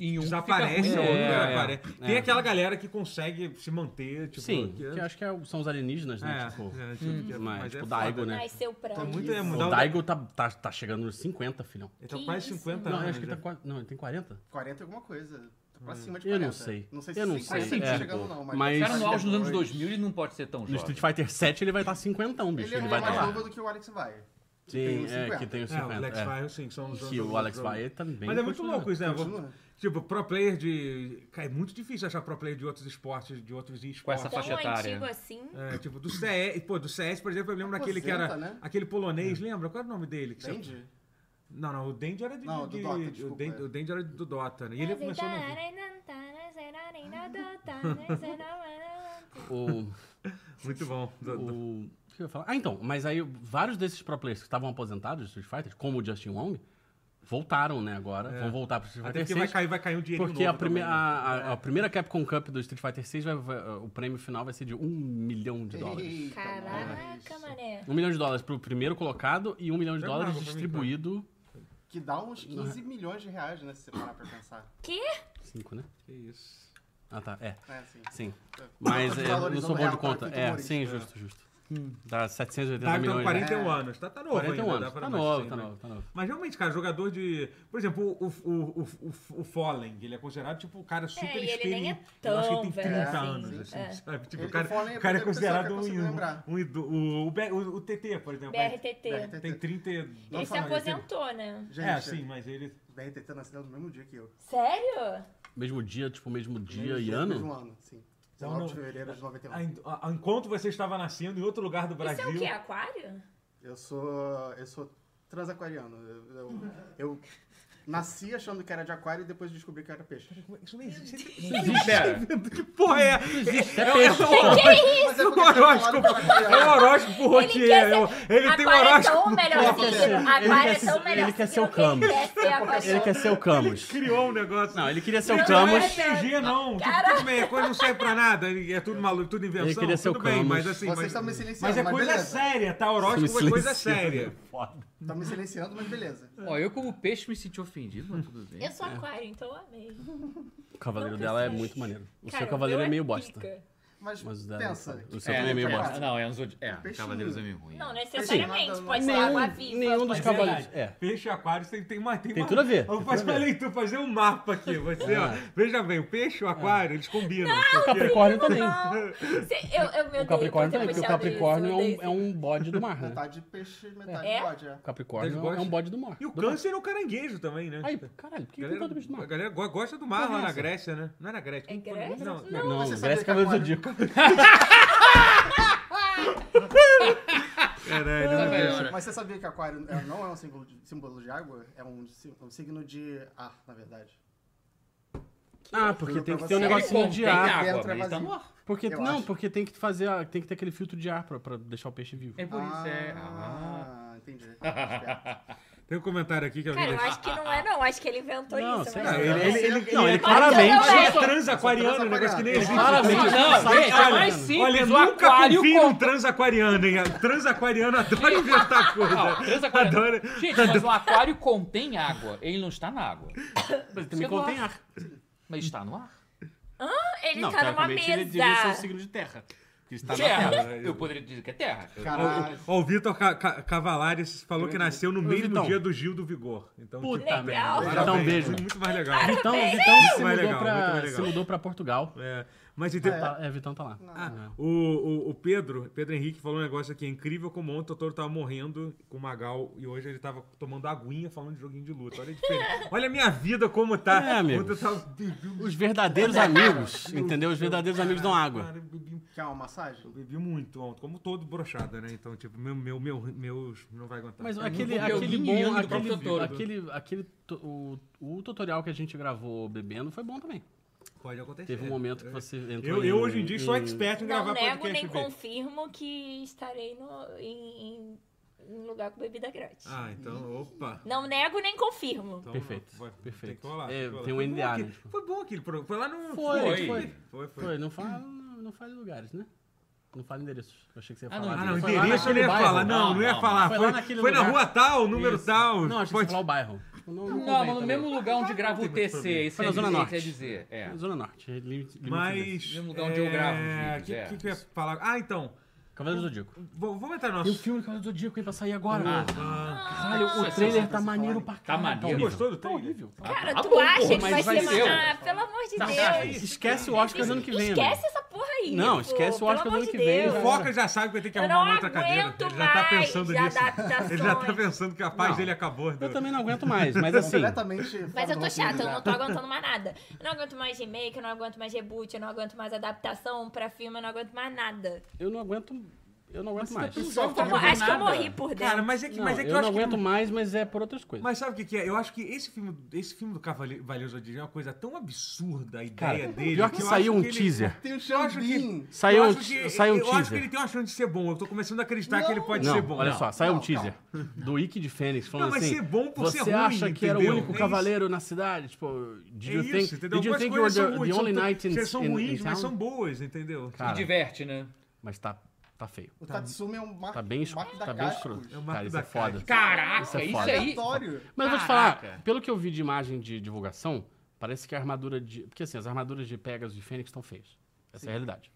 B: Em um fica
A: desaparece,
B: ruim,
A: outro
B: né?
D: é,
A: aparece.
D: é.
A: Tem aquela galera que consegue se manter, tipo.
D: Sim,
A: que-
D: que acho que é- são os alienígenas, né?
A: é,
D: tipo,
A: é, tipo, que-
D: mas, tipo,
A: foda.
D: Daigo, né?
C: Nasceu pra.
A: Tá muito,
C: isso.
A: é,
D: O
A: mudar
D: Daigo tá, tá, tá chegando nos 50, filhão.
A: Ele tá
C: Que
A: quase
C: isso?
A: 50
D: Não, eu
A: anos.
D: acho que ele tá
A: né?
D: quase. Não, ele tem 40?
F: 40 e alguma coisa. Tá pra cima de
D: Hum. Eu
F: 40.
D: não sei.
F: Não sei
D: Eu
F: se
D: não
F: 50
D: sei.
F: tá
D: É.
F: chegando, não.
D: Mas-
B: O cara no auge dos anos
F: 42.
B: 2000, ele não pode ser tão
D: No
B: jovem.
D: Street Fighter 7 ele vai estar 50, bicho.
F: Ele
D: Ele,
F: é
D: vai
F: mais
D: estar lá.
F: novo do que o Alex vai.
D: Sim,
F: os
D: é,
F: 50.
D: que tem os
A: É, o
D: 50.
A: Alex
D: é.
A: Fire, sim, são os
D: Que
A: são
D: o
A: os-
D: Alex
A: são os-
D: Fire também.
A: Mas é muito
D: continua.
A: louco isso, né?
F: Continua.
A: Tipo, pro player de. Cara, é muito difícil achar pro player de outros esportes, de outros
B: Com essa
A: esportes.
B: faixa
C: Tão
B: etária.
C: antigo assim.
A: É, tipo, do CS, pô, do CS, por exemplo, eu lembro daquele que era.
F: Aposenta, né?
A: Aquele
D: É.
A: polonês, lembra? Qual era o nome dele? Que você-
F: Entende?
A: Não, não, o Dendi era de.
F: Não, do
A: de-
F: Dota,
A: o,
F: desculpa,
A: Dendi,
F: é.
A: o Dendi era do Dota, né? E ele começou
C: então
A: no.
D: O,
A: Muito bom. Do- do-
D: o, o que eu ia falar? Ah, então, mas aí vários desses pro players que estavam aposentados do Street Fighter, como o Justin Wong, voltaram, né, agora. Vão voltar pro Street
A: É. Até
D: Fighter
A: porque vai
D: 6.
A: cair, vai cair um dinheiro
D: Porque a,
A: novo também,
D: primeira,
A: né?
D: a, a- a primeira Capcom Cup do Street Fighter 6, vai, vai- o prêmio final vai ser de 1 milhão de dólares.
F: Eita,
C: Caraca,
F: nós.
C: mané.
D: 1 milhão de dólares pro primeiro colocado e 1 milhão de
A: Pega uma
D: dólares
A: água pra mim,
D: distribuído.
F: Que dá uns 15 milhões de reais, né? Se você parar pra pensar.
D: 5, né?
A: Que isso.
D: Ah, tá. É,
F: É assim.
D: sim. Mas é,
F: Tá
D: não sou
F: valorizando
D: bom
F: real
D: de
F: pra
D: conta.
F: tudo,
D: É,
F: Maurício.
D: sim, justo, justo. Dá 780
A: Tá com
D: milhões.
A: 41
D: É.
F: né?
A: anos. Tá, tá novo
D: 41
A: ainda. dá
D: anos.
A: pra-
D: Tá
A: mas
D: novo,
A: sim,
D: tá
A: né?
D: novo, tá novo.
A: Mas realmente, cara, jogador de. Por exemplo, o, o, o, o, o- o Fallen, ele é considerado tipo o cara super
C: e ele
A: experiente.
C: nem é
A: Eu acho que
C: tão
A: ele tem
C: velho
A: 30
C: assim,
A: anos, assim,
C: é.
A: sabe? Tipo,
F: Ele-
A: o cara,
F: o Fallen é
A: o cara é
F: a primeira pessoa que eu
A: considerado um,
F: consigo lembrar.
A: um, ido- o, o, Be- o, o TT, por exemplo. é-
C: BRTT.
F: BRTT.
A: Tem 30.
C: Ele se aposentou, né?
F: Gente,
A: É,
D: assim.
A: sim, mas ele.
F: o BRTT nasceu no mesmo dia que eu.
C: Sério?
D: Mesmo dia, tipo, mesmo dia
F: Mesmo
D: e ano? Então,
F: Mesmo ano, sim.
A: Não,
F: 19 de
A: não.
F: fevereiro de 91.
A: a- a- Enquanto você estava nascendo em outro lugar do
C: Isso é
A: Brasil.
C: o quê? Aquário?
F: Eu sou. Eu sou transaquariano. Eu, eu, eu nasci achando que era de aquário e depois descobri que era peixe.
A: é, Isso nem existe.
B: Pera,
A: Que porra é? É, é,
D: peixe,
A: é,
F: Mas é
A: um
F: porque eu tinha falado
A: horóscopo.
F: que era aquariano.
A: é um horóscopo
C: quer
A: Rotier.
C: ser-
A: é- Ele tem um
C: Aquário é tão
A: horóscopo.
C: o melhor
D: Ele quer
C: signo.
D: ser-
C: Aquário é
D: ele quer
C: tão o
D: ser-
C: melhor
D: ele quer ser
C: signo
D: o
C: que ele
D: Camus.
C: quer ser
D: Ele
C: aquariano.
D: quer ser o Camus.
A: Criou um negócio.
D: Não, ele queria ser o
C: Não,
A: Não
D: Camus.
A: é SG, não. Tipo, tudo bem, a coisa não serve pra nada. É tudo maluco, tudo invenção.
D: Ele queria ser o
A: tudo bem,
D: Camus.
A: mas assim.
F: Vocês
A: mas-
F: estão me silenciando.
A: Mas é coisa
F: beleza.
A: séria, tá? Horóscopo é coisa séria.
D: Foda.
F: Estão Tá me silenciando, mas beleza.
B: ó, eu como peixe me senti ofendido, mas tudo bem.
C: Eu
D: É.
C: sou aquário, então eu amei.
D: O cavaleiro
C: Nunca
D: dela é
C: sei.
D: muito maneiro. O
C: Cara,
D: seu cavaleiro
C: meu
D: é meio bosta.
C: pica.
F: Mas,
D: Mas o da-
F: pensa.
D: o
F: que
D: seu também é meio
F: cara-
D: bosta.
B: Não, é um zodi... É,
F: Peixinho.
B: Cavaleiros é meio ruim.
C: Não
B: é.
C: necessariamente,
F: Assim,
C: pode ser
D: nenhum-
C: água viva.
D: nenhum dos
C: pode ser-
D: cavalos-
A: Verdade.
D: É.
A: Peixe e aquário tem, tem uma. Tem,
D: Tem
A: uma-
D: tudo a ver,
A: Eu vou
D: tem
A: fazer
D: tudo a
A: uma
D: ver. É.
A: leitura, fazer um mapa aqui. Você, ó. Veja bem, o peixe e o aquário, eles combinam.
D: O Capricórnio também.
C: Não. Se- Eu, eu me
D: O Capricórnio também, porque o Capricórnio é um, é
C: um...
D: um bode do mar, né?
F: Metade peixe, metade
C: É?
F: bode, é.
D: O Capricórnio
A: Eles
D: é um- é
A: gostam.
D: um bode do mar.
A: E o
D: Do mar.
A: câncer é o caranguejo também, né?
D: Aí, caralho, por que
A: Galera-
D: que o bicho do
A: a
D: mar?
A: galera go- gosta do mar
D: Porra,
A: lá na
D: essa?
A: Grécia, né? Não é na Grécia.
C: É
A: Como que foi?
C: Grécia?
A: Não,
C: Não.
D: Não,
F: Você
D: o Grécia
F: sabia que é
D: Cavaleiro
F: aquário?
D: Zodíaco.
A: Caralho.
B: Sabe a hora?
F: Mas você sabia que aquário é- não é um símbolo de, símbolo de água? É um, si- um signo de ar, na verdade.
D: Ah, porque
F: Juro
D: tem
F: pra
D: que ter um
F: você.
B: Ele
D: negocinho
B: contém
D: de ar.
B: água, mas
F: Entra
B: ele tá
F: vazio.
B: no ar.
D: Porque,
F: Eu
D: não,
F: acho.
D: porque tem que fazer, a- tem que ter aquele filtro de ar pra, pra deixar o peixe vivo.
B: É por isso, é. Ah.
F: Ah, entendi. Esperto.
A: Tem um comentário aqui que alguém
C: Cara, eu
A: deixou.
C: acho que é não é não, acho que ele inventou
D: Não,
C: isso.
D: sei
C: mas-
D: lá.
A: Não, ele, ele, ele,
D: Não, ele
A: ele
D: claramente-
A: Ele é
C: tá
B: Eu sou-
A: transaquariano, um negócio que nem existe.
D: claramente-
B: Não,
D: Sai
B: gente, é
D: cara,
B: mais
D: mano.
B: simples.
A: Olha,
B: o
D: um
A: nunca
B: aquário
A: confio
B: com...
A: num transaquariano, hein? Um Transaquariano adora inventar
B: Não,
A: coisa.
B: transaquário-
A: Adoro.
B: Gente, mas o aquário contém água. Ele não está na água.
D: Mas
B: também
D: também
B: Isso é do
D: contém
B: contém
D: ar.
B: Mas está no ar.
C: Ele tá numa mesa.
D: ele devia ser um signo de terra. Porque ele está Tá na terra. né?
B: terra. Eu poderia dizer que é terra. Eu-
D: Ah,
F: Caralho.
A: Ó, o Vitor Ca- Ca- Cavalari falou que nasceu no mesmo
D: Vitão.
A: dia do Gil do Vigor. Então,
D: Puta
A: tipo,
C: merda.
A: parabéns,
D: Então, beijo.
A: Muito mais legal.
D: Vitão,
A: Muito
D: Vitão se
A: mais
D: mudou,
A: legal, muito mais
D: pra,
A: legal.
D: se mudou pra Portugal.
A: É, mas então, tá-
D: Tá, é, Vitão tá lá. Ah,
A: o, o, o Pedro, Pedro Henrique, falou um negócio aqui. É incrível como ontem o Totoro tava morrendo com o Magal e hoje ele tava tomando aguinha falando de joguinho de luta. Olha a diferença. Olha a minha vida como tá.
D: É, amigo.
A: Ontem eu tava-
D: Os verdadeiros amigos, entendeu? Os verdadeiros amigos dão água.
A: Cara, eu bebi
F: Quer uma massagem?
A: Eu bebi muito ontem, como todo brochada, né? Então, tipo, meu, meu, meu, meus não vai aguentar.
D: Mas
A: Eu
D: aquele,
B: vou ver
D: aquele
B: o yin e yang
D: bom,
B: do
D: aquele,
B: próprio Totoro.
D: aquele, aquele tu- o, o tutorial que a gente gravou bebendo foi bom também.
A: não- Pode acontecer. É.
D: Teve um momento que você entrou
A: Eu, eu hoje em dia sou
D: em-
A: expert em gravar
C: Não nego
A: podcast.
C: nem
A: bem.
C: confirmo que estarei no, em, em- em lugar com bebida grátis.
A: Ah, então, opa.
C: Não nego nem confirmo.
A: Então,
D: Perfeito,
A: vai-
D: perfeito.
A: Tem que rolar.
D: É,
A: que rolar.
D: tem um
A: Foi bom
D: NDA,
A: aquele-
D: né, tipo.
A: Foi bom aquele programa. Foi lá no.
D: Foi,
B: Foi.
D: foi.
A: Foi, foi.
D: Foi, não fala, não fala em lugares, né? Não fala endereços. Eu achei que você ia
B: Ah,
D: falar.
B: não,
A: Ah,
D: disso.
A: não,
D: Foi lá
A: endereço eu não
D: naquele
A: ia
D: bairro.
A: falar. Não, não ia
B: não,
A: falar.
D: não. Foi lá naquele
A: Foi, foi na
D: lugar.
A: rua tal, número
D: Isso.
A: tal.
D: Não, achei que você
A: Pode-
D: falou o bairro. Não, não,
B: Não,
D: convém
B: mas no
D: também.
B: mesmo lugar onde grava o
A: Tem muito
B: TC.
A: problema.
B: Isso
D: Foi na
B: é
D: Zona
B: isso
D: Norte.
B: é dizer. É.
D: Zona Norte. limite- limite
A: Mas.
D: desse.
B: Mesmo lugar onde eu gravo os
A: é,
B: vídeos,
A: que-
B: é.
A: que, que eu ia falar? Ah, então.
D: Cavaleiro do Zodíaco.
A: Vou- Vamos entrar no
D: Tem um
A: nosso.
D: filme do Cavaleiro do Zodíaco aí pra sair agora.
B: Ah,
D: mano.
A: Ah,
D: Caralho,
B: Nossa,
D: o trailer
F: essa
D: tá
F: sensação
D: maneiro
F: é
D: pra
B: Tá
D: caralho.
B: maneiro.
A: Gostou do
D: Tá
A: trailer?
D: horrível. Tá horrível.
C: Cara,
B: tá
C: tu
B: bom,
C: acha
B: porra,
C: que
D: mas
C: vai,
D: vai
C: ser
D: ser.
C: mais... Ah, pelo amor de
B: Tá
C: Deus.
B: certo.
D: Esquece o Oscar ano que vem. amigo.
C: Esquece essa porra aí.
D: Não,
C: pô,
D: esquece o
C: pelo
D: Oscar do
C: amor
D: ano
C: de
D: que vem,
C: Deus.
A: O Foca já sabe que vai ter que
C: Eu
A: arrumar
C: não
A: uma outra cadeira.
C: aguento
A: Ele já tá
C: mais
A: pensando
C: de
A: nisso.
C: adaptações.
A: Ele já tá pensando que a paz
D: Não.
A: dele acabou.
D: Eu
A: do-
D: também não aguento mais, mas assim.
F: Completamente.
C: Mas
F: fora
C: eu
F: do
C: tô
F: roteiro
C: chata, eu
F: já.
C: não tô aguentando mais nada. Eu não aguento mais remake, eu não aguento mais reboot, eu não aguento mais adaptação pra filme, eu não aguento mais nada.
D: Eu não aguento. Eu não aguento mais.
B: Mas
C: Eu
B: Não
C: tô-
B: aguento
C: acho que eu
B: nada.
C: morri por dentro.
A: Cara, mas é que,
D: Não,
A: tá mas é que
D: eu
A: eu,
D: não
A: acho
D: aguento
A: que.
D: mais, mas é por outras coisas.
A: Mas sabe o que, que é? Eu acho que esse filme, esse filme do Cavaleiro Valeu Zodíaco é uma coisa tão absurda a ideia
D: Cara,
A: dele. é
D: pior que
A: eu
D: saiu
A: acho
D: um
A: ele-
D: teaser.
F: Tem o
A: Eu acho que-
F: Xambim.
D: Saiu
A: eu
D: um
A: acho
D: te-
A: que-
D: saiu um
A: Eu acho que
D: teaser.
A: ele tem uma chance de ser bom. Eu tô começando a acreditar que ele pode
D: Não,
A: ser bom.
D: olha só, saiu um
F: Não,
D: teaser do Ike de Fênix falando
A: Não, mas
D: assim.
A: ser bom por
D: você
A: ser ruim,
D: acha que era o
A: entendeu?
D: único
A: É isso.
D: cavaleiro na cidade? Tipo, did
A: É
D: you think,
A: isso, entendeu?
D: did you
A: Algumas
D: think you were
A: coisas
D: the,
A: são
D: the
A: ruins,
D: only
A: são-
D: knight in,
A: são
D: in-
A: ruins,
D: in
A: mas
D: town?
A: são boas, entendeu?
D: Cara,
B: Me diverte, né?
D: Mas tá, tá feio.
F: O Tatsumi é um marco.
D: Tá bem, escuro,
F: marco da
D: tá bem
F: Cascos.
D: escuro.
A: É o marco
D: Cara, isso
A: da
D: é foda.
B: Caraca,
D: Isso
B: isso,
D: é foda.
B: aí.
F: Aleatório.
D: Mas eu vou te
B: Caraca.
D: falar, pelo que eu vi de imagem de divulgação, parece que a armadura de... Porque assim, as armaduras de Pegasus e Fênix estão feias. Essa é a realidade.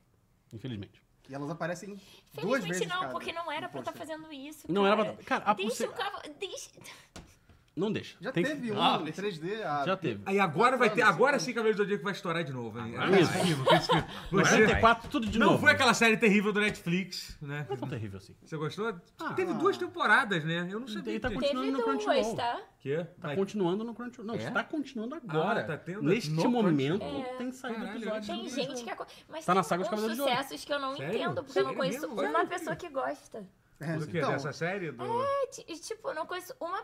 D: Infelizmente.
F: E elas aparecem duas
C: Felizmente
F: vezes.
C: não,
F: cada.
C: porque não era pra
F: No
C: estar
F: pôster.
C: fazendo isso.
D: Não
C: cara.
D: era pra... tá- Cara, a
C: Deixa
D: pulseira...
C: o cavalo. Deixa.
D: Não deixa.
F: Já
D: Tem que-
F: teve um
B: Ah,
F: em 3D. a-
D: Já teve.
A: Aí agora vai ter. Agora sim, Cavaleiro do Zodíaco vai estourar de novo. hein?
D: Agora
A: É
D: vai.
A: possível que esse filme- Você
D: 94, tudo de
A: não
D: novo.
A: foi aquela série terrível do Netflix, né?
D: Não é tão terrível assim.
A: Você gostou?
D: Ah.
A: Teve duas temporadas, né? Eu não sabia.
D: Ele tá
A: que tinha-
D: continuando
C: Teve
D: no
C: duas,
D: Crunchyroll.
C: tá?
A: Quê?
D: Tá
A: Vai-
D: continuando no Crunchyroll. Não,
B: É?
D: está continuando agora.
A: Ah, tá tendo-
D: Neste
A: no
D: momento,
C: Crunchyroll.
D: tem saído
A: Caralho,
D: episódio.
A: Tá
C: Tem
A: no
C: gente que. aco- Mas
D: Tá na
C: tem
D: saga Os
C: uns
D: Cavaleiros de Ouro.
C: sucessos que eu não
A: Sério?
C: entendo, porque eu não
A: Sério
C: conheço
A: mesmo?
C: uma
A: Sério?
C: pessoa que gosta.
F: É,
A: Do um que?
F: então,
A: Dessa série? Do...
D: ah,
C: É, ti- e, tipo, eu não conheço uma.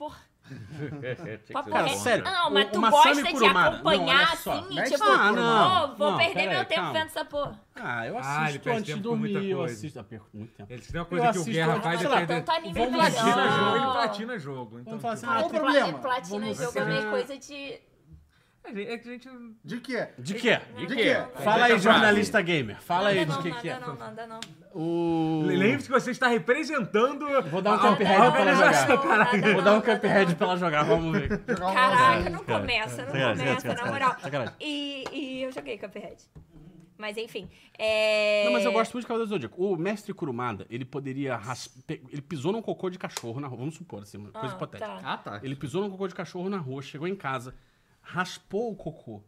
C: Porra, papo
D: Cara,
C: reto.
D: sério,
C: Ah, Não,
D: o-
C: mas
D: o
C: tu
D: Masami
C: gosta de
D: Kurumada. Não,
C: acompanhar
D: olha só.
C: assim, e,
F: Mestre
C: tipo,
D: Ah, não.
C: "Ô, vou
D: Não,
C: perder
D: peraí,
C: meu tempo
D: calma.
C: vendo essa porra.
D: Ah,
A: Ah, ele
D: eu assisto
A: perde
D: antes de
A: tempo com muita
D: dormir, eu
A: coisa.
D: assisto. Ah, perco muito tempo.
A: Ele tem uma
D: Eu
A: coisa que o
D: assisto-
A: Guerra faz
D: sei
A: é
D: lá,
A: perder.
C: então tá nível
A: Ele platina
D: melhor.
A: jogo, ele platina jogo. Então,
D: Vamos falar assim,
A: tipo,
D: ah,
F: Qual o
D: tem-
F: problema?
C: Pla- é Platina
D: Vamos-
C: jogo é meio coisa de.
A: é
D: assim,
A: que- é que a gente. Não,
F: De quê?
D: ah, De quê?
B: De quê?
A: tá
D: Fala aí, jornalista gamer. Fala aí
C: tá não,
D: de que
C: não,
D: que é.
C: Não, não, não, não.
D: O...
A: Lembre-se que você está representando.
D: Vou dar um
A: a-
D: camp
A: a- a
D: head pra ela
A: organização.
D: jogar.
C: Caralho.
D: Vou dar um Cuphead pra ela jogar, vamos ver.
F: Jogar um
C: Caraca, não
D: Cara,
C: começa, não
D: sacanagem,
C: começa,
D: sacanagem,
C: na moral.
D: sacanagem.
C: E, e eu joguei Cuphead. Mas enfim. É...
D: Não, mas eu gosto muito de Cavaleiro do Zodíaco. O mestre Kurumada, ele poderia rasp- pe- Ele pisou num cocô de cachorro na rua, vamos supor, assim, uma coisa
C: Ah,
D: hipotética.
C: tá.
B: Ah, tá.
D: Ele pisou num cocô de cachorro na rua, chegou em casa, raspou o cocô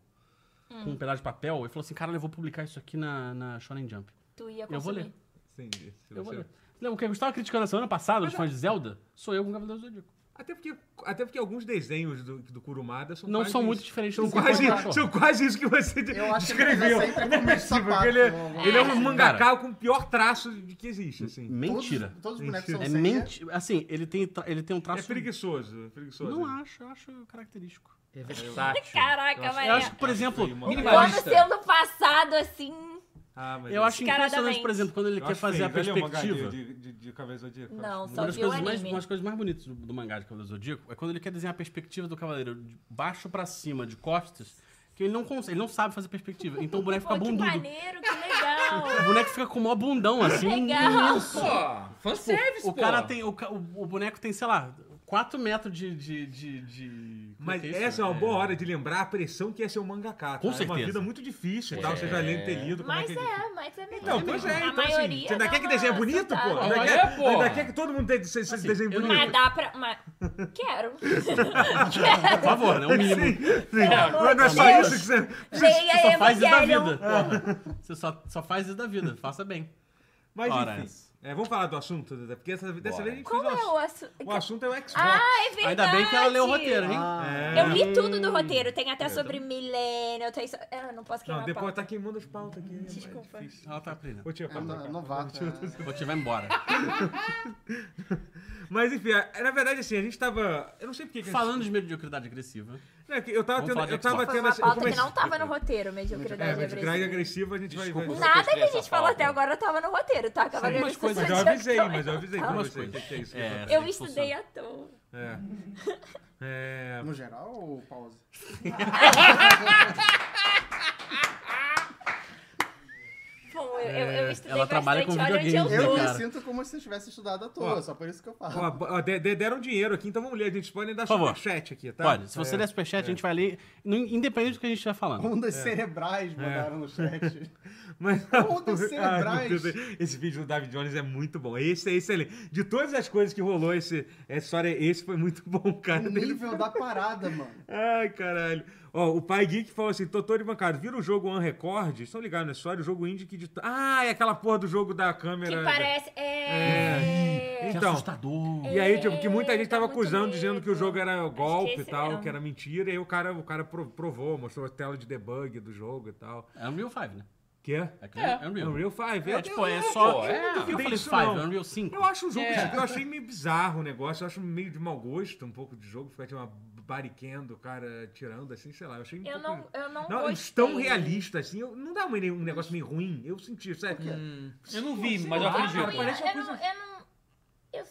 D: com um pedaço de papel e falou assim, cara, eu vou publicar isso aqui na, na Shonen Jump.
C: Tu ia consumir.
D: Eu vou ler.
A: Entendi. Se
D: Eu vou
A: você-
D: ler. Lembra o que eu estava criticando na semana passada, os fãs
A: é-
D: de Zelda? Sou eu com Cavaleiro do Zodíaco.
A: Até porque, até porque alguns desenhos do, do Kurumada são
D: Não
A: quase
D: são
A: isso.
D: muito diferentes
A: São
D: do cocô de
A: quase,
D: cachorro.
A: são quase isso que você de-
F: Eu acho que ele
A: descreveu.
F: tá sempre com
A: Não é
F: medo de
A: possível,
F: sapato,
A: porque ele,
F: não-
A: é, ele é um mangaká
D: Cara.
A: com o pior traço de- que existe, assim.
D: Mentira.
F: Todos, todos os bonecos
A: Mentira.
F: são
D: É
F: sem-
D: mentira. Assim, ele tem, tra- ele tem um
A: É
D: traço...
A: preguiçoso, é preguiçoso.
D: Não acho, eu acho característico.
B: É versátil.
C: Caraca,
B: acho-
D: Eu
C: Maria.
D: acho que, por exemplo,
A: Minimalista.
C: O ano
B: Minimalista.
C: sendo passado assim.
A: Ah, mas
D: eu acho impressionante,
C: Descaradamente.
D: por exemplo, quando ele
A: eu
D: quer
A: acho
D: fazer
A: feio.
D: a
A: é Vai ler o mangá
D: perspectiva.
A: De, de, de, de Cavaleiro Zodíaco.
C: Não,
A: Acho
C: só
D: Uma
A: muito-
D: das,
C: viu
D: coisas
C: o
D: mais,
C: anime.
D: umas coisas mais bonitas do, do mangá de Cavaleiro Zodíaco é quando ele quer desenhar a perspectiva do cavaleiro de baixo pra cima, de costas, que ele não consegue, ele não sabe fazer perspectiva. Então o boneco
C: Pô,
D: fica
C: que
D: bundudo.
C: maneiro, que legal.
D: O boneco fica com o maior bundão, assim.
C: Legal.
D: imenso.
B: Pô, fanservice, pô.
D: O cara tem. O, ca- o- o boneco tem, sei lá, 4 metros de. de, de, de- como
A: Mas
D: que é isso?
A: essa é uma boa hora de lembrar a pressão que é ser um mangaká. tá?
D: Com
A: É uma
D: certeza.
A: vida muito difícil e
B: É.
A: tal. Você já lendo, ter lido. como
C: Mas
A: é, que
C: é, mas é melhor.
A: Então, pois é.
C: A
A: então, assim,
C: maioria
A: você ainda
C: dá
A: quer que
C: uma
A: desenhe bonito, pô?
C: assustada.
A: Ainda
B: Olha,
A: quer,
B: pô.
A: ainda quer que todo mundo tenha- se- se
D: Assim,
A: desenhe
D: eu não-
A: bonito.
C: Mas dá pra. Mas... Quero.
D: Por favor, né? O mínimo.
A: Mas não é só
C: Deus.
A: isso que você...
D: Você só
C: Leia
D: faz isso da vida.
C: Evangelion.
A: Ah.
D: porra. Você só, só faz isso da vida. Faça bem.
A: Mas
D: Ora,
A: enfim.
D: essa.
A: É, vamos falar do assunto, Duda, porque essa- dessa
B: Bora.
A: vez a gente
C: Como
A: fez
C: é
A: o
C: o
A: assunto.
C: assunto?
A: O assunto é o Xbox.
C: Ah, é verdade.
D: Ainda bem que ela leu o roteiro, Hum. hein?
F: Ah,
C: Eu li tudo do roteiro. Tem até sobre milênio. Tem... so- Ah, não posso queimar
A: Não,
C: a
A: depois
C: pauta.
A: tá queimando as pautas aqui.
C: Desculpa.
D: Ela tá aprendendo.
A: Vou tirar a
F: é
A: pauta.
F: no- é
A: cara.
F: novato. é-
D: Vou te vai embora.
A: Mas enfim, a- na verdade, assim, a gente tava. Eu não sei porque. que a gente-
D: Falando de mediocridade agressiva.
A: Não, é que eu tava
D: Vamos
A: tendo.
D: falar de
A: Eu tava
C: Foi
A: tendo
C: uma
A: essa.
C: pauta que
A: comecei-
C: não tava no roteiro,
A: É,
C: mediocridade
A: mas grade
C: agressiva.
A: agressiva a gente vai.
B: Desculpa,
A: vai-
B: você
C: Nada
B: que
C: que a gente
B: essa
C: falou
B: pauta.
C: até agora tava no roteiro, tá? Cavaleiro
D: umas coisas,
A: Mas
C: Zodíaco
A: eu avisei,
C: também
A: mas eu avisei pra
D: Algumas
A: você o que
D: coisas.
A: que é isso.
D: É.
A: que
C: Eu
D: Funciona.
C: estudei assim. à toa.
A: É. É.
F: No geral ou pause?
C: Bom, eu, eu,
A: É,
C: eu estudei
D: ela trabalha com
C: bastante, olha onde eu
D: videogame,
A: né,
F: Eu
C: tô.
D: cara.
F: me sinto como se eu tivesse estudado à toa,
A: Ó.
F: só por isso que eu falo.
A: Ó, bo- ó, de- de- deram dinheiro aqui, então vamos ler. A gente pode dar
D: Por favor.
A: superchat aqui, tá?
D: Pode, se você
A: É.
D: der superchat, a gente vai ler, no- independente do que a gente tá falando.
F: Ondas
A: é.
F: cerebrais mandaram no chat.
A: Mas,
F: Ondas
A: Ai,
F: cerebrais.
A: meu Deus, esse vídeo do David Jones é muito bom. Esse é excelente. De todas as coisas que rolou, esse, essa história, esse foi muito bom, cara.
F: O
A: Dele-
F: nível da parada, mano.
A: Ai, caralho. Ó, o Pai Geek falou assim: Totoro e Bancário, vira o jogo One Record? Estão ligados na história? O jogo indie que. dita- Ah, é aquela porra do jogo da câmera.
C: Que parece. É.
D: Que
A: Então,
D: assustador.
A: E aí, tipo, que muita gente
C: Dá
A: tava
C: É, tá muito
A: acusando,
C: medo.
A: dizendo que o jogo era
C: Acho que
A: golpe e
C: esse é um
A: tal,
C: mesmo.
A: que era mentira. E aí o cara, o cara pro- provou, mostrou a tela de debug do jogo e tal.
D: É Unreal 5, né?
A: Que é?
D: É, é Unreal.
A: Unreal 5.
D: É,
A: Eu-
D: tipo, é
A: eu-
D: só...
A: eu- eu não
D: é,
A: duvidei
D: eu falei
A: disso,
D: 5, é
A: não.
D: Unreal 5.
A: Eu acho o jogo, tipo,
B: É.
A: eu achei meio bizarro o negócio, eu acho meio de mau gosto um pouco de jogo, ficar tipo uma baricam do cara tirando assim, sei lá, eu achei um
C: Eu
A: pouco-
C: não, eu não,
A: Não, eles
C: gostei.
A: tão realista assim, eu- não dá um, um negócio meio ruim, eu senti, é, hum, sabe?
B: Eu não vi,
A: Sei
B: mas eu
A: lá,
B: acredito.
A: cara, parece uma
C: eu, não,
A: coisa...
C: eu não. Eu,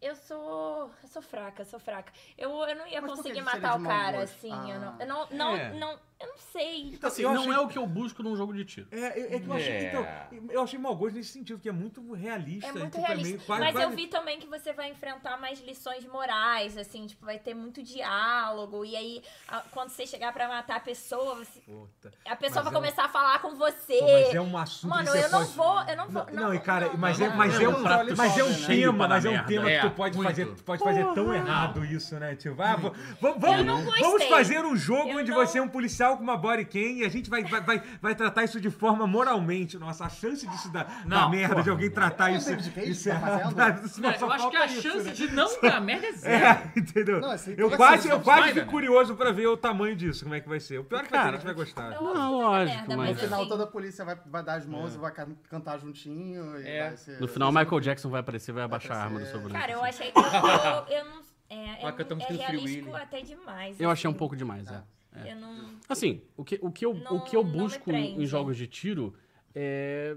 C: eu sou. Eu sou fraca, eu sou fraca. Eu, eu não ia
F: Mas por que
C: conseguir
F: que seria
C: matar
F: de
C: o
F: mau
C: cara,
F: gosto?
C: assim.
F: Ah.
C: Eu não. Eu não, não,
D: É.
C: não- eu não sei.
D: Assim,
A: eu
D: não
A: achei-
D: é o que eu busco num jogo de tiro.
A: É, eu- é que eu achei,
B: É.
A: então, eu achei mau gosto nesse sentido, que é muito realista.
C: É muito
A: tipo,
C: realista.
A: meio quase-
C: Mas eu
A: quase-
C: vi também que você vai enfrentar mais lições morais, assim, tipo, vai ter muito diálogo. E aí, a- quando você chegar pra matar a pessoa, você-
A: Puta.
C: a
A: Mas
C: pessoa vai
A: é um-
C: começar a falar com você.
A: Pô, mas é um assunto
C: Mano,
A: que você
C: eu não
A: pode-
C: vou, eu não vou.
A: Não, e cara,
C: não,
A: mas
C: não,
A: é,
C: não.
A: mas é
F: não,
A: um,
F: não, olha
A: mas é um
F: só,
A: tema,
F: né?
D: Cheio
A: mas é um
D: pra
A: tema
B: merda.
A: que
B: É,
A: tu pode
B: muito.
A: fazer, tu pode fazer tão errado isso, né? Tipo, ah, vamos, vamos,
C: não
A: vamos,
C: gostei.
A: vamos fazer um jogo
C: Eu
A: onde
C: não-
A: você é um policial com uma body cam e a gente vai, vai, vai, vai tratar isso de forma moralmente. Nossa, a chance disso dar, dar
B: Não,
A: merda, de alguém tratar isso,
F: David Cage
A: isso
F: tá
A: errado.
F: fazendo?
A: isso
B: Não,
A: só
B: eu acho que
A: falta
B: a
A: isso,
B: chance
A: né?
B: de não dar merda é zero.
A: É, entendeu?
F: Não, assim,
A: eu
F: tem
A: quase,
F: que ser
A: eu quase
B: Snyder,
A: fico
B: né?
A: curioso pra ver o tamanho disso, como é que vai ser. O pior é que a gente vai gostar.
C: Eu
D: Não,
C: ouvi
D: lógico,
C: merda,
D: mas-
F: No
D: É.
F: final,
C: assim,
F: toda a polícia vai, vai dar as
A: É.
F: mãos e vai ca- cantar juntinho. E
B: É.
F: vai ser,
D: No final, Michael Jackson vai aparecer e vai abaixar a arma do
A: é.
F: aparecer.
D: seu boneco.
C: Cara, eu achei que eu, eu não. É,
B: Ó,
C: é,
B: cantamos
C: é
B: Free
C: realístico
B: Willy.
C: até demais.
D: Eu
C: assim.
D: achei um pouco demais, é.
C: Eu não.
D: Assim, o que, o que, eu, o
C: Não-
D: que eu
C: não me
D: busco em
C: prende.
D: jogos de tiro é,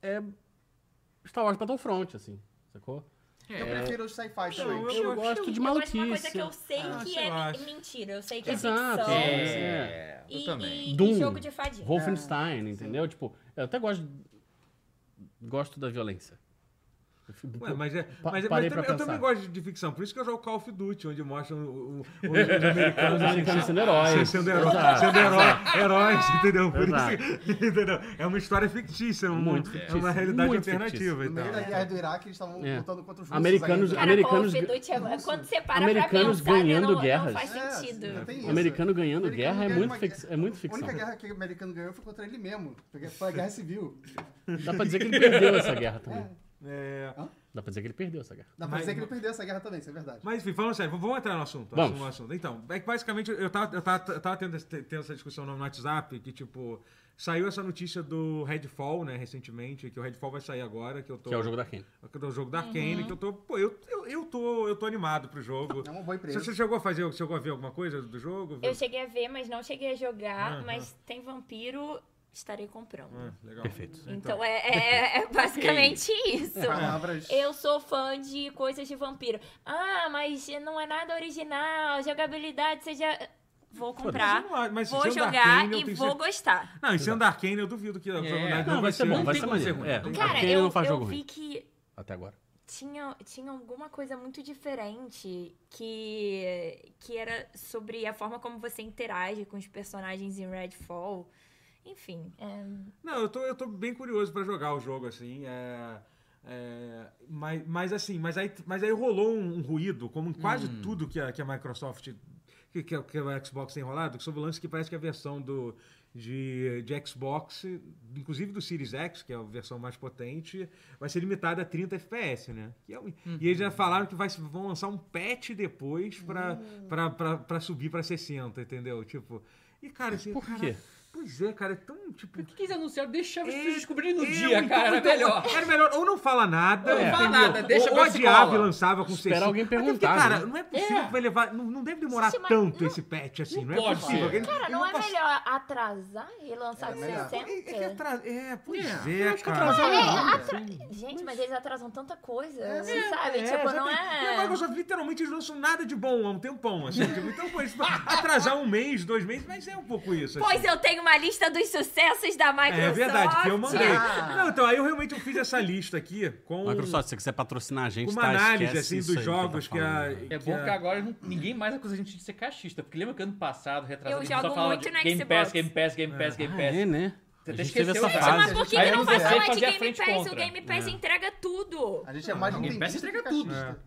D: é Star Wars Battlefront, assim, sacou?
F: Eu
D: É.
F: prefiro os sci-fi também.
A: Então, eu-
D: Eu gosto de
C: eu gosto de uma coisa
D: maluquice.
C: que eu sei
A: Ah,
C: que
A: sei
C: é
A: lá.
C: men- mentira. Eu sei que é
D: Exato.
C: ficção.
D: É.
C: E,
B: eu também.
C: e- e
D: Doom.
C: jogo de fadinha.
D: Wolfenstein, entendeu? Tipo, eu até gosto gosto da violência. Eu fico-
A: Ué, mas é,
G: Pa-
A: mas, é- mas
G: parei
A: eu,
G: pra
A: também, eu
G: pensar.
A: também gosto de- de ficção, por isso que eu jogo Call of Duty, onde mostram o- o- os americanos assim,
G: Os americanos sendo heróis.
A: sendo heróis,
G: Exato.
A: sendo herói- heróis, entendeu? Por
D: Exato.
A: isso, entendeu? É uma história fictícia, um-
D: Muito
A: é uma
D: fictícia,
A: realidade
D: muito
A: alternativa.
F: No
A: Então.
F: meio da guerra do Iraque, eles estavam
D: É.
F: lutando contra os russos
D: Americanos-
F: ainda.
C: Cara,
D: Americanos
C: Call
D: ga-
C: of Duty é- quando você para
D: Americanos
C: pra pensar, né,
D: ganhando
C: não, não
D: guerras.
C: faz
F: É,
C: sentido.
F: ainda tem isso.
D: Americano ganhando
F: Americano
D: guerra é
F: ganha
D: muito,
F: uma
D: fix- é muito
F: A
D: ficção.
F: única guerra que o americano ganhou foi contra ele mesmo. porque Foi a guerra civil.
D: Dá pra dizer que ele perdeu essa guerra também.
A: É,
D: Dá pra dizer que ele perdeu essa guerra.
F: Dá pra
A: Mas-
F: dizer que ele perdeu essa guerra também, isso é verdade.
A: Mas enfim, falando sério, v- vamos entrar no assunto.
D: Vamos.
A: assunto, assunto. Então, é que basicamente eu tava, eu tava, eu tava tendo, esse- tendo essa discussão no WhatsApp, que tipo, saiu essa notícia do Redfall, né, recentemente, que o Redfall vai sair agora, que eu tô... Então.
D: Que é o jogo da Kane.
A: do jogo da
C: Uhum.
A: Arkane, que eu tô, pô, eu, eu, eu tô, eu tô animado pro jogo.
F: É uma boa
A: Você,
F: empresa.
A: você chegou a fazer, você chegou a ver alguma coisa do jogo?
C: Eu cheguei a ver, mas não cheguei a jogar,
A: Aham.
C: mas tem vampiro, estarei comprando.
A: Ah, legal.
D: Perfeito.
C: Então é, é- é basicamente isso.
F: Palavras.
C: Eu sou fã de coisas de vampiro. Ah, mas não é nada original, jogabilidade, você já. Vou comprar,
A: Mas, não- mas
C: vou
A: sendo
C: jogar
A: Arkane, eu
C: e
A: tenho
C: vou
A: certeza-
C: gostar.
A: Não, e sendo Arkane, eu duvido que a
B: É.
A: jogabilidade
D: Não, vai ser bom,
A: não
D: vai
A: tem
D: ser
A: como
D: maneiro.
A: ruim.
D: É.
A: Não tem-
C: Cara,
D: Arkane
C: eu,
D: não faz
C: eu
D: jogo
C: vi
D: ruim.
C: que
D: Até agora.
C: tinha, tinha alguma coisa muito diferente que, que era sobre a forma como você interage com os personagens em Redfall. Enfim, é,
A: Não, eu tô, eu tô bem curioso pra jogar o jogo, assim. É, é, mas, mas assim, mas aí, mas aí rolou um, um ruído, como em quase
D: Hum.
A: tudo que a, que a Microsoft. Que, que, a- que a Xbox tem rolado, que sobre o lance que parece que a versão do, de, de Xbox, inclusive do Series X, que é a versão mais potente, vai ser limitada a 30 FPS, né? Que é um- E eles
D: Uhum.
A: já falaram que vai, se- vão lançar um patch depois pra,
D: Hum.
A: pra, pra, pra subir pra 60, entendeu? Tipo. E, cara, assim,
D: Por
A: cara,
D: quê?
A: Pois é, cara, é tão, tipo,
B: O que que eles anunciaram? Deixava as
A: É,
B: pessoas descobrirem no
A: eu,
B: dia,
A: então,
B: cara.
A: então,
B: melhor.
A: Era melhor ou não fala nada.
B: Não fala
A: entendeu?
B: nada, deixa
A: ou,
B: pra
A: ou adiava
B: escola.
A: e lançava com
D: Espera
A: 60.
D: alguém
A: Até porque,
D: perguntar,
A: Cara,
D: né?
A: não é possível
B: É.
A: que vai levar. Não, não deve demorar
C: Gente, mas
A: tanto esse patch assim, não, é
B: pode
A: possível.
B: ser.
A: Ele-
C: Cara,
A: ele
C: não é
A: passa-
C: melhor atrasar e lançar
F: É
C: de
F: melhor.
C: 60?
A: É, que atra- é, pois é,
D: Eu acho que
A: cara.
D: atrasou nada.
A: assim,
C: Gente, mas eles atrasam tanta coisa,
A: É,
C: você sabe? tipo,
A: exatamente.
C: não
A: E a
C: é...
A: Microsoft, literalmente, eles não são nada de bom há um tempão, assim. tipo, então, pois, atrasar um mês, dois meses, mas é um pouco isso. assim.
C: Pois eu tenho uma lista dos sucessos da Microsoft.
A: É verdade, que eu mandei.
F: Ah.
A: Não, então, aí eu realmente fiz essa lista aqui com...
D: Microsoft, se você quiser patrocinar a gente,
A: Um uma
D: tá?
A: análise
D: Esquece
A: assim
D: isso
A: dos
D: aí que eu tô
A: jogos que a.
D: falando.
B: É bom que agora não- ninguém mais acusa a gente de ser caixista. Porque lembra que ano passado, retrasado,
C: Eu
B: a gente só
C: jogo
B: falava
C: muito
B: de
C: no
B: Game
C: Xbox.
B: Pass, Game Pass, Game Pass, Game
D: Ah,
B: Pass.
D: é, né?
B: Você
D: A
B: até
D: gente teve
B: esqueceu
D: essa
B: disso.
C: Gente, Tipo, mas
D: fase.
C: por que,
B: Aí
C: que não
B: eu
C: faz
B: comecei a
C: só de
B: fazer a
C: Game
B: frente
C: Pass?
B: contra.
C: O Game Pass
A: É.
C: entrega tudo.
F: A gente é mais
B: não, Game Pass
F: entendido
B: entrega
F: que
B: tudo.
F: cachista.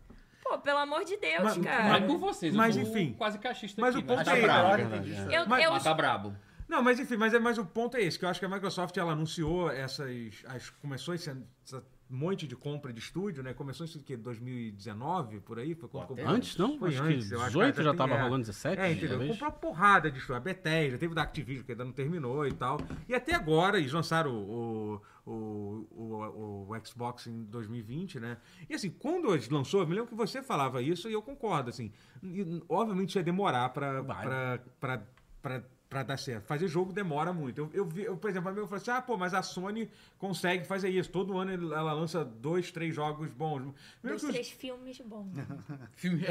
C: Pô, pelo amor de Deus,
A: Mas-
C: cara.
B: Mas por vocês,
A: Mas,
B: eu sou
A: enfim.
B: quase caixista
A: Mas
B: aqui, né?
A: o ponto
F: Tá
A: é-
D: É
F: bravo, entendi.
C: Eu,
A: mas-
C: eu,
B: Mas tá brabo.
A: Não, mas enfim, mas, é- mas o ponto é esse, que eu acho que a Microsoft ela anunciou essas. As, começou esse, esse monte de compra de estúdio, né? Começou isso em 2019, por aí? Foi quando
B: Pô,
A: comprou-
D: Antes não?
A: Foi
D: acho
A: antes,
D: que
A: eu acho,
D: 18
A: cara,
D: já
A: tem-
D: tava
A: é.
D: rolando 17.
A: É, entendeu?
D: talvez.
A: Comprou uma porrada de estúdio. A Bethesda, teve o da Activision, que ainda não terminou e tal. E até agora, eles lançaram o, o, o, o- o Xbox em 2020, né? E assim, quando eles lançou, eu me lembro que você falava isso e eu concordo, assim. E, obviamente isso ia demorar pra...
D: Vai.
A: pra, pra, pra pra dar certo. Fazer jogo demora muito. Eu, eu vi, eu, por exemplo, a minha falou assim, ah, pô, mas a Sony consegue fazer isso. Todo ano ela lança dois, três jogos bons. Primeiro
C: dois,
A: que os-
C: três filmes bons.
B: Filme...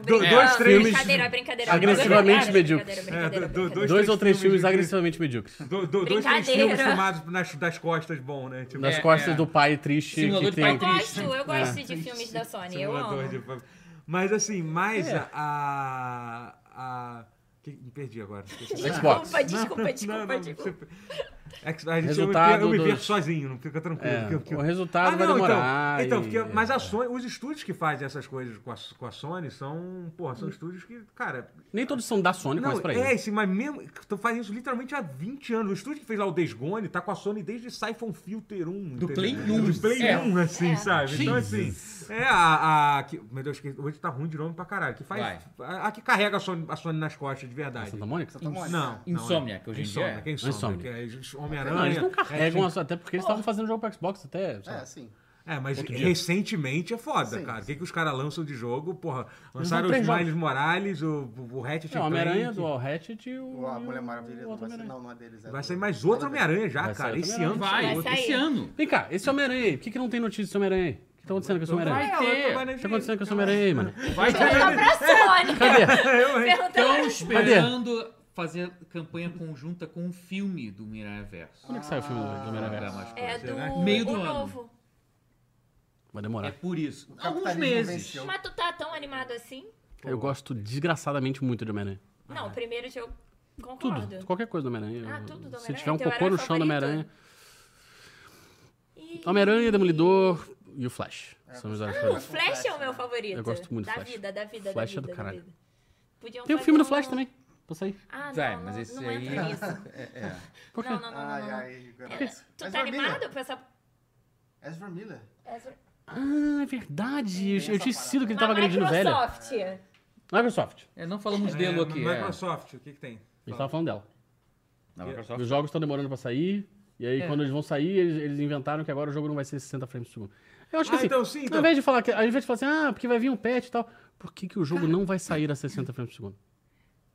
A: Do-
C: brincando. É.
A: dois, três-
C: Brincadeira, brincadeira.
D: Agressivamente
C: brincadeira,
D: medíocres.
A: É,
C: Brincadeira, brincadeira,
A: do- do-
C: brincadeira.
A: dois,
D: Dois,
A: três
D: ou três
A: filmes
D: filmes
A: de-
D: agressivamente medíocres.
A: Do, do, dois, três
C: Brincadeira.
A: filmes filmados nas, das costas, bom, né? Tipo,
D: Nas
B: É,
D: costas
B: é.
D: do pai triste que
B: Simulador de
D: tem.
B: pai
C: Eu
B: triste.
C: gosto, eu gosto de filmes da Sony.
A: É.
C: Eu
A: simulador
C: amo.
A: de pub- Mas assim, mais
D: É.
A: a- a. a. que- Me perdi agora. esqueci.
D: Xbox.
C: Desculpa, desculpa,
A: Não,
C: desculpa,
A: não,
C: desculpa.
A: você- É que a gente, eu, me,
D: Resultado
A: eu me
D: dos-
A: perco sozinho, não fica tranquilo.
D: É,
A: que- que-
D: o resultado vai
A: então,
D: demorar
A: Então,
D: e- é,
A: porque- mas a Sony, os estúdios que fazem essas coisas com a, com a Sony são, porra,
D: Hum.
A: são estúdios que, cara,
D: Nem todos são da Sony,
A: não,
D: mas pra
A: é,
D: ele.
A: esse, mas mesmo. Tu faz isso literalmente há 20 anos. O estúdio que fez lá o Days Gone tá com a Sony desde Siphon Filter 1. entendeu?
B: Play 1.
A: Do Play
B: É.
A: 1, assim, sabe? Então, assim. É a. a que, meu Deus, que hoje tá ruim de nome pra caralho. Que faz, a, a que carrega a Sony, a Sony nas costas de verdade.
D: Santa Mônica?
F: Santa Mônica.
A: Não.
B: Insomniac, hoje em dia.
A: Insomnia,
B: é.
A: que é Insomnia.
D: Insomnia.
A: que é
D: Não, eles
A: Homem-Aranha.
D: não carregam,
A: é,
D: a- até porque eles estavam fazendo jogo pra Xbox até. sabe?
F: É, sim.
A: é, mas
D: Outro dia.
A: recentemente é foda,
F: Sim,
A: cara. O que, que os caras lançam de jogo? Porra, lançaram
D: vão
A: os
D: três jogos.
A: Miles Morales, o, o Ratchet
D: É, o Homem-Aranha,
A: Clank.
D: do All Hatchet e o.
F: Ou a Mulher
D: e
F: Maravilha
D: o
F: não
D: outro
F: vai ser.
D: Homem-Aranha.
F: Não, não é deles. é
A: Vai
F: do-
A: sair mais outro
F: Nada a ver.
A: Homem-Aranha já,
D: Vai sair
A: cara.
D: outro
A: Esse ano
D: Homem-Aranha.
B: Vai,
A: saiu outro.
B: esse
C: sair.
B: ano.
D: Vem cá, esse Homem-Aranha aí. Por que, que não tem notícia desse Homem-Aranha aí? O que tá acontecendo com esse Homem-Aranha?
B: Vai
A: Vai ter.
B: ter.
D: O que tá acontecendo com esse Homem-Aranha aí, mano?
B: Vai
C: Pergunta
B: ter.
C: pra
A: É,
C: Sony.
D: Cadê?
C: Pergunta
A: Então,
B: Estão
C: pra
B: esperando fazer campanha conjunta com um filme do Miraverso.
D: Quando é que sai o filme do do Homem-Aranha?
B: Vai mais
C: É
B: coisa.
A: Será que-
C: do
B: Meio do
C: o
B: ano.
C: novo.
D: Vai
B: É
D: demorar.
B: por isso. Alguns
F: capitalismo
B: meses.
F: venceu.
C: Mas tu tá tão animado assim?
D: Eu gosto desgraçadamente muito do Homem-Aranha.
A: Ah, é.
C: Não, primeiro eu concordo.
D: Tudo, qualquer coisa do Homem-Aranha.
C: Ah, tudo do
D: Se
C: Homem-Aranha?
D: tiver um
C: Teu
D: cocô no
C: herói
D: chão do
C: favorito?
D: Homem-Aranha. é
C: Ih.
D: Homem-Aranha, Demolidor e o Flash. São meus heróis
C: O
D: favoritos.
C: Flash é o meu favorito.
D: Eu gosto muito do
C: da
D: Flash.
C: vida, da vida,
D: Flash é
C: da vida.
D: do
C: da
D: caralho.
C: vida. Podiam
D: Tem o
C: fazer
D: filme do
C: um-
D: Flash também. Pra sair.
C: Ah, não,
B: Vai,
C: não,
B: mas esse
C: não
B: aí.
C: entra nisso.
B: É, é.
D: Por quê?
C: Não, não, não, não,
F: Ai,
C: não.
F: ai,
C: É,
F: garoto.
C: Tu tá animado com essa...
F: Ezra Miller.
C: essa-
D: Ah, é verdade. Eu, eu tinha esquecido que ele
C: Mas
D: tava agredindo velho.
C: Microsoft.
A: É,
D: Microsoft.
B: É, não falamos dele aqui. é.
A: Microsoft, o que, que tem?
D: A gente tava falando dela.
B: Na Microsoft.
D: Os jogos estão demorando pra sair. E aí,
B: É.
D: quando eles vão sair, eles, eles inventaram que agora o jogo não vai ser 60 frames por segundo. Eu acho que
A: Ah,
D: assim,
A: então sim,
D: ao
A: então.
D: invés de falar que, ao invés de falar assim, ah, porque vai vir um patch e tal, por que, que o jogo não vai sair a 60 frames por segundo?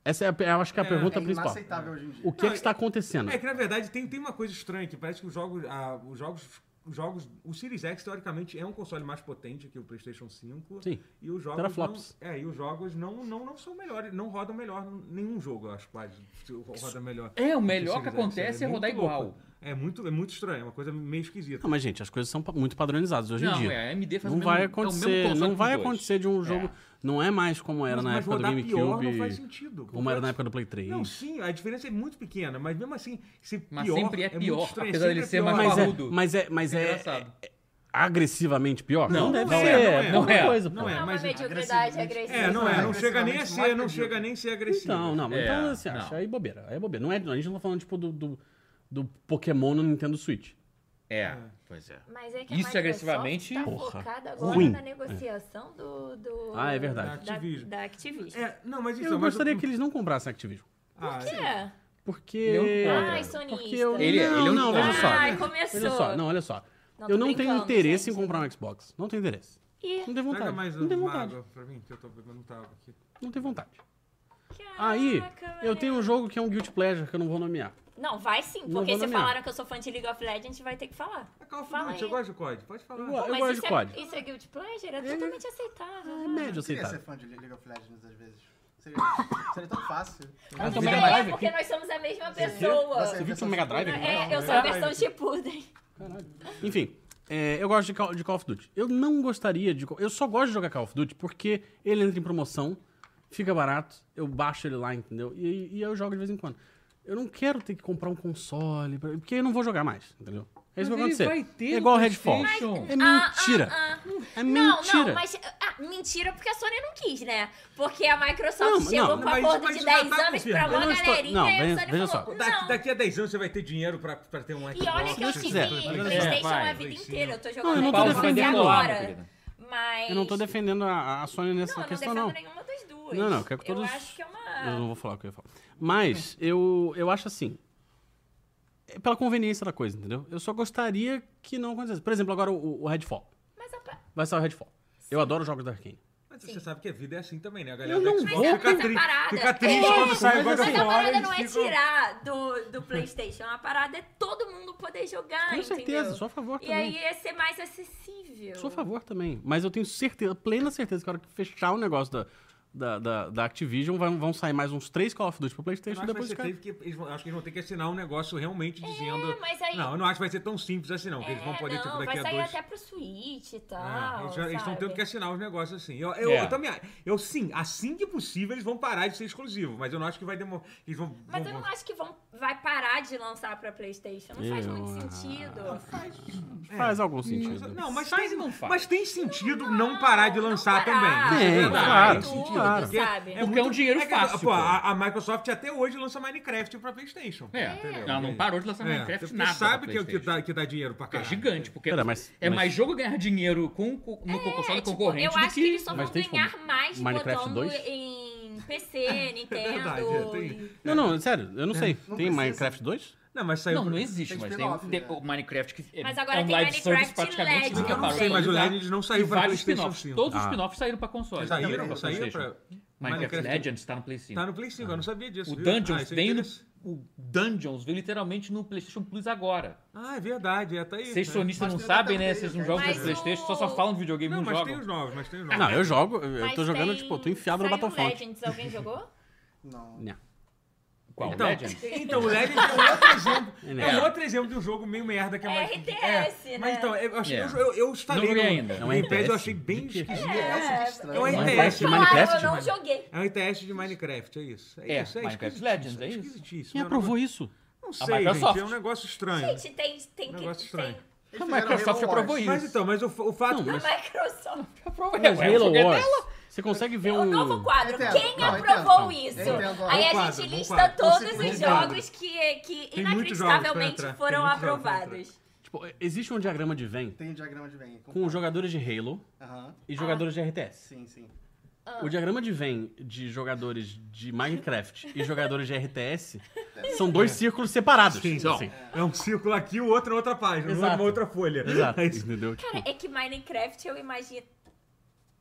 D: Essa é, a, eu acho que é a pergunta
F: É
D: principal.
F: inaceitável hoje em dia.
D: O que é
A: Não,
D: que está acontecendo?
A: É que na verdade tem, tem uma coisa estranha que parece que os jogos, ah, os jogos, os jogos, o Series X teoricamente é um console mais potente que o PlayStation 5.
D: Sim.
A: E os jogos
D: Teraflops.
A: não, é, e os jogos não, não, não são melhores, não rodam melhor nenhum jogo, eu acho quase. se Roda melhor.
B: É, o melhor que
A: Series X,
B: acontece é
A: muito
B: rodar
A: louco.
B: igual.
A: É muito, é muito estranho, é uma coisa meio esquisita.
D: Não, mas gente, as coisas são pa- muito padronizadas hoje em
B: Não,
D: dia.
B: é, a AMD faz o
D: não
B: mesmo-
D: vai
B: é o mesmo
D: acontecer,
B: console
D: não
B: dos
D: vai
B: dois.
D: acontecer de um jogo.
B: É.
D: Não é mais como era
A: Mas-
D: na
A: mas
D: época do
A: rodar pior não faz
D: GameCube,
A: sentido.
D: como era na época do Play 3.
A: Não, sim, a diferença é muito pequena, mas mesmo assim, se
B: Mas
A: pior,
B: sempre é pior,
A: muito estranho,
B: apesar
A: sempre
B: dele
A: é
B: ser
A: pior.
B: mais
D: mas é,
B: parrudo.
D: mas é, mas é,
B: Engraçado.
D: é agressivamente pior?
B: Não,
D: deve
A: não é,
D: ser.
A: não é,
D: a
B: não
D: mesma
B: é.
D: coisa,
A: Não
D: pô.
A: é,
C: É uma
A: mas-
C: mediocridade agressiva.
A: É, não é, não chega nem a
F: Agressivamente
A: ser, não
F: mais
A: chega nem a ser agressivo.
D: Então, não, mas
B: É,
D: então assim,
B: não.
D: acho aí bobeira. Aí é bobeira. Não é, a gente não tá falando, tipo, do, do, do Pokémon no Nintendo Switch.
B: É, pois é.
C: Mas é que a
B: Isso
C: Microsoft
B: agressivamente-
C: tá
D: Porra.
C: focada agora
D: Ruim.
C: na negociação do, do-
D: Ah, é verdade.
A: Da Activision.
C: Da, da Activision.
A: É, não, mas
D: Eu
A: então, mas
D: gostaria
A: o-
D: que é? eles não comprassem Activision.
A: Ah,
C: Por quê?
A: é um
D: Porque.
B: Não
C: Ai, sonista.
D: Porque eu...
B: Ele é-
D: não,
B: ele é um
D: não, olha só.
C: Ai,
D: Olha
C: começou.
D: só, não, olha só.
C: Não, tô
D: eu não tenho
C: brincando,
D: interesse
C: gente.
D: em comprar um Xbox. Não tenho interesse.
C: Ih,
D: Não tenho vontade.
A: Traga mais um
D: não tenho
A: uma
D: vontade.
A: água pra mim, que eu tô bebendo tava aqui.
D: Não tenho vontade.
C: caraca,
D: Aí, eu
C: velho.
D: tenho um jogo que é um Guilty Pleasure que eu não vou nomear.
C: Não, vai sim,
D: vou
C: porque se
D: nomear.
C: falaram que eu sou fã de League of Legends, vai ter que falar.
A: É Call of
C: Fala
A: Duty, eu
C: aí.
A: gosto de COD, pode falar.
D: Eu
C: Mas
D: gosto
C: isso
D: de
C: é-
D: COD.
C: Isso é guilt pleasure? É totalmente aceitável.
D: É
C: vai.
D: médio
F: Eu queria ser
D: aceitável.
F: fã de League of Legends às vezes. Seria, seria tão fácil.
D: Ah, eu tô
C: Mas
D: Mega
C: é,
D: Drive
C: porque
D: aqui.
C: nós somos a mesma pessoa.
F: Você viu que
D: é um Mega Drive?
C: É, eu sou
A: É,
C: a versão
A: mas-
C: Shippuden.
D: Enfim, é, eu gosto de Call, de Call of Duty. Eu não gostaria de. co- Eu só gosto de jogar Call of Duty porque ele entra em promoção, fica barato, eu baixo ele lá, entendeu? E, e eu jogo de vez em quando. Eu não quero ter que comprar um console, pra- porque eu não vou jogar mais, entendeu? É isso que
B: Mas
D: vai acontecer.
B: ele vai ter
D: é igual
B: no
D: Redfall.
B: PlayStation.
D: É mentira.
C: Ah, ah, ah.
D: É
C: Não,
D: mentira.
C: não, mas ah, mentira porque a Sony não quis, né? Porque a Microsoft
D: Não, mas-
C: chegou
D: não,
C: com um
A: mas isso-
C: acordo
A: mas
C: de
A: isso já
C: 10
A: tá
C: anos pra
A: confirmado.
C: uma
D: Eu não estou-
C: galerinha
D: não,
C: e a
D: veja-
C: Sony
D: veja
C: falou,
A: Da-
C: não.
A: daqui a 10 anos você vai ter dinheiro pra, pra ter um Xbox.
C: E olha que eu
D: Se
C: tive
D: quiser.
C: Playstation
B: Vai,
C: a vida
A: sim.
C: inteira, eu tô
D: Não,
C: jogando
D: eu não tô
C: Xbox
D: defendendo
B: a Sony,
C: assim, agora.
B: querida.
C: Mas
D: Eu não tô defendendo a, a Sony nessa
C: é Não, eu não
D: questão, não.
C: defendo nenhuma das duas.
D: Não, não, quero que todos-
C: Eu acho que é
D: Eu não
C: uma...
D: vou falar o que eu ia falar. Mas eu, eu acho assim. É pela conveniência da coisa, entendeu? Eu só gostaria que não acontecesse. Por exemplo, agora o, o Redfall.
C: Mas a-
D: Vai sair o Redfall. Eu adoro jogos da Arkane.
A: Mas você sabe que a vida é assim também, né? A galera
D: Eu não
A: do Xbox
D: vou
A: fica,
C: Mas
A: tri-
C: a parada-
A: fica triste
C: É,
A: quando sai o God
C: Mas
A: of
C: a
A: War,
C: parada
A: eles
C: não é
A: ficam-
C: tirar do, do Playstation. A parada é todo mundo poder jogar,
D: Com
C: Ah, entendeu?
D: certeza, sou a favor
C: E
D: também.
C: aí ia ser mais acessível.
D: Sou a favor também. Mas eu tenho certeza, plena certeza, que a hora que fechar o negócio da, da, da, da Activision, vai- vão sair mais uns três Call of Duty pro
A: Eu
D: PlayStation
A: não
D: e
A: acho, que vai
D: depois
A: ser
D: fica.
A: teve que, eles vão- acho que eles vão ter que assinar um negócio realmente dizendo.
C: É, mas aí-
A: Não, eu não acho que vai ser tão simples assim, não. Que
C: É,
A: eles vão poder,
C: não,
A: tipo,
C: vai
A: daqui a
C: sair
A: dois.
C: até pro Switch e
A: É,
C: tal,
A: eles já- eles estão tendo
C: sabe?
A: que assinar os negócios assim. Eu, eu,
B: É.
A: eu também. Eu sim, assim que possível eles vão parar de ser exclusivo, mas eu não acho que vai demorar. Eles vão.
C: Mas
A: vão-
C: eu
A: vão-
C: não acho que vão, vai parar de lançar pra Playstation. Não faz
D: Eu
C: muito
D: acho.
C: sentido.
D: Faz algum sentido.
A: é. Não, mas
B: Faz
A: tem,
B: e não faz.
A: mas tem sentido não, parar de
C: não
A: lançar
C: parar.
A: também. Isso
D: Tem,
A: é verdade.
D: claro,
A: Tem
D: tudo,
A: sentido, porque
C: sabe? Porque
B: é um dinheiro
A: que,
B: fácil,
A: pô,
B: pô.
A: a, a Microsoft até hoje lança Minecraft pra PlayStation.
B: É,
A: Entendeu? É.
B: ela não parou de lançar Minecraft
A: porque
B: nada.
A: sabe
B: pra
A: que, é o que,
B: PlayStation.
A: dá, que dá dinheiro pra
B: É
A: caralho.
B: gigante, porque
D: Pera, mas-
B: é
D: mas-
B: mais jogo ganhar dinheiro com, com- no console
C: tipo,
A: é
B: concorrente
C: eu
B: do
C: acho que,
B: que...
C: eles só
D: Mas
C: vão
D: tem como?
C: ganhar mais
D: Minecraft
C: botando
D: 2?
C: em PC, Nintendo.
A: verdade, é, tem-
C: e-
D: Não, não, sério, eu não sei. tem
F: precisa.
D: Minecraft 2?
A: Não, mas saiu.
B: Não, não existe,
F: Tem
B: mas tem, um
F: spin-off,
B: tem
F: né?
B: o Minecraft que é,
C: Mas agora
B: é um
C: tem
B: live service
C: Minecraft
B: praticamente.
C: LED,
B: nunca
C: eu não
B: parou
C: sei,
B: de
C: mas o
B: usar.
A: LED não saiu
B: E
A: pra
B: vários
A: PlayStation
B: spin-offs.
A: 5.
B: Todos os
D: Ah.
B: spin-offs saíram pra console.
A: Saiu,
B: Saíram
A: não,
B: pra
A: saiu
B: PlayStation.
A: pra.
B: Minecraft
A: Minecraft-
B: Legends tá no Play 5.
A: Tá no Play 5, eu não sabia disso.
B: O
A: viu?
B: Dungeons
A: isso é
B: veio no,
A: interessante.
B: o Dungeons veio literalmente no PlayStation Plus agora.
A: Ah, é verdade, é, tá aí.
B: Vocês
A: né?
B: sonistas não
F: Mas tem
B: sabem,
F: também,
B: né? Vocês não
F: cara.
B: jogam
C: Mas
B: de PlayStation, só só
C: o-
B: falam de videogame,
A: Não,
B: não,
A: mas tem
B: jogam.
A: os novos, mas tem os novos.
D: Ah, Não, eu jogo, eu
C: Mas
D: tô jogando,
C: tem-
D: tipo, eu tô enfiado no
C: saiu
D: Battlefront.
C: Legends, alguém jogou?
F: Não.
D: Não.
B: é
G: Qual?
A: Então,
G: Legends?
A: então, o Legends é um outro exemplo. É um
D: É.
A: outro exemplo de um jogo meio merda que é mais.
C: RTS,
A: é,
C: né?
A: Mas então, eu, achei,
B: Yeah.
A: eu, eu, eu instalei.
B: Não joguei
A: no-
B: ainda.
A: no
D: É um
A: Nintendo, eu
D: RTS?
A: achei bem esquisito.
F: É, estranho.
A: É um
G: Mas
A: RTS.
G: parece
A: É
C: Claro, eu
G: Minecraft?
C: não joguei.
A: um RTS de Minecraft, é isso. É,
G: É,
A: isso, é
G: Minecraft Legends,
A: esquisitíssimo,
G: é isso?
A: esquisitíssimo.
D: Quem
A: Eu não-
D: aprovou isso?
A: Não
G: A
A: sei,
G: Microsoft.
A: gente. É um negócio estranho. um
C: Gente, tem, tem que.
A: negócio
C: Tem,
A: estranho.
G: A
F: Eles fizeram
G: Microsoft
F: Halo
G: aprovou
F: Wars.
A: Mas
G: isso.
A: então, mas o, o fato.
C: a Microsoft.
G: Aprovou.
B: é,
D: Mas
G: Ué, eu
D: Halo
G: é, joguei
D: Wars.
G: dela.
D: Você consegue ver
C: É um novo
D: um.
C: quadro.
F: Entendo,
C: Quem
F: não,
C: aprovou
F: entendo.
C: isso?
F: Entendo.
C: Aí a
A: Bom quadro,
C: gente
A: bom
C: lista
A: quadro.
C: todos
F: Bom
C: os
F: quadro.
C: jogos que, que
A: Tem muitos jogos pra
C: inacreditavelmente
A: entrar, tem
C: foram
A: muitos jogos pra
C: aprovados.
D: Tipo, existe um diagrama de Venn
F: Tem um diagrama de Venn.
D: com jogadores de Halo
F: Aham,
B: Ah.
D: e jogadores de RTS.
F: sim, sim.
D: O diagrama de Venn de jogadores de Minecraft e jogadores de RTS são dois círculos separados.
A: Sim,
D: Então,
A: sim. É um círculo aqui, o outro na outra página, é
D: Exato.
A: uma outra folha.
D: Exato.
A: É isso.
D: Entendeu? Tipo,
C: Cara, é que Minecraft eu imagino.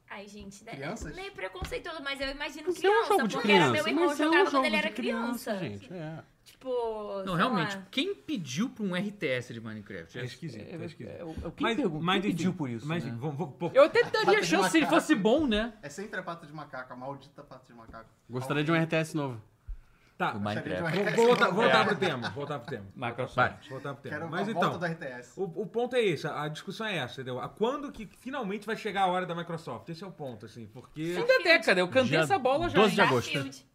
C: Ai, gente, né?
F: Crianças?
C: meio preconceituoso, mas eu imagino
D: mas é
C: criança,
D: um jogo de
C: porque
D: criança.
C: era meu irmão
D: mas é um
C: jogava quando
D: jogo
C: ele
D: de
C: era criança.
D: gente. É.
C: Tipo.
B: Não,
C: sei
G: Ah,
B: realmente,
G: é.
C: lá.
B: quem pediu pra um RTS de Minecraft?
A: É esquisito, é, esquisito.
G: É, o- o- quem
A: mas,
G: pergunta?
A: mas,
G: Quem pediu
A: enfim,
G: por isso?
A: Mas,
G: né?
A: enfim, vamos- vamos- pô,
G: Eu até daria
F: de
G: chance se ele
F: macaco.
G: fosse bom, né?
F: É sempre a pata de macaco, a maldita pata de macaco.
D: Gostaria de um RTS novo.
A: tá,
G: O
A: vou
F: Gostaria de um
G: Minecraft.
F: RTS.
A: voltar, voltar pro tema, voltar pro tema.
G: Microsoft.
A: Voltar pro tema.
F: Quero
A: mas
F: a
A: então,
F: volta do RTS.
A: O, o ponto é esse, a a discussão é essa, entendeu? A quando que finalmente vai chegar a hora da Microsoft? Esse é o ponto, assim, porque
G: Fim da década, eu cantei
D: Dia
G: essa bola já.
D: 12 de
G: hein?
D: agosto.
C: Starfield.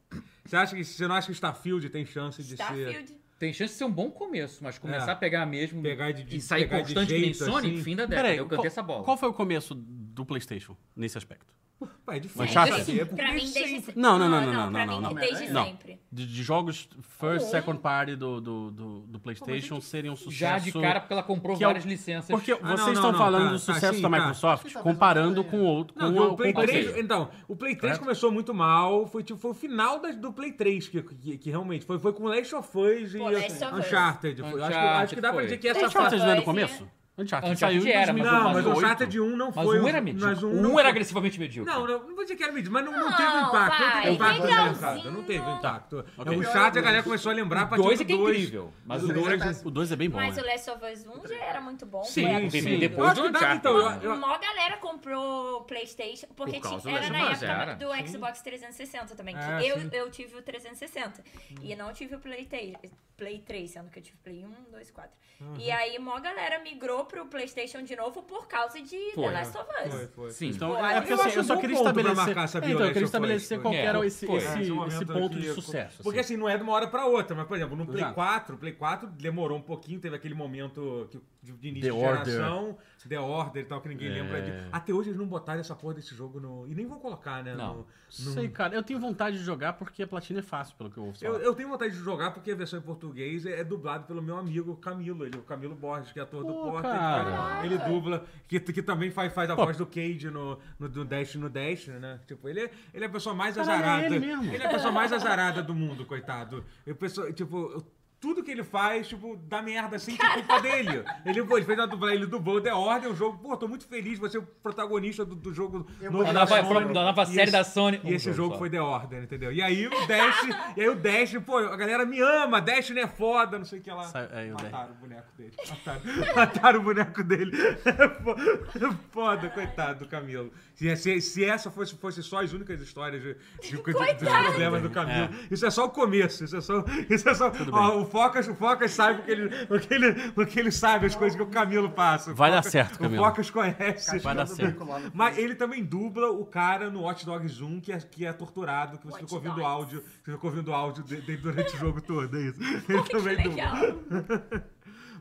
A: você acha que você não acha que o Starfield tem chance de ser
C: Starfield.
B: Tem chance de ser um bom começo, mas começar
A: É.
B: a pegar mesmo
A: pegar de, de
B: e sair
A: pegar
B: constante
A: de
B: que nem
A: jeito,
B: Sonic,
A: assim?
B: fim da década.
D: Peraí,
B: É, eu cantei
D: qual-
B: essa bola.
D: Qual foi o começo do PlayStation nesse aspecto?
A: Pô, é difícil.
D: Mas chato?
B: assim,
A: saber, porque
C: Pra mim, desde
A: sempre-
C: sempre.
D: Não, não, não, não, não,
C: Pra
D: não,
C: mim,
D: não,
F: não.
C: desde
D: Não.
C: sempre.
D: De, de jogos first, second party do, do, do, do PlayStation seriam um sucesso.
B: Já de cara, porque ela comprou
D: Que é o-
B: várias licenças.
D: Porque
A: não,
D: vocês
A: não,
D: estão
A: não,
D: falando
A: tá,
D: do
A: tá,
D: sucesso
A: sim,
D: da
A: tá.
D: Microsoft
F: Acho que talvez
D: comparando
F: não
D: com outro.
A: Não, porque
D: com a-
A: o Play
D: com o
A: 3,
D: PlayStation.
A: então, o Play 3
B: Correto?
A: começou muito mal, foi, tipo, foi o final da- do Play 3 que, que, que realmente foi, foi com Last of Us e assim,
C: Pô, Last of Us.
A: Uncharted. Foi, acho, que, acho que dá pra
B: Uncharted
A: dizer que
D: O
A: essa
D: Uncharted
A: fase...
D: não é no
C: Foi,
D: começo? Uncharted
B: Uncharted
D: saiu em
B: era,
D: 2000.
B: mas
A: Não, mas o
B: oito.
A: Uncharted 1 não
B: Mas
A: foi...
B: um era medíocre.
A: mas
B: Um,
A: não
B: era
A: foi-
B: agressivamente medíocre.
A: Não, não, não vou dizer que era medíocre, mas não, não teve um
C: Não,
A: impacto. Não
C: vai, é um
A: teve impacto no
C: legalzinho.
A: mercado. Não teve impacto.
D: Ok.
A: O chat a galera começou a lembrar a
B: O
A: partir
B: dois
A: do
B: é que é
A: dois.
B: incrível. Mas
F: O
B: o
F: dois
B: dois.
F: é
B: é-
F: péssimo.
D: O 2 é bem bom.
C: Mas
D: né?
C: o Last of Us 1 já era muito bom.
B: Sim, sim.
C: foi
A: sim. Eu
B: um é Depois
A: acho
B: do
A: que dá,
B: Uncharted.
A: então, eu- eu-
C: Mó galera comprou PlayStation, porque
B: Por causa
C: tinha-
B: do Last
C: era na
B: of Us,
C: época
B: era,
C: do
A: sim.
C: Xbox 360 também. que
A: É, sim.
C: eu, eu tive o 360 e
B: Hum.
C: não tive o Play 3, Play 3, sendo que eu tive Play 1, 2, 4. E
B: Uhum.
C: aí, mó galera migrou pro PlayStation de novo por causa de
B: Foi,
C: The Last of Us.
A: Foi, foi.
B: Sim.
D: Então,
C: Pô,
D: é
C: eu
D: porque
C: acho
D: assim, eu
A: um
D: só
A: bom
D: queria
A: ponto pra
D: estabelecer.
A: marcar essa
D: É, então, eu queria
A: violência,
D: estabelecer
A: foi,
D: qual
B: foi.
D: que era esse,
B: Foi.
D: esse-
B: É,
A: esse momento
D: esse ponto
A: que-
D: de sucesso.
A: Porque
D: assim.
A: assim, não é de uma hora pra outra, mas, por exemplo, no Play
D: Exato.
A: 4, o Play 4 demorou um pouquinho, teve aquele momento que- de, de início
D: The
A: de
D: Order.
A: geração, The Order e tal, que ninguém
D: É.
A: lembra. De... Até hoje eles não botaram essa porra desse jogo no. E nem vão colocar, né?
B: Não.
A: no-
D: Sei, cara. Eu tenho vontade de jogar porque a platina é fácil, pelo que eu ouço.
A: Eu,
D: falar.
A: eu tenho vontade de jogar porque a versão em português é, é dublado pelo meu amigo Camilo, ele, o Camilo Borges, que é ator do
D: Pô,
A: Porta.
D: cara.
A: Ele, cara, ele dubla, que, que também faz, faz a
D: Pô.
A: voz do Cade no, no, no Destiny no Destiny, né? Tipo, ele, é- ele é a pessoa mais
D: Caralho, é
A: azarada.
D: ele mesmo.
A: é a pessoa mais azarada do mundo, coitado. Eu penso, tipo, eu- tudo que ele faz, tipo, dá merda assim, que é culpa dele. Ele, pô, ele fez a dublagem, ele dublou The Order, o jogo, pô, tô muito feliz, você é o protagonista do, do jogo
F: Eu
A: novo
F: vou-
B: A
A: da
B: nova,
A: Sony.
B: da nova
A: E
B: série
A: esse-
B: da Sony.
A: e esse jogo foi The Order, entendeu? E aí o Dash, e aí o Dash, pô, a galera me ama, Dash não é foda, não sei o que lá.
D: Sai- aí o
A: Mataram o boneco dele. Mataram, mataram o boneco dele. É foda, coitado do Camilo. Se, é, se- se essa fosse, fosse só as únicas histórias de, de- de- dos problemas do Camilo, isso é só o começo. Isso é só. Isso é só ó, o, Focas, o Focas sabe o que, ele, o, que ele, o que ele sabe, as coisas que o Camilo passa. O
D: Vai dar
A: Focas-
D: certo, Camilo.
A: O Focas conhece.
D: Vai dar certo.
A: Mas ele também dubla o cara no Watch Dogs 1 que é, que é torturado, que você
C: Watch
A: ficou ouvindo o
C: Dogs.
A: áudio, você ficou ouvindo o áudio de- dele durante o jogo todo, é isso. Ele
C: Que
A: também
C: legal.
A: dubla.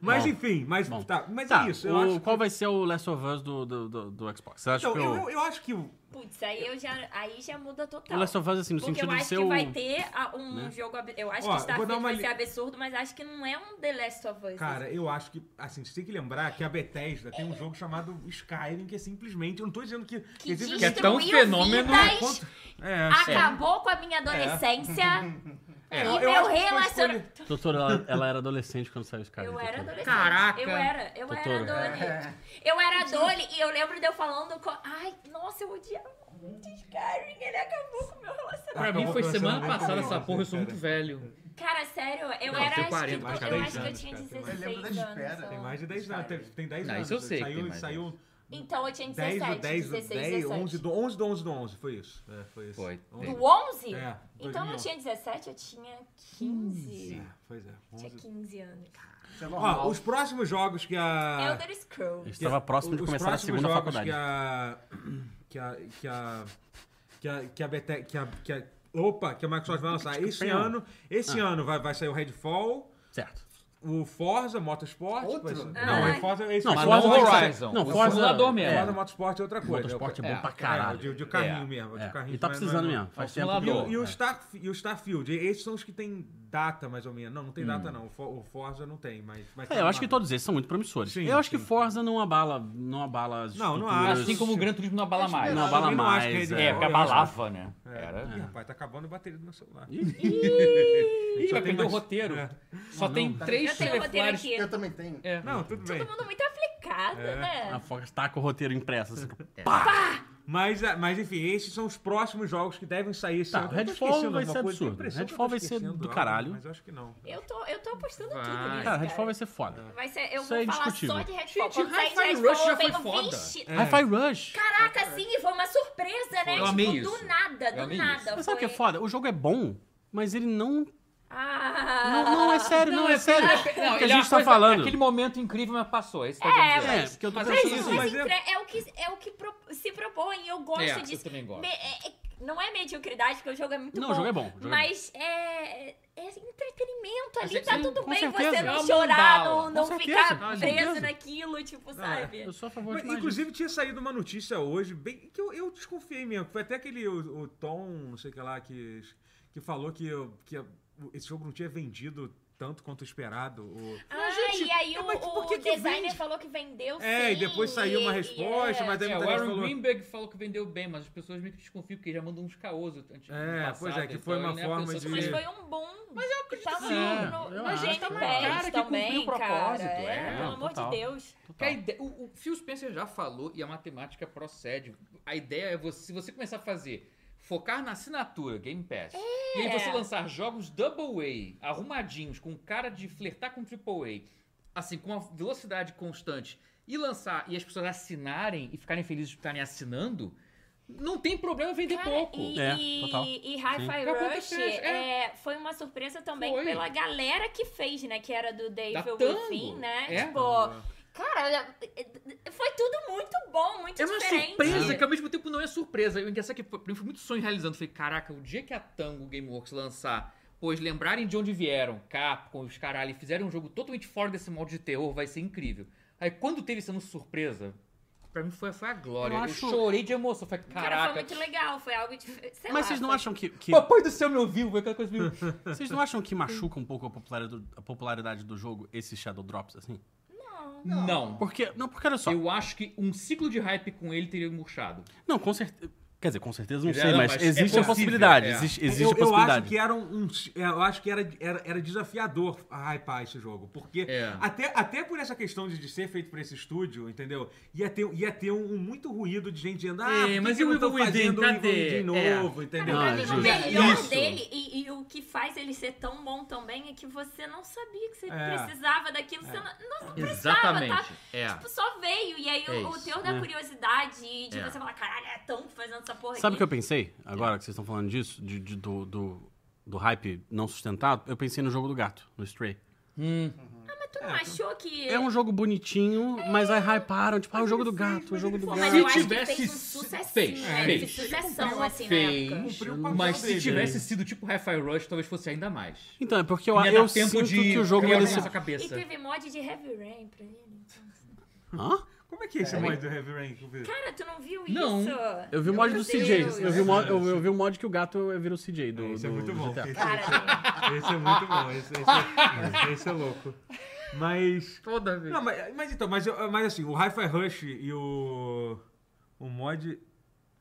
A: Mas
D: Bom.
A: enfim, mas,
D: Bom.
A: tá, mas
D: Tá,
A: é isso. Eu
D: o-
A: acho que,
D: qual vai ser o Last of Us do, do, do- do Xbox? Você acha
A: então,
D: que
A: eu,
D: o-
A: eu- eu acho que o-
C: Putz, aí, eu já, aí já muda total.
D: o Last of Us, assim, no
C: Porque eu
D: sentido de
C: acho
D: ser
C: que
D: o...
C: vai ter ah, um
D: né?
C: jogo. ab- Eu acho
A: Ó, eu vou
C: que
A: dar
C: Starfield
A: uma
C: vai
A: li-
C: ser absurdo, mas acho que não é um The Last of Us.
A: Cara, eu acho que, assim, você tem que lembrar que a Bethesda tem um jogo chamado Skyrim, que é simplesmente, eu não tô dizendo que...
C: que Ah,
A: existe-
C: destruiu
B: Que é tão fenômeno
C: vidas,
A: quanto- É,
C: acabou com a minha adolescência
A: é,
C: e
A: eu
C: meu
A: acho que foi
C: relacionamento.
D: Doutora, ela, ela era adolescente quando saiu Skyrim.
C: Eu era adolescente.
B: Caraca.
C: Eu era, eu
D: Totoro.
C: era
A: É.
C: adolescente. Eu era adolescente e eu lembro de eu falando com. Ai, nossa, eu odiava muito Skyrim, ele acabou com o meu relacionamento.
B: Pra mim
A: Acabou
B: foi
A: com
B: semana
A: relacionamento
B: passada
A: também,
B: essa porra, eu sou
A: cara.
B: muito velho.
C: Cara, sério, eu
B: Não,
C: era.
B: tem
C: acho
B: 40,
C: que,
A: mais
C: eu
A: de
C: acho
A: 10
C: que eu
A: anos,
C: tinha
A: cara, tem
C: 16
A: mais-
F: Eu lembro da
C: anos.
F: espera.
C: só.
A: Tem mais de 10 anos, tem, tem 10
B: Não,
A: anos.
B: isso eu sei que
A: Saiu,
B: tem mais
A: saiu
C: Então eu tinha
A: 10
C: 17,
A: do 10 do
C: 16,
A: 10,
C: 17.
A: 11 do 11 do 11 do 11, foi isso. É, foi isso.
B: Foi.
A: 11.
C: Do 11?
A: É,
C: Então eu não
A: 2011.
C: tinha 17, eu tinha 15.
A: É, pois é.
C: Tinha
A: 11.
C: 15 anos.
F: Isso é
A: Ó,
F: normal.
A: os próximos jogos que a
C: Elder Scrolls.
D: Estava próximo de
A: os
D: começar a
A: próximos
D: segunda
A: jogos Que
D: faculdade.
A: a. Que a. Que a. Que a. Que a. Bete- que a, que a opa, que a Microsoft vai lançar esse
D: pena.
A: ano. Esse
D: Ah.
A: ano vai, vai sair o Redfall,
D: Certo.
A: o Forza Motorsport.
F: Outro?
A: vai ser-
F: Ah.
A: Não, é Forza. Esse
D: Não,
A: é
B: Mas
A: o
B: não
D: Forza
B: o
D: vai ser-
B: Horizon.
D: não,
B: o
D: Forza-
B: simulador mesmo.
A: Forza Motorsport é outra coisa.
D: Motorsport é
A: o-
D: bom pra
A: é,
D: caralho.
A: de, de carrinho
B: É.
A: mesmo.
D: É.
A: De carrinho
D: E tá
A: mas
D: precisando
A: não-
D: mesmo. Faz
B: É um
D: tempo
A: E,
D: que...
A: o-
B: simulador.
A: e, o
D: É.
A: Star, e o Starfield, esses são os que tem data, mais ou menos. Não, não tem data, não. O Fo- O Forza não tem, mas... mas tá
D: Hum. É, eu acho
A: lá.
D: que todos esses são muito promissores.
A: Sim,
D: eu acho que
A: sim.
D: Forza não abala, não abala as
A: Não, não
D: estruturas.
A: acho.
B: Assim como o Gran Turismo não abala mais.
D: Não abala
A: também não acho
D: mais.
A: que é
B: É, porque abalava, né?
A: Ih,
B: Era.
A: rapaz, tá acabando a bateria do meu celular.
B: Ih, vai
A: tem mais- É.
B: perder o
A: tá.
B: roteiro. Só tem
C: Eu
B: três
C: tenho o roteiro
B: celulares.
C: aqui.
F: Eu também tenho.
B: É.
A: Não, tudo bem.
C: Todo mundo muito aplicado,
D: A
C: né?
D: Fox tá com o roteiro impresso. Assim,
A: Mas, ah, mas, enfim, esses são os próximos jogos que devem sair esse
D: Tá,
A: ano. Eu tô
D: Redfall
A: esquecendo
D: vai
A: alguma coisa,
D: ser
A: tenho a
D: absurdo.
A: impressão que eu
D: Redfall
A: tô
D: vai ser do
A: esquecendo algo,
D: caralho.
A: Mas eu acho que não.
C: Eu tô, eu tô apostando
B: Vai.
C: tudo nisso.
D: cara,
C: Cara,
D: Redfall vai ser foda.
C: Vai ser, eu
D: Isso
C: vou
D: é
C: falar
D: indiscutível.
C: só de Redfall.
B: Gente,
C: Quando sair de
B: Hi-Fi
C: Redfall,
B: Rush já
C: eu
B: foi
C: venho,
B: foda.
C: vixe,
A: é.
D: Hi-Fi Rush.
C: Caraca, sim, foi uma surpresa, né?
B: Eu
C: tipo,
B: amei
C: do
B: isso.
C: nada, do
B: Eu amei
C: nada.
B: isso.
C: Foi...
D: Mas sabe o que é foda? O jogo é bom, mas ele não...
C: Ah,
D: Não, não é sério, não, é sério. É
B: Não,
D: o que a gente
B: ele é
D: tá
B: uma coisa-
D: falando.
B: Aquele momento incrível, mas passou. É isso que
C: É,
B: tá
D: É, porque eu tô
B: Mas
C: Mas,
D: pensando
A: isso,
C: mas,
D: assim.
A: mas é-
C: entre- é... o que, é o que pro- se propõe, eu gosto
B: É, eu
C: disso.
B: também gosto.
C: Me- é- é- não é mediocridade, porque o jogo é muito
D: Não,
C: bom.
D: o jogo é bom, o jogo é
C: mas é, é entretenimento ali,
B: Sim,
C: tá
B: sim,
C: tudo
D: com
C: bem
D: certeza. Ah,
C: você
B: É
C: não
B: uma
C: chorar,
B: mandala.
C: não, não
D: Com certeza,
C: ficar
D: com certeza.
C: preso naquilo, tipo, sabe?
D: Eu sou a favor
A: Mas,
D: de mais
A: inclusive, tinha saído uma notícia hoje, bem que eu, eu desconfiei mesmo. que Foi até aquele o, o Tom, não sei o que lá, que, que falou que, que a- o- esse jogo não tinha vendido tanto quanto esperado. o-
C: Ah, e
D: é,
C: aí o,
A: mas por
C: o
A: que que
C: designer
A: vende?
C: falou que vendeu
A: É, e
C: sim,
A: depois saiu uma
C: e-
A: resposta,
C: e é.
A: mas aí muita
B: É, o
A: gente
B: Aaron
A: falou...
B: Greenberg falou que vendeu bem, mas as pessoas meio que desconfiam, porque já mandam uns caôs antes
A: É,
B: passado,
A: pois é, que
B: então
A: foi uma
B: ele nem
A: forma
B: pensou
A: de-
B: também.
D: é.
C: Mas foi um boom. Mas eu acredito tava
D: que sim.
C: no,
D: Eu
C: no
D: acho
C: Gene
D: que tá na
B: cara que
C: Pérez
B: cumpriu
C: também,
B: o propósito,
C: cara.
B: é.
C: É, pelo
D: Não,
C: amor
D: total.
C: de Deus.
D: Total.
B: Que a ide- o, o Phil Spencer já falou e a matemática procede. A ideia é você, se você começar a fazer, focar na assinatura Game Pass, e aí você lançar jogos Double A, arrumadinhos, com cara de flertar com Triple A, assim, com uma velocidade constante, e lançar, e as pessoas assinarem e ficarem felizes de estarem assinando, não tem problema vender
C: Cara,
B: pouco.
C: E,
D: É,
C: e-
D: total.
C: e
B: Sim.
C: Hi-Fi Rush
B: Aconteceu, é.
C: é, foi uma surpresa também
B: Foi.
C: pela galera que fez, né? Que era do Dave
B: Da Tango.
C: Griffin, né?
B: É.
C: Tipo, cara, foi tudo muito bom, muito
B: É uma
C: diferente.
B: surpresa que ao mesmo tempo não é surpresa. O engraçado é que pra mim foi muito sonho realizando. Falei, caraca, o dia que a Tango Gameworks lançar, pois lembrarem de onde vieram, Capcom, os caralho, e fizerem um jogo totalmente fora desse modo de terror, vai ser incrível. Aí quando teve sendo surpresa, pra mim foi, foi a glória.
D: Eu
B: Eu,
D: acho-
B: chorei de emoção. Falei,
C: Cara, foi
B: caraca.
C: muito legal, foi algo diferente. sei
D: Mas
C: lá,
D: vocês não
C: foi-
D: acham que... que-
B: Papai do céu me ouviu, foi aquela coisa meio.
D: Vocês não acham que machuca um pouco a popularidade do, a popularidade do jogo esses Shadow Drops, assim?
B: não.
D: Porque. Não, porque olha só.
B: Eu acho que um ciclo de hype com ele teria murchado.
D: Não, com certeza. Quer dizer, com certeza não
B: É,
D: sei,
B: não,
D: mas,
B: mas é
D: existe a
B: possível,
D: possibilidade.
B: é.
D: Existe, existe
A: eu, eu
D: a
A: acho
D: possibilidade.
A: que era um, um- eu acho que era, era, era desafiador a hypar esse jogo, porque
B: É.
A: até, até por essa questão de, de ser feito por esse estúdio, entendeu? Ia ter, ia ter um, um muito ruído de gente dizendo, ah,
B: É,
A: por que
B: mas
A: que
B: e o
A: não
B: Evil
A: tão fazendo
B: Within?
A: o Evil Within
B: Cadê? É.
A: novo,
C: Cara,
A: entendor?
D: Não,
C: pra
D: é
C: mim,
D: justo.
C: o melhor
A: Isso.
C: dele e, e o que faz ele ser tão bom também é que você não sabia que você
A: É.
C: precisava daquilo. Você não, não
B: Exatamente. É.
C: Tipo, só veio. E aí
B: É
C: o, o
B: isso.
C: teor
D: né?
C: da curiosidade e de
B: É.
C: você falar, caralho, é tão fazendo essa porra
D: Sabe o que eu
C: aqui.
D: pensei? Agora que vocês estão falando disso, de, de- do, do, do hype não sustentado, eu pensei no jogo do gato, no Stray.
B: Hum.
C: Mas tu não achou que.
D: É um jogo bonitinho, mas aí hyparam, tipo, ah, o jogo do gato, o jogo do
C: Pô,
D: gato.
C: mas
B: Se
C: eu acho que
B: tivesse
C: fez um
B: se-
C: sucessinho,
B: fez,
C: né?
B: fez.
C: Fez sucessão, assim,
B: Fez.
C: na época.
A: Cumpriu o papel
B: Mas se
A: dele.
B: tivesse sido tipo Hi-Fi Rush, talvez fosse ainda mais.
D: Então, é porque eu,
B: Ia
D: eu
B: dar tempo
D: sinto
B: de
D: que o jogo
B: criar
D: ia
B: na
D: desse...
B: sua
C: E
B: cabeça.
C: teve mod de Heavy Rain pra ele. então.
D: Hã?
A: Como é que é esse mod do Heavy Rain? que eu vi?
C: Cara, tu não viu
B: Não.
C: isso?
D: Eu vi o mod do CJ, eu vi o mod, eu, eu vi o mod que o gato vira o CJ do,
A: Isso é
D: do-
A: muito
D: do
A: bom.
D: GTA.
A: Esse,
C: Cara,
A: esse é muito bom. Esse, esse- esse é louco. Mas...
B: Toda vez.
A: Não, mas, mas então, mas, eu- mas assim, o Hi-Fi Rush e o... O mod...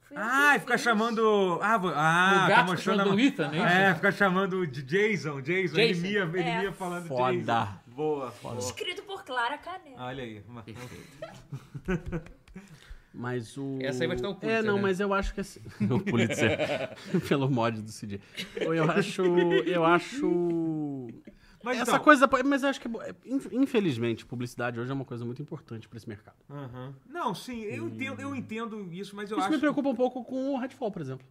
C: foi
A: Ah, e fica
C: horrível.
A: chamando. Ah, vo- ah
B: o
A: tá
B: gato tá
A: mostrando
B: chamando
A: a-
B: o Ethan, né?
A: É, fica chamando de Jason, Jason, ele
B: Jason.
A: mia, ele
C: É.
A: mia falando Jason.
D: Foda.
A: Boa, boa.
C: Escrito por Clara Canel.
A: Olha aí. uma-
D: Mas o.
B: Essa aí vai
A: um
B: estar o
D: É,
B: Pulitzer,
D: não,
B: né?
D: mas eu acho que assim. o Pulitzer. pelo mod do CJ. Eu acho. Eu acho.
A: Mas
D: Essa
A: então-
D: coisa, mas eu acho que, é bo- é, inf- infelizmente, publicidade hoje é uma coisa muito importante pra esse mercado.
A: Aham. Não, sim, eu entendo, eu entendo isso, mas eu
D: Hum. Isso
A: acho.
D: me preocupa um pouco com o Redfall, por exemplo.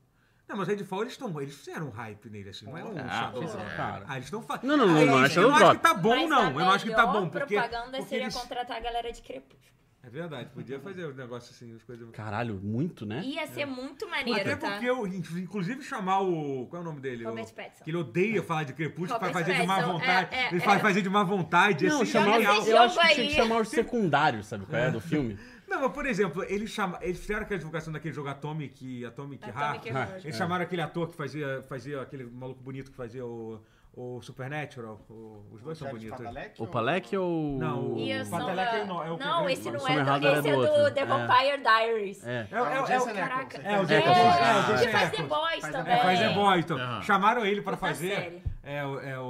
A: Não, mas Redfall eles estão. Eles fizeram um hype nele, assim. Não é um
B: Ah,
A: chato.
B: fizeram, cara.
A: Ah, eles estão fazendo.
D: Não, não, não, não, acho que
A: Eu não
D: não
A: acho que
D: dropa.
A: tá bom,
C: Mas a
A: não. Eu não acho que tá
C: melhor
A: bom. Porque,
C: propaganda
A: porque
C: seria
A: eles-
C: contratar a galera de Crepúsculo.
A: É verdade, podia fazer um negócio assim, as coisas.
D: Caralho, muito, né?
C: Ia ser muito
A: Até
C: maneiro, tá?
A: porque eu, inclusive, chamar o. Qual é o nome dele?
C: Robert
A: O-
C: Pattinson.
A: Que ele odeia falar de crepúsculo, faz
C: Robert
A: fazer de má
C: Pattinson,
A: vontade.
C: é, é,
A: ele faz
C: é.
A: fazer de má vontade.
D: Não,
A: assim,
D: chamar,
A: genial.
C: esse
D: eu acho
C: jogo
D: que tinha que
C: aí.
D: chamar os secundários, sabe qual é, do filme?
A: Não, mas por exemplo, eles, chama... eles fizeram aquela divulgação daquele jogo Atomic, Atomic,
C: Atomic é
A: Heart. né?
C: Heart.
A: Eles chamaram aquele ator que fazia, fazia aquele maluco bonito que fazia o, o Supernatural. o- Os dois são
F: Jared
A: bonitos.
F: Padalecki
D: O
F: ou-
D: Palek ou...
A: Não,
C: E eu
A: O
C: sou
A: Patalec
C: da-
A: é o no- é o que
C: Não,
A: vem-
C: esse não
D: São
C: é do.
D: errado, era
C: Esse é
D: do
C: do
D: outro.
C: The
D: É.
C: Vampire Diaries.
D: É.
A: É, o- é, o- é,
F: Jason
A: o-
F: Ackles.
A: é o
C: É,
A: Jason
C: é,
A: Ackles.
C: que faz The Boys
F: Faz The
C: também.
A: É, faz The Boy, então.
B: Aham.
A: Chamaram ele pra
C: Puta
A: fazer.
C: série.
A: É, o- é, o,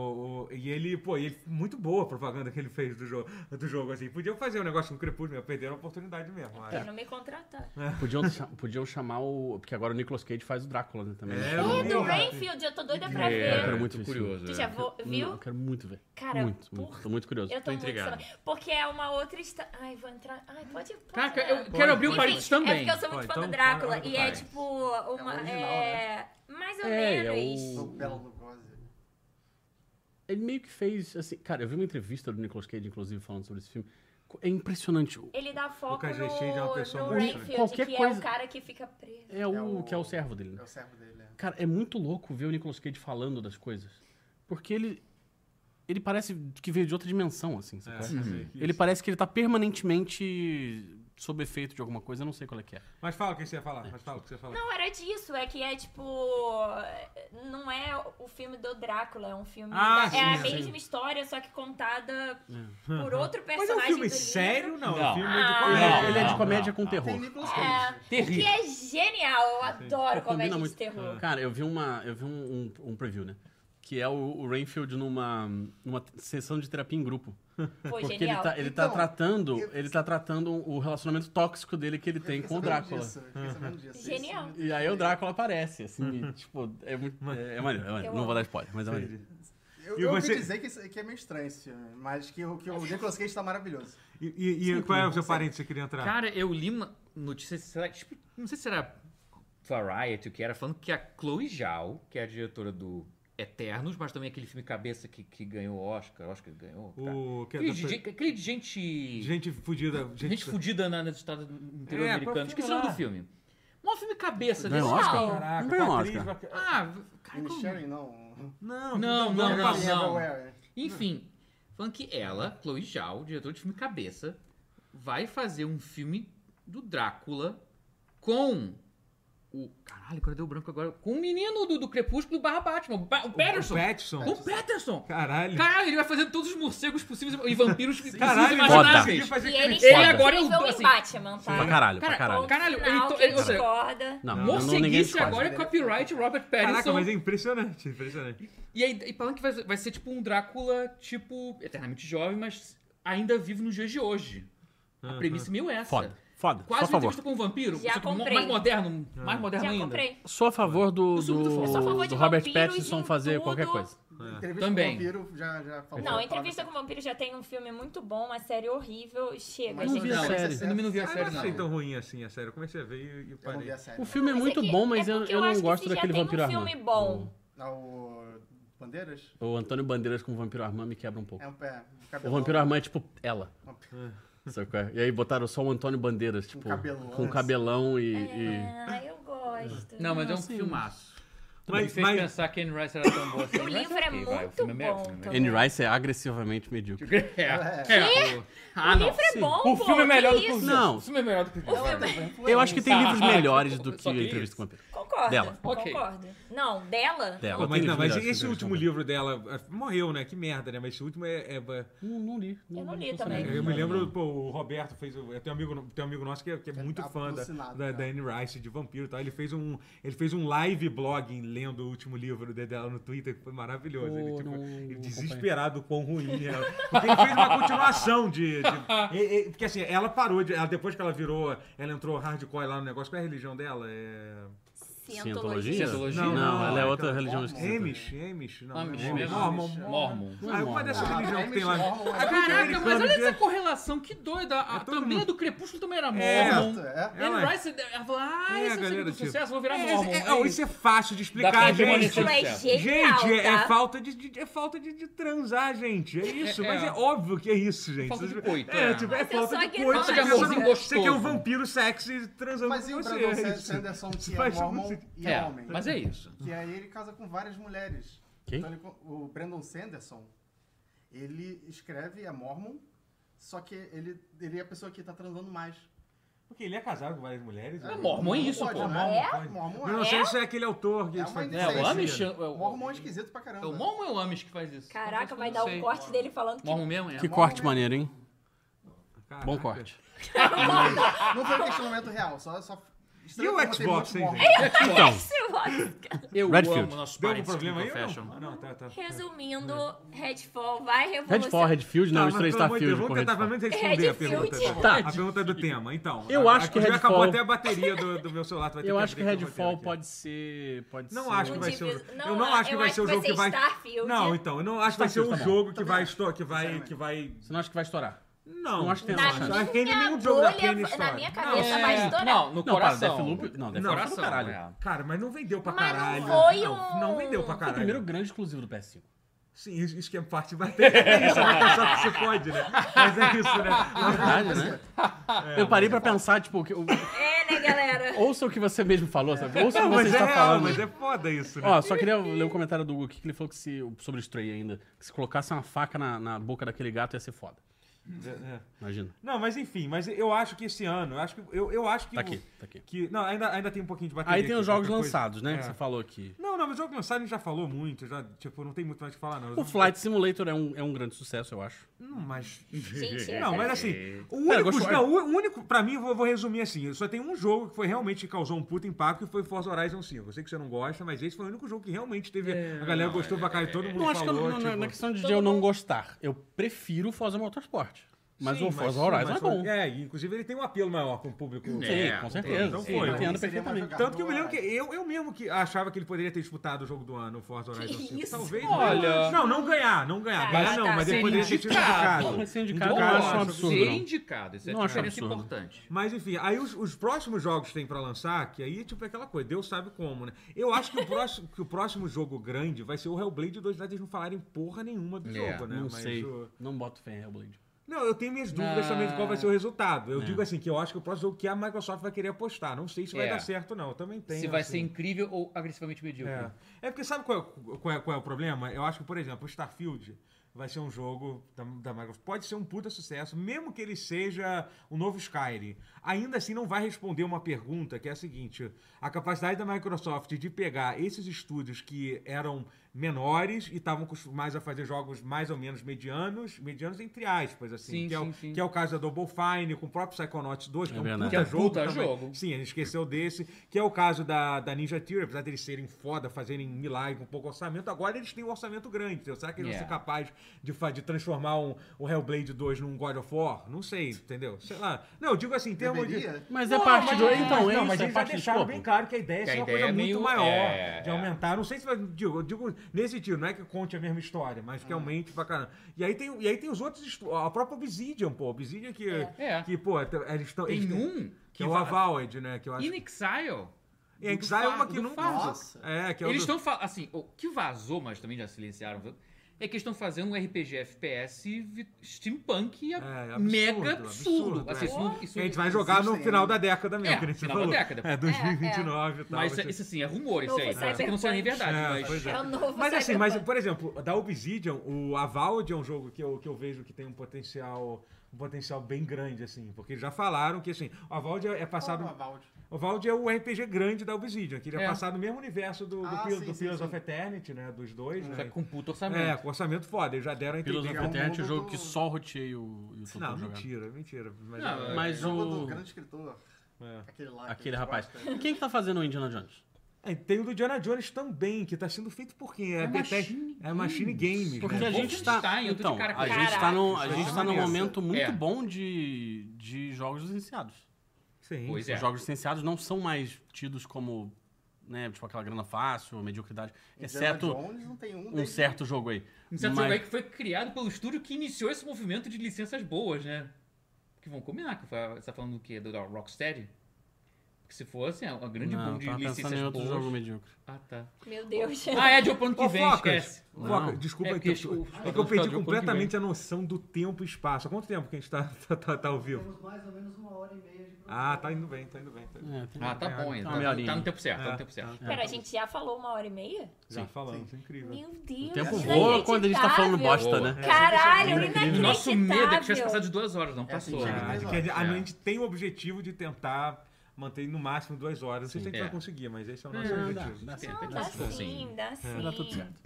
A: o- e ele, pô, ele, muito boa a propaganda que ele fez do jogo, do jogo assim. Podiam fazer um negócio com o Crepúsculo, mas perderam a oportunidade mesmo. acho.
B: É.
C: Quem não me contratar.
D: Podiam, cha- podiam chamar o... Porque agora o Nicolas Cage faz o Drácula, né, também.
A: É,
D: Eu
A: o-
C: É do
A: Porra.
C: Rainfield, eu tô doida
B: É,
C: pra
D: eu quero
C: ver.
D: muito
B: tô
D: ver
B: curioso.
C: Tu
B: é.
C: já vo- viu?
D: eu quero muito ver.
C: Cara,
D: muito, muito.
C: porra.
D: Tô muito curioso.
C: Eu tô,
B: Tô
C: muito
B: intrigado.
C: emocionada. Porque é uma outra história. Ai, vou entrar. Ai, pode. pode
B: Caraca,
C: né?
B: eu quero abrir o
C: Enfim,
B: parênteses
C: É
B: também.
C: porque eu sou muito
A: Pô,
C: fã do
A: então,
C: Drácula.
A: fala-
C: E é
A: faz.
C: tipo uma.
F: É original,
A: né?
C: É. Mais ou
D: É, é o-
C: menos.
F: O Bela Lugosi.
D: Ele meio que fez, assim... Cara, eu vi uma entrevista do Nicolas Cage, inclusive, falando sobre esse filme. É impressionante.
C: Ele dá foco
A: Lucas
C: no,
A: Gestende é uma pessoa
C: no
A: muito
C: Rainfield,
D: Qualquer
C: que é
D: coisa-
C: o cara que fica preso.
D: É o, que é o servo dele, né?
F: É o servo dele, é.
D: Cara, é muito louco ver o Nicolas Cage falando das coisas. Porque ele. Ele parece que veio de outra dimensão, assim.
A: É,
D: sabe?
A: quer
B: Uhum.
A: dizer que
D: Ele
A: isso.
D: parece que ele tá permanentemente sob efeito de alguma coisa, eu não sei qual é que é.
A: Mas fala o que você ia falar, mas fala o que você ia falar.
C: Não, era disso. É que é tipo. Não é o filme do Drácula, é um filme.
A: Ah,
C: da-
A: sim,
C: é a
A: sim. É.
C: mesma história, só que contada por outro
A: Mas é
C: personagem.
A: um filme
C: do livro.
A: sério, não. É um
B: Não.
A: filme de
C: Ah,
D: ele,
A: comédia.
D: é, ele é de
B: não,
D: comédia
B: não,
D: com
B: não.
D: terror.
F: Tem Nicolas
C: É.
F: Cage.
C: O que é genial. Eu adoro comédia
D: Combina
C: de
D: muito. É. Ah.
C: terror.
D: Cara, eu vi uma. Eu vi um, um, um preview, né? Que é o, o Rainfield numa, numa sessão de terapia em grupo.
C: Foi
D: Porque ele
C: genial.
D: tá, ele tá
F: Então,
D: tratando.
F: eu-
D: Ele tá tratando o relacionamento tóxico dele que ele
F: Eu
D: tem
F: fiquei
D: com o
F: sabendo
D: Drácula.
F: disso, eu fiquei sabendo disso. Isso
C: Genial.
F: me-
D: E aí é o Drácula aparece, assim, e, tipo, é muito. É, é maneiro, é maneiro.
C: Eu
D: Não vou
C: amo.
D: dar spoiler, mas é maneiro.
A: Entendi.
F: Eu,
A: E
F: eu
A: você-
F: ouvi dizer que, isso- que é meio estranho esse filme, mas que, o- que o
C: é
F: Nicolas
C: assim.
F: Cage tá maravilhoso.
A: E, e- e qual é o seu parente que você queria entrar?
B: Cara, eu li uma notícia, será- tipo, não sei se era Variety, o que era, falando que a Chloe Zhao, que é a diretora do Eternos, mas também aquele filme Cabeça que, que ganhou Oscar, Oscar ganhou, tá?
A: O que é
B: Aquele
A: da-
B: de gente- aquele de gente...
A: Gente fudida.
B: Gente, fudida na, nos Estados interior
A: É, qual
B: americano. Esqueci o nome
A: filme
B: do
A: lá?
B: filme. Um filme cabeça
D: Ganhou
B: desse.
D: Oscar?
A: Caraca,
D: Não ganhou
A: com a
D: Oscar.
A: atriz, com a-
B: Ah, cara, como-
F: Sharing, não.
A: Não,
B: Não, não,
A: não.
B: não.
D: É.
F: Everywhere.
B: Enfim, falando que ela, Chloe Zhao, diretora de filme Cabeça, vai fazer um filme do Drácula com o... Caralho, agora deu branco agora. Com o menino do, do Crepúsculo barra Batman, o, Ba- o Patterson.
A: O Patterson.
B: O Patterson.
A: Caralho.
B: Caralho, ele vai fazer todos os morcegos possíveis e vampiros possíveis e
A: Caralho,
D: Foda.
B: imagináveis.
A: fazer
C: E ele,
A: aquele-
B: Ele
C: foi
B: agora é o-
C: incrível em
B: assim,
C: Batman, tá?
D: Pra caralho, pra
B: Cara,
D: caralho.
B: Caralho,
C: Final,
B: ele to-
C: que
B: ele- ou seja,
C: discorda.
D: Não, não, não, ninguém
B: Morceguice
D: discorda.
B: agora é copyright Robert Pattinson.
A: Caraca, mas é impressionante, impressionante.
B: E aí, e falando que vai, vai ser tipo um Drácula, tipo, eternamente jovem, mas ainda vivo nos dias de hoje. A premissa é meio
C: é
B: essa.
D: Foda, foda.
B: Quase
D: Só a
B: uma
D: favor.
B: entrevista com um vampiro,
C: Já
B: só que mo-
C: comprei.
B: mais moderno, mais moderno
C: Já
B: ainda.
C: comprei.
D: Sou a favor do,
B: Eu sou muito
D: do-
B: fã.
C: Eu sou a favor de
D: do Robert
C: vampiros
D: Pattinson
C: em
D: fazer
C: tudo.
D: qualquer coisa.
F: Entrevista
B: Também.
F: com o vampiro já, já falou.
C: Não, Entrevista com o Vampiro já tem um filme muito bom, uma série horrível. Chega,
F: Mas
D: não
C: gente. é
D: vi é a
B: Não,
D: série.
B: eu também não vi
A: Ah,
B: a
A: eu
B: série,
A: não
B: não.
A: achei tão ruim assim, é sério. Eu comecei a ver e- e
F: Eu não vi
A: parei.
F: a série.
D: O filme é
C: Mas
D: muito
C: que-
D: bom, mas
C: é
D: eu,
C: porque
D: eu não
C: acho que
D: gome
C: se
D: daquele
C: já
D: vampiro
C: tem um
D: armão.
C: filme bom.
F: Não, o Bandeiras?
D: O Antônio Bandeiras com o vampiro armão me quebra um pouco.
F: É um pé. Um
D: O
F: cabelão.
D: vampiro armão é tipo ela.
F: Uma-
D: Sabe qual é? E aí botaram só o Antônio Bandeiras, tipo,
F: cabelão,
D: com
F: assim.
D: cabelão e. e-
C: Ah, eu gosto.
B: Não, mas é um
D: Sim.
B: filmaço.
A: Mas-
B: Mas, Me fez
A: mas-
B: pensar que Anne Rice era tão boa assim.
C: O
B: Anne Rice
C: livro é
B: ok, vai, o
C: muito
B: filme é- o
C: bom
B: filme é-
C: também.
D: Anne Rice é agressivamente medíocre.
B: É,
F: Ela
B: é. Ah,
C: o
B: não.
C: livro é
D: sim.
C: bom,
B: O
C: pô,
B: filme é melhor do
C: que
B: que o
C: isso?
B: livro.
D: Não.
B: O filme é melhor do que o livro.
D: Eu acho que tem livros
B: Ah,
D: melhores
B: só-
D: do que
B: só que
D: Entrevista com o Vampiro.
C: Concordo,
D: Dela.
B: Ok.
C: concordo. Não, dela?
D: Dela.
A: Pô,
D: Ela
A: mas
D: tem
A: não, mas
D: os melhores
A: esse
D: filmes
A: último
D: também.
A: livro dela eh, morreu, né? Que merda, né? Mas esse último é. é-
D: Não, não li.
C: Eu não li
D: consigo.
C: também.
A: eu me lembro, pô, o Roberto fez. o- Tem um amigo, no- tem um amigo nosso que é, que é muito
F: tá
A: fã da,
F: alucinado,
A: da,
F: cara.
A: da Anne Rice de vampiro e tal. Ele fez um, ele fez um live blogging lendo o último livro de- dela no Twitter, que foi maravilhoso. ele,
D: Pô,
A: tipo,
D: não
A: ele
D: acompanhei.
A: desesperado do quão ruim era. Porque ele fez uma continuação de. de- e- e- porque assim, ela parou de. Ela, depois que ela virou. Ela entrou hardcore lá no negócio. Qual é a religião dela? É.
C: Cientologia?
B: Cientologia?
D: Não,
A: Não,
D: ela é
A: é
D: outra
F: que-
D: religião esquisita.
A: Amish, Amish, não.
B: Amish,
A: não,
B: né?
A: Mormon.
B: Mormon.
A: Ah, uma dessas
F: Ah,
A: religiões que tem lá.
F: Mormon,
A: A
F: é.
A: cultura
B: Caraca, mas
A: americana
B: olha
A: de-
B: essa correlação, que doida. A, a,
A: todo
B: também
A: mundo-
B: a do Crepúsculo também era
A: É.
B: mormon.
F: É.
A: Ela
B: Anne
A: é.
B: Rice, ela falou, ah,
A: É,
B: esse é o
A: galera,
B: segredo do
A: tipo-
B: sucesso, vou virar
A: É,
B: mormon.
A: é,
B: É
A: é, oh,
B: isso.
A: isso é fácil de
B: pra
A: explicar, gente.
B: permanecer
C: Isso é
B: Gente,
C: genial,
A: Gente, é, é
C: tá?
A: falta de, de- é falta de, de transar, gente. É isso,
B: é.
A: mas é óbvio que é isso, gente.
B: Falta de coito,
A: É,
B: é.
A: tipo, é
C: Mas eu
A: falta
C: sou
A: de
C: aquele
A: coito.
C: falta
A: você
C: de
A: quer-
B: amorzinho
A: Você quer um
B: gostoso.
A: vampiro sexy transando
F: Mas e
A: com
F: o
A: você.
F: Brandon
A: é
F: Sa-
A: isso.
F: Sanderson, que é
A: Faz algum
F: mormon
A: sentido.
F: e
B: É,
F: é homem?
B: mas é isso.
F: Que aí ele casa com várias mulheres.
D: Quem?
F: Então ele co- o Brandon Sanderson, ele escreve, é mormon, só que ele, ele é a pessoa que tá transando mais.
A: Porque ele é casado com várias mulheres.
F: É,
A: né?
B: Mormon é isso,
F: Pode,
B: pô.
F: né?
A: Mormon,
C: É?
A: pode.
F: Mormon é.
A: Eu não sei se é aquele autor que
F: É
A: eles
F: uma
A: fazem.
B: É, o
F: Sim,
B: Amish?
F: sim.
B: é o-
F: Mormon é esquisito pra caramba.
B: É o Mormon ou é o Amish que faz isso?
C: Caraca,
B: Confesso que
C: vai
B: eu
C: dar
B: não
C: o
B: sei.
C: corte dele falando que
A: um.
B: Mormon mesmo? É.
D: Que corte maneiro, hein?
A: Caraca.
D: Bom corte.
F: Não foi um questionamento real, só... só...
A: E o
F: Tem muito
A: Xbox, hein,
F: mormon.
A: gente?
D: Então,
C: Esse Oscar.
B: Eu
D: Redfield.
B: amo nossos
A: Deu algum
B: parentes
A: problema
B: com
A: aí ou
B: Confession.
A: não? Ah, não, tá, tá.
C: Resumindo, Redfall vai
D: Redfall,
C: revolucionar.
D: Redfield, não,
A: Tá,
D: os
A: mas,
D: três
A: pelo amor de Deus,
D: Starfield com
A: Vamos tentar pelo
D: Redfall.
C: É,
A: menos responder a
C: Redfield.
A: pergunta.
D: Tá.
A: A pergunta do tema, então.
D: Eu
A: A-
D: acho que
A: a- já
D: Redfall-
A: Acabou até a bateria do, do meu celular. tu vai ter
D: Eu
A: que
D: acho que
A: abrir aqui o roteiro
D: Redfall
A: aqui. né?
D: pode ser... Pode
A: Não
D: ser...
A: acho que vai ser o jogo. Eu não acho que vai ser o jogo que vai.
C: Starfield.
A: Não, então, eu não acho que vai ser o
D: Starfield tá bom.
A: jogo que vai. esto- Que vai, que vai...
D: Você não acha que vai estourar?
A: Não,
D: Não acho que tem
A: não
D: essa
A: acho.
D: chance.
A: Acho que ainda
C: Minha
A: nenhum jogo da
C: bolha-
A: Penny
C: na
A: estoura.
C: minha
A: Não,
C: cabeça,
A: é-
C: vai estourar.
B: Não, no
D: Não, para,
B: coração.
D: Deathloop... Não, Deathloop
B: No
D: foi do
B: coração,
D: caralho.
B: é.
A: Cara, mas não vendeu pra
C: Mas não
A: caralho.
C: foi
A: Não,
C: um-
A: não vendeu pra
C: Foi o
D: Foi o
A: caralho.
D: primeiro grande exclusivo do PS5.
A: Sim, isso, isso que é parte vai ter. É isso, vai pensar que se pode, né? Mas é isso, né?
D: Verdade, né?
A: É,
D: Eu parei pra pensar, tipo, o que- o-
C: É, né, galera?
D: ouça o que você mesmo falou, sabe? Ouça o
A: Não,
D: que você
A: mas é
D: está
A: real,
D: falando.
A: mas é foda isso, né?
D: Ó, só queria ler o comentário do Hugo aqui, que ele falou que se, sobre o Stray ainda, que se colocasse uma faca na, na boca daquele gato ia ser foda.
A: É.
D: Imagina.
A: Não, mas enfim, mas eu acho que esse ano, eu acho que. Eu, eu acho que
D: Tá
A: o-
D: aqui, tá aqui.
A: que- não, ainda, ainda tem um pouquinho de bateria.
D: Aí tem
A: aqui,
D: os jogos
A: qualquer coisa.
D: lançados, né?
A: É.
D: Que você falou aqui.
A: Não, não, mas o jogo lançado a gente já falou muito, já, tipo, não tem muito mais o que falar, não.
D: O Flight Simulator é um, é um grande sucesso, eu acho.
A: Não, mas.
C: Gente, é
A: não, mas
B: sério.
A: assim, o único,
D: gostou-
A: não, o único, pra mim, eu vou, vou resumir assim, só tem um jogo que foi realmente que causou um puto impacto, que foi Forza Horizon 5. Eu sei que você não gosta, mas esse foi o único jogo que realmente teve, a galera gostou pra cá e todo mundo
D: É. Não, acho que eu-
A: falou,
D: não, não,
A: tipo-
D: na questão de eu não gostar. Eu prefiro o Forza Motorsport. Mas
A: Sim,
D: o Forza
A: sim,
D: Horizon
A: mas
D: é bom.
A: foi- É, inclusive ele tem um apelo maior com o público.
D: Sim,
B: É,
D: com certeza.
A: então
D: sim,
A: foi.
D: eu Entendo
F: Seria mais é.
D: perfeitamente.
F: jogado.
A: Tanto que eu me lembro que eu, eu mesmo que achava que ele poderia ter disputado o jogo do ano, o Forza Horizon
C: Que
A: 5.
C: isso?
A: Talvez.
B: Olha.
A: Não, não ganhar, não ganhar.
C: Ah,
A: ganhar
C: tá,
A: não, mas
C: ser
A: ele poderia ter sido
B: indicado.
A: indicado.
D: Mas ser indicado,
A: Indicado,
D: eu acho um
A: eu acho
D: absurdo,
B: Ser
D: não.
B: indicado, isso é
D: Não acho
B: diferença
D: absurdo.
B: importante.
A: Mas enfim, aí os, os próximos jogos que tem pra lançar, que aí, tipo, é aquela coisa, Deus sabe como, né? Eu acho que o próximo, que o próximo jogo grande vai ser o Hellblade 2, apesar de eles não falarem porra nenhuma do
B: É,
A: jogo, né?
D: Não
A: Mas
D: sei.
A: o-
D: Não boto fé em Hellblade.
A: Não, eu tenho minhas dúvidas
B: Ah.
A: também de qual vai ser o resultado.
B: É.
A: Eu digo assim, que eu acho que o próximo jogo que a Microsoft vai querer apostar. Não sei se vai
B: É.
A: dar certo, não. Eu também tenho.
B: Se vai
A: assim.
B: ser incrível ou agressivamente medíocre.
A: É. É porque sabe qual é, qual, é, qual é o problema? Eu acho que, por exemplo, o Starfield vai ser um jogo da, da Microsoft. Pode ser um puta sucesso, mesmo que ele seja o novo Skyrim. Ainda assim, não vai responder uma pergunta que é a seguinte: a capacidade da Microsoft de pegar esses estúdios que eram menores e estavam acostumados a fazer jogos mais ou menos medianos, medianos entre aspas, assim,
B: Sim,
A: que, é
B: sim,
A: o,
B: sim.
A: que é o caso da Double Fine, com o próprio Psychonauts 2, que é,
D: É
A: um puta
D: verdade.
B: Que é um
A: jogo.
B: puta
A: também.
B: jogo.
A: Sim, a gente esqueceu desse, que é o caso da, da Ninja Theory, apesar deles serem foda, fazerem milagre com pouco orçamento, agora eles têm um orçamento grande. entendeu? Será que eles vão ser
B: Yeah.
A: capazes de, fa- de transformar um, o Hellblade 2 num God of War? Não sei, entendeu? Sei lá. Não, eu digo assim, em termos de.
F: Deveria?
D: Mas é parte do. Então,
A: mas,
D: é
A: não,
D: isso,
A: mas
D: é
A: eles já
D: parte do
A: deixaram
D: escopo.
A: bem claro que a ideia é
B: Que a
A: ser uma
B: ideia
A: coisa
B: é
A: muito
B: meio-
A: maior
B: é,
A: de
B: é.
A: aumentar. Não sei se vai. Digo, eu digo nesse tiro, não é que conte a mesma história,
B: Ah.
A: mas que aumente pra caramba. E aí tem, e aí tem os outros. estu- A própria Obsidian, pô. Obsidian que.
B: É.
A: Que, pô, eles estão.
B: Tem um
A: Que
B: que
A: é o
B: va-
A: Avowed, né? Que eu acho
B: In Exile.
A: e a
B: do
A: Exile é uma
B: fa-
A: que
B: do
A: não
B: Faza.
A: usa. É, que é o
B: Eles
A: do-
B: estão assim, o que vazou, mas também já silenciaram, viu? é que eles estão fazendo um RPG FPS vi- steampunk e
A: É, absurdo,
B: mega absurdo.
A: absurdo,
B: Assim,
A: é.
B: isso não- isso
A: que a gente
B: não-
A: vai jogar no
F: Existem
A: final
F: ainda.
A: da década mesmo,
B: É,
A: que nem você
B: final da
A: falou.
B: década.
A: É, 2019 e tal.
B: Mas
A: vai
B: isso,
A: ser-
B: isso assim, é rumor isso
C: Novo
B: aí. Pode ser que não seja nem verdade,
A: É,
B: mas...
A: pois é.
C: É o novo
A: Mas assim, mas,
C: Cyberpunk.
A: por exemplo, da Obsidian, o Avowed é um jogo que eu, que eu vejo que tem um potencial um potencial bem grande, assim, porque já falaram que, assim, o Avowed é é passado...
F: Qual é o Avald?
A: O Avowed é o RPG grande da Obsidian, que ele é,
B: É.
A: passado no mesmo universo do, do,
F: Ah,
A: Pil-
F: sim,
A: do
F: sim,
A: Pillars
F: sim.
A: of Eternity, né, dos dois,
B: Só que
A: né?
B: com
A: É,
B: puto orçamento.
A: com orçamento foda, eles já deram a entender.
D: Pillars
A: que
D: of
A: é um-
D: Eternity é um
F: mundo
D: jogo
F: do-
D: que só roteei o YouTube.
A: Não,
D: jogar.
A: mentira, mentira. Mas
B: Não,
A: é-
D: Mas
F: Jogo um do
D: o.
F: grande escritor. Aquele lá. que
D: Aquele
F: a gente
D: rapaz.
F: gosta.
D: Quem que tá fazendo o Indiana Jones?
A: É, tem o do Diana Jones também, que tá sendo feito por quem? É,
B: É
A: a Bethesda-
B: Machine
A: é a Machine Games.
D: Porque
A: né?
D: a gente está.
B: Wolfenstein, eu tô de
D: Então,
B: cara com
D: a
B: isso.
D: gente está
C: Caraca,
D: num, a
F: isso
D: gente
F: é
D: tá num
F: maneiro.
D: momento muito
B: É.
D: bom de, de jogos licenciados.
A: Sim.
B: Pois é.
D: Os jogos licenciados não são mais tidos como né? Tipo aquela grana fácil, mediocridade.
F: Indiana
D: exceto
F: Jones não tem um,
D: um
F: desde-
D: certo jogo aí.
B: Um certo
D: Mas-
B: jogo aí que foi criado pelo estúdio que iniciou esse movimento de licenças boas, né? Que vão combinar. Que foi, a- você tá falando do quê? Do da Rocksteady? Que se fosse, é uma grande
D: Não,
B: boom de
D: tava pensando
B: licenças
D: em outro
B: boas.
D: jogo medíocre.
B: Ah, tá.
C: Meu Deus.
B: Ah, é de ano que
A: Ô,
B: vem,
A: Focas,
B: esquece.
A: Foca,
D: Não.
A: desculpa
B: É
A: é
B: porque
A: que, eu-
B: o-
A: é que eu perdi
B: o- o-
A: completamente a noção do tempo e espaço. Há quanto tempo que a gente tá, tá, tá, tá ao vivo?
E: Temos mais ou menos uma hora e meia de programa.
A: Ah, tá indo bem, tá indo bem. Tá indo bem.
D: É, tem-
B: Ah, tá
D: Tá
B: bom. Tá,
D: uma meia
B: tá,
D: horinha.
B: no tempo certo, tá no
A: É,
B: tempo certo.
C: Pera, a gente já falou uma hora e meia?
A: Já falamos, incrível.
C: Meu Deus. é
D: O tempo voa quando a gente tá falando bosta, né?
C: Caralho,
B: O
C: inacreditável.
B: nosso medo é que tivesse passado de duas horas, não
F: É assim,
B: passou.
F: chega
B: né?
A: Ah,
F: três
A: de que a,
F: horas.
A: gente- a
B: É.
A: gente tem o objetivo de tentar manter no máximo duas horas. Vocês têm que
B: É.
A: conseguir, mas esse é o nosso
D: É, dá,
A: objetivo.
D: dá
C: Não,
D: certo.
C: dá
B: Sim.
C: sim, dá
A: É,
C: sim.
D: É, Dá tudo certo.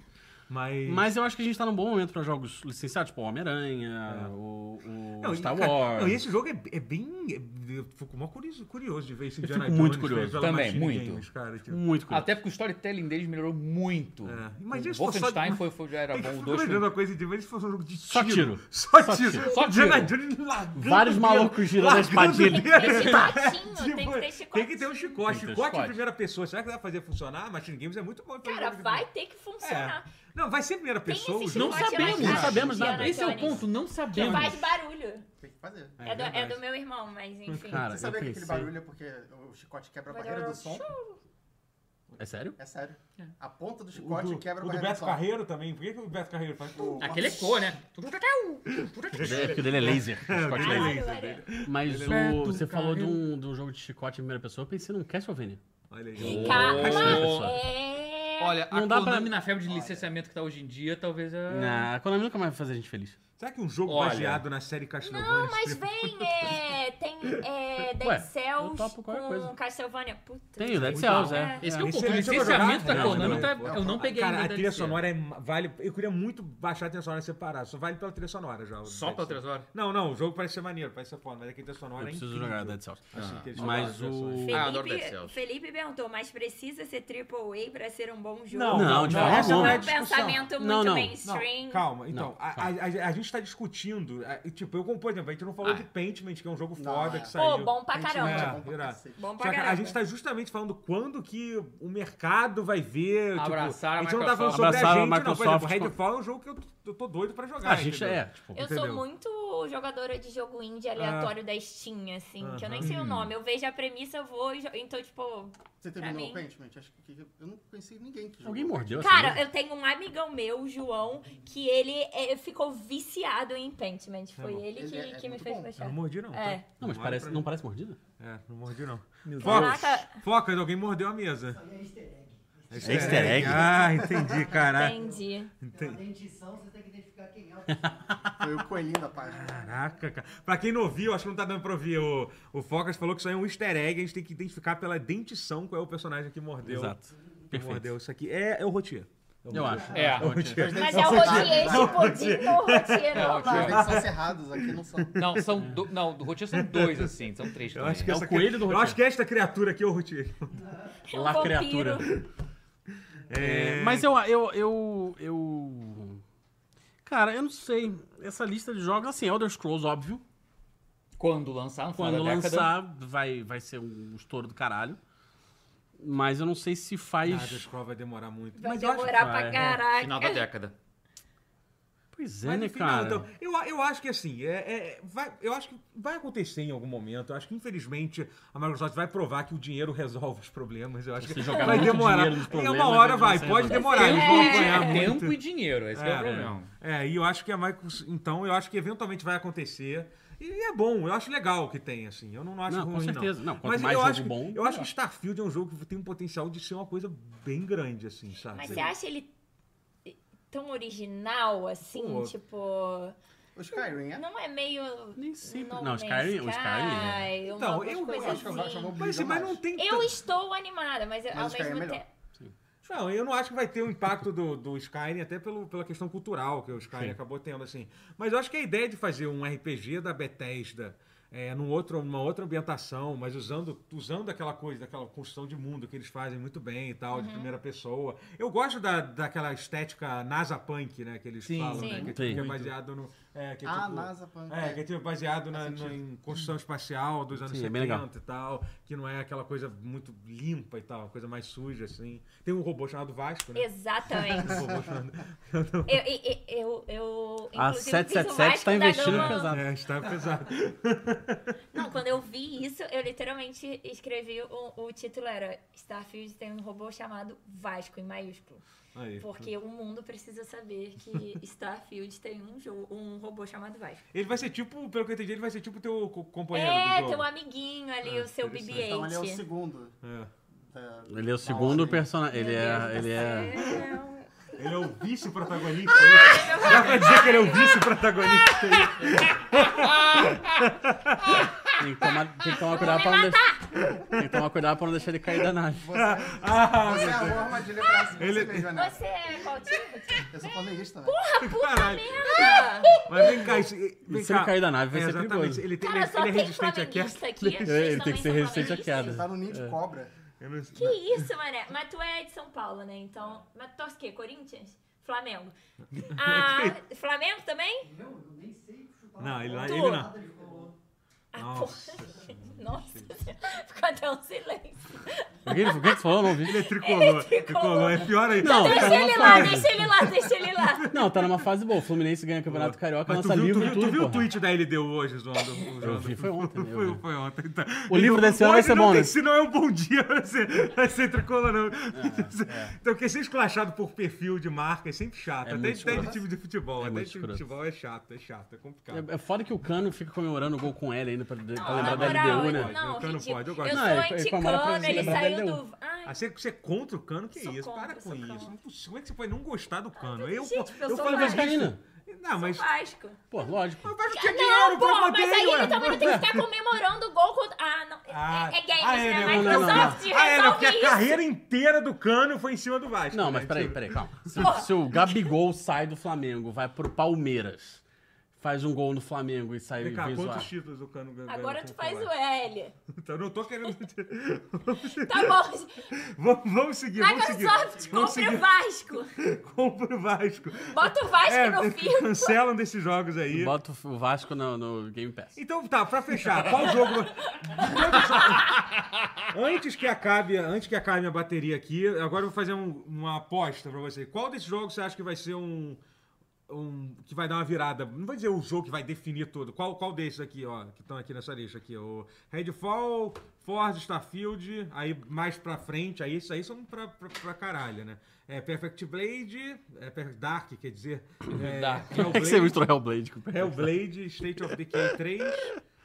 A: Mas,
D: Mas eu acho que a gente tá num bom momento pra jogos licenciados, tipo o Homem-Aranha,
A: É.
D: o, o
A: Não, e,
D: Star
A: cara,
D: Wars.
A: não, e esse jogo é, é bem. é- eu fico mó curioso, curioso de ver esse
D: Eu
A: Indiana
D: fico muito
A: Jones feito
D: curioso.
A: pela
B: Também,
A: Machine
B: muito.
A: Games, cara, tipo.
D: Muito curioso.
B: Até porque o storytelling deles melhorou muito.
A: É, mas
B: o
A: isso foi só-
B: Wolfenstein foi, foi, já era
A: Eu
B: bom, o
A: fico
B: 2
D: né?
A: imaginando uma coisa de mas se fosse um jogo de tiro.
D: Só tiro.
A: Só
D: Só
A: tiro.
D: tiro.
B: Só
A: Indiana
B: tiro.
A: Jones largando
D: Vários
A: o dedo,
D: malucos girando a
A: largando
D: espadinha.
A: o dedo.
C: Tem que ter
A: Tipo,
C: chicotinho, tem que ter
A: Tá. Tem que ter um chicote.
D: Tem que ter
C: chicotinho.
A: Chicote em
D: chicote.
A: primeira pessoa. Será que dá pra fazer funcionar? Machine Games é muito bom. pra
C: Cara,
A: jogo de-
C: vai ter que
A: É.
C: funcionar.
A: Não, vai ser primeira
C: Tem
A: pessoa.
C: esse
A: o
B: Não
A: jogo-
C: chicote lá
B: sabemos,
C: de
B: não
C: casa,
D: sabemos
C: Indiana
D: nada.
B: Esse é o
C: Jones.
B: ponto, não
C: Que
B: sabemos.
C: faz
A: um-
C: barulho.
F: Tem que fazer.
C: É, do, é
D: verdade.
C: do meu irmão, mas enfim.
D: Cara,
A: Ah,
F: Você sabia
D: eu
F: que
D: pensei.
F: aquele barulho é porque o chicote quebra a
C: Vai
F: barreira
C: dar
F: do som?
D: É sério?
F: É sério.
B: É.
F: A ponta do
A: O
F: chicote
A: do,
F: quebra a
A: o do
F: barreira do
A: Beto
F: som.
A: Carreiro também. Por que, que o Beto Carreiro faz?
F: O-
B: Aquele ecoa, né?
D: É, porque o dele é laser. O
A: Tá
D: chicote é laser.
C: Caralho,
A: né?
C: olha.
D: Mas
B: Ele é
D: o,
B: Beto
D: você falou de
B: Carreiro.
D: um, de um jogo de chicote em primeira pessoa, eu pensei num Castlevania.
A: Olha aí.
B: Ô.
C: Calma,
D: Ô.
C: é...
B: Olha, a
D: Não dá pra-
B: Konami na febre de licenciamento que tá hoje em dia, talvez é...
D: Na, a Ah, Konami nunca mais vai fazer a gente feliz.
A: Será que um jogo
B: Olha.
A: baseado na série Castlevania...
C: Não, mas vem, é, tem é, Dead
D: Ué, eu
C: Cells
D: topo
C: com
D: qualquer coisa.
C: Castlevania. Puta
D: Tem
C: que
D: o Dead
C: pariu.
D: Cells, é.
B: Esse que é o
A: Esse
B: ponto. O
A: é- esse eu vou
B: licenciamento
A: jogar,
B: da
A: não,
B: Konami
A: não,
B: tá...
A: não. é
B: Eu não peguei
A: Cara, a
B: ainda
A: trilha
B: DLC.
A: sonora é, ma- vale... Eu queria muito baixar a trilha sonora separada. Só vale pela trilha sonora já. o
B: Só
A: Dead Cells.
B: pela trilha sonora?
A: Não, não, o jogo parece ser maneiro, parece ser foda, mas aquele trilha sonora
D: Eu
A: é
D: preciso
A: incrível.
D: jogar Dead Cells.
A: Assim, que eles
D: Mas
A: falaram das
D: o-
A: versões.
B: Ah, eu adoro Dead
C: Felipe,
B: Cells.
C: Felipe perguntou, mas precisa ser AAA pra ser um bom jogo?
A: Não,
D: não, de forma
A: essa não é
D: alguma.
A: a
C: um
A: discussão.
C: pensamento muito
D: Não, não.
C: mainstream.
A: Não, calma, então,
D: Não,
A: a,
D: calma.
A: a- a- a gente tá discutindo, a- e, tipo, eu, como, por exemplo, a gente não falou
D: Ah.
A: de Paintment, que é um jogo
F: Não,
A: foda
F: é.
A: que
C: Pô,
A: saiu.
C: bom pra
A: É.
C: caramba.
F: Bom pra
A: irado.
F: cacete.
C: Bom
A: Só
C: pra
A: que
C: caramba.
A: a gente tá justamente falando quando que o mercado vai ver. tipo,
B: Abraçar a
A: gente não tá falando
B: Microsoft.
A: sobre
D: Abraçar a
A: a gente, não. Por exemplo,
D: Microsoft.
A: Redfall é um jogo que eu, eu tô doido pra jogar.
D: A gente
A: entendeu?
D: é, tipo...
C: Eu
A: Entendeu? Ah.
C: sou muito jogadora de jogo indie aleatório da Steam, assim, que eu nem sei o nome. Eu vejo a premissa, eu vou e jo- Então, tipo.
F: Você terminou
C: mim.
F: o Paintment? Acho que que- eu não conheci ninguém que jogou.
D: Alguém mordeu assim, né? essa
C: Cara,
D: mão?
C: eu tenho um amigão meu, o João, que ele eh, ficou viciado em Pentiment. Foi
A: bom.
C: ele que,
F: Ele é-
C: que me
F: é muito
C: fez
F: bom.
A: Eu
C: baixar.
A: não mordi, não. tá?
C: É.
D: Não, mas
A: olha
D: parece,
A: pra
D: não
A: mim.
D: parece mordida?
A: É, não mordi, não.
C: Deus.
A: Focas,
C: Caraca.
A: Focas, alguém mordeu a mesa.
E: Aí é easter egg.
D: É easter egg?
A: Ah, entendi, caralho.
C: Entendi.
E: Pela dentição, você tem que identificar quem é o personagem.
F: Foi o coelhinho da
A: Ah.
F: página.
A: Caraca, cara. Pra quem não ouviu, acho que não tá dando pra ouvir. O, o Focas falou que isso aí é um easter egg, a gente tem que identificar pela dentição qual é o personagem que mordeu.
D: Exato.
A: que
D: Perfeito.
A: Mordeu isso aqui. É, é o Rotier.
D: Eu acho.
B: É.
A: É o Rotier.
C: Mas é o rotier explodindo ou o rotier
F: Os
C: normal?
F: dentes são cerrados, aqui não são.
B: Não, são do... Não, do Rotier são dois, assim. São três
A: Eu
B: também.
A: acho que
D: É o
A: essa
D: coelho do
A: Eu
D: Rotier.
A: acho que esta criatura aqui é o Rotier.
C: Um
D: La É criatura. É, mas eu, eu, eu, eu... Cara, eu não sei. Essa lista de jogos, assim, Elder Scrolls, óbvio.
B: Quando lançar, no final
D: Quando
B: da década...
D: lançar, vai, vai ser um estouro do caralho. Mas eu não sei se faz...
A: Nada, a escola vai demorar muito.
C: Vai
A: eu acho-
C: demorar
D: que
C: pra
D: vai.
C: caraca.
B: Final da década.
D: Pois é,
A: Mas,
D: né,
A: enfim, não,
D: cara?
A: então, eu, eu acho que assim, é, é- vai, eu acho que vai acontecer em algum momento. Eu acho que, infelizmente, a Microsoft vai provar que o dinheiro resolve os problemas. Eu acho que
D: Se jogar
A: vai
D: muito
A: demorar.
D: dinheiro nos
A: É
D: problemas,
A: uma hora
D: eles
A: vai,
D: vão
A: pode
D: ser
A: demorar. Ah, Eles vão ganhar
C: É,
B: Tempo,
A: muito.
B: tempo e dinheiro, esse que é, o problema.
A: É, e eu acho que a Microsoft. Então, eu acho que eventualmente vai acontecer. E é bom, eu acho legal que tem, assim. Eu não acho
D: Não,
A: ruim,
D: com certeza. Não, quanto
A: Mas
D: mais
A: eu
D: jogo
A: acho que,
D: bom,
A: Eu acho que Starfield é um jogo que tem um potencial de ser uma coisa bem grande, assim, sabe?
C: Mas você acha ele tão original assim?
A: Pô.
C: Tipo.
F: O Skyrim, é?
C: Não é meio.
D: Nem sempre.
C: No
D: Não, o
C: Man's
D: Skyrim- o Skyrim
C: Sky,
A: Então,
C: algumas
A: eu- eu
C: coisas
F: acho que eu vou- acho que eu vou
C: assim.
A: Mas, assim, mas não
F: mais.
A: tem.
C: Eu estou animada, mas, eu-
F: Mas
C: ao
F: o Sky é
C: mesmo
F: melhor.
C: tempo.
A: Não, eu não acho que vai ter o impacto do, do Skyrim, até pelo, pela questão cultural que o Skyrim
D: Sim.
A: acabou tendo, assim. Mas eu acho que a ideia de fazer um RPG da Bethesda é, num outro, numa outra ambientação, mas usando, usando aquela coisa, daquela construção de mundo que eles fazem muito bem e tal, de primeira pessoa. Eu gosto da, daquela estética NASA Punk, né, que eles
B: Sim.
A: falam,
C: Sim.
A: né? Que,
D: Sim.
A: que é
D: Muito.
A: baseado no... É, que é
F: Ah,
A: tipo-
F: NASA, pan-
A: É, que é tipo baseado na,
F: Faz
A: na-
F: sentido.
A: em construção espacial dos anos
D: Sim,
A: 70
D: é bem legal.
A: e tal, que não é aquela coisa muito limpa e tal, uma coisa mais suja, assim. Tem um robô chamado Vasco, né?
C: Exatamente.
A: Um robô chamado...
C: Eu, eu, eu, eu
D: A
C: inclusive, fiz um o
D: 777
C: Vasco
D: está
C: da
D: investindo
C: Gama-
D: pesado.
A: É, está pesado.
C: Não, quando eu vi isso, eu literalmente escrevi o, o título era Starfield tem um robô chamado Vasco em maiúsculo.
A: Aí.
C: Porque o mundo precisa saber que Starfield tem um jogo, um robô chamado Vasco.
A: Ele vai ser tipo, pelo que eu entendi, ele vai ser tipo teu co- companheiro
C: É,
A: do jogo.
C: teu amiguinho ali,
A: Ah,
C: o seu
A: interessante.
C: BB-8.
F: Então ele é o segundo.
A: É.
F: da-
D: Ele é o
A: tá
F: da
D: segundo
F: ordem.
D: personagem. Ele
C: Meu Deus
D: é.
C: do
D: Ele é.
C: céu.
A: Ele é o vice-protagonista. né? Dá pra dizer que ele é o vice-protagonista.
D: Tem que tomar, tem que tomar cuidado pra não deixar. Tem que tomar cuidado pra não deixar ele cair da nave.
F: Você,
A: Ah,
F: você é a boa armadilha pra si
A: Ele-
F: mesmo, né?
C: Você é qual tipo? Ah,
F: Eu sou flamenguista, né?
A: caralho.
C: Merda!
A: Mas vem cá, isso, vem
D: se ele
A: cá.
D: cair da nave, vai
A: É,
D: ser
A: exatamente,
D: perigoso.
A: Ele, tem,
C: Cara,
A: ele,
C: só
A: ele é
C: tem
A: resistente à queda.
C: flamenguista aqui. Vocês
D: Ele tem que
C: também
D: ser
C: são
D: resistente à
C: flamenguistas?
F: Você tá no ninho
A: É.
F: de cobra.
A: Eu não-
C: Que isso, mané? Mas tu é de São Paulo, né? Então. Mas tu torce o quê? Corinthians? Flamengo. Ah, Flamengo também?
E: Não, eu nem sei chutar.
A: Não, ele,
C: Tu.
A: ele não.
E: Nada de futebol.
C: Ah,
A: Nossa.
C: porra. Nossa. Ficou até um silêncio.
D: O que, ele- o que ele falou? Eu Não ouvi.
A: Ele é tricolor.
C: Ele é tricolor.
A: tricolor. É pior ainda.
D: Não, tá
C: Deixa
D: numa
C: ele lá,
D: fase.
C: deixa ele lá, deixa ele lá.
D: Não, tá numa fase boa. O Fluminense ganha o Campeonato Carioca,
A: Mas tu
D: lança
A: viu, tu
D: livro e
A: viu, tu
D: tudo.
A: viu o
D: porra.
A: tweet da LDU hoje, zoando o zoando-
D: vi, foi ontem, né, eu
A: Foi,
D: vi.
A: foi ontem. tá.
D: O livro desse ano vai
A: Hoje
D: ser
A: não
D: bom,
A: tem-
D: né?
A: Se não é um bom dia, vai ser, vai ser tricolor,
D: É,
A: não. Então, porque ser esclachado por perfil de marca é sempre chato.
D: É
A: até
D: muito
A: até de
D: escroto.
A: time de futebol. até
D: muito
A: de time de
D: escroto.
A: futebol é chato, é chato, é complicado.
D: É, é foda que o Cano fica comemorando o gol com L ainda pra, pra
C: Ah, na
A: Tá
D: lembrar da
C: moral,
D: LDU,
C: ele-
D: né?
C: não,
A: Eu não
C: ridículo.
A: pode, eu
C: eu,
A: gosto.
C: sou
D: Não, ele- ele comemora pra
C: anticano, ele
D: lembrar
C: saiu
D: dele,
C: do. Ai,
A: Ah, você, você é contra o cano? Que
C: Sou
A: isso?
C: contra,
A: Para com
C: sou
A: isso.
C: contra.
A: Não possível. Como é que você pode não gostar
D: Ah,
A: do cano? Eu,
C: gente,
A: eu,
C: eu sou
A: falo
D: Vascaína.
A: Não, mas.
C: Vasco.
D: Pô, lógico.
A: Mas vai ter
C: Ah, Não,
D: Ah,
A: dinheiro pra
C: pô,
A: manter,
C: mas aí
A: ué.
C: ele também não tem que ficar comemorando o gol contra. Ah, não. É-
A: Ah,
C: é, é games,
A: ah, é,
C: né?
A: né? Não,
D: não, não.
C: Microsoft,
A: Ah, é, né? Porque
C: resolve
A: a
C: isso.
A: carreira inteira do Cano foi em cima do Vasco.
D: Não,
A: né?
D: mas peraí,
A: Tipo,
D: peraí, calma. Se,
C: Porra.
D: se o Gabigol sai do Flamengo, vai pro Palmeiras, faz um gol no Flamengo e sai e
A: Vem cá,
D: vem zoar.
A: quantos títulos o Cano ganhou?
C: Agora
A: com
C: tu faz o
A: Vasco?
C: L.
A: Então, eu não tô querendo...
C: Tá bom.
A: vamos, vamos seguir, vamos seguir. Vamos
C: Microsoft, compra o
A: seguir.
C: Vasco.
A: Compra o Vasco.
C: Bota o Vasco
A: É,
C: no fio.
A: cancelam desses jogos aí.
D: Bota o Vasco no, no Game Pass.
A: Então tá, pra fechar, qual jogo. antes que acabe, antes que acabe minha bateria aqui, agora eu vou fazer um- uma aposta pra você. Qual desses jogos você acha que vai ser um, um- que vai dar uma virada? Não vou dizer o jogo que vai definir tudo. Qual qual desses aqui, ó, que estão aqui nessa lista aqui, o Redfall, Forza, Starfield, aí mais pra frente, aí isso aí são pra, pra, pra caralho, né? É Perfect Blade, é Perfect Dark, quer dizer, é,
B: Dark.
D: Por que, que você misturou Hellblade com o
A: Hellblade, State of Decay 3,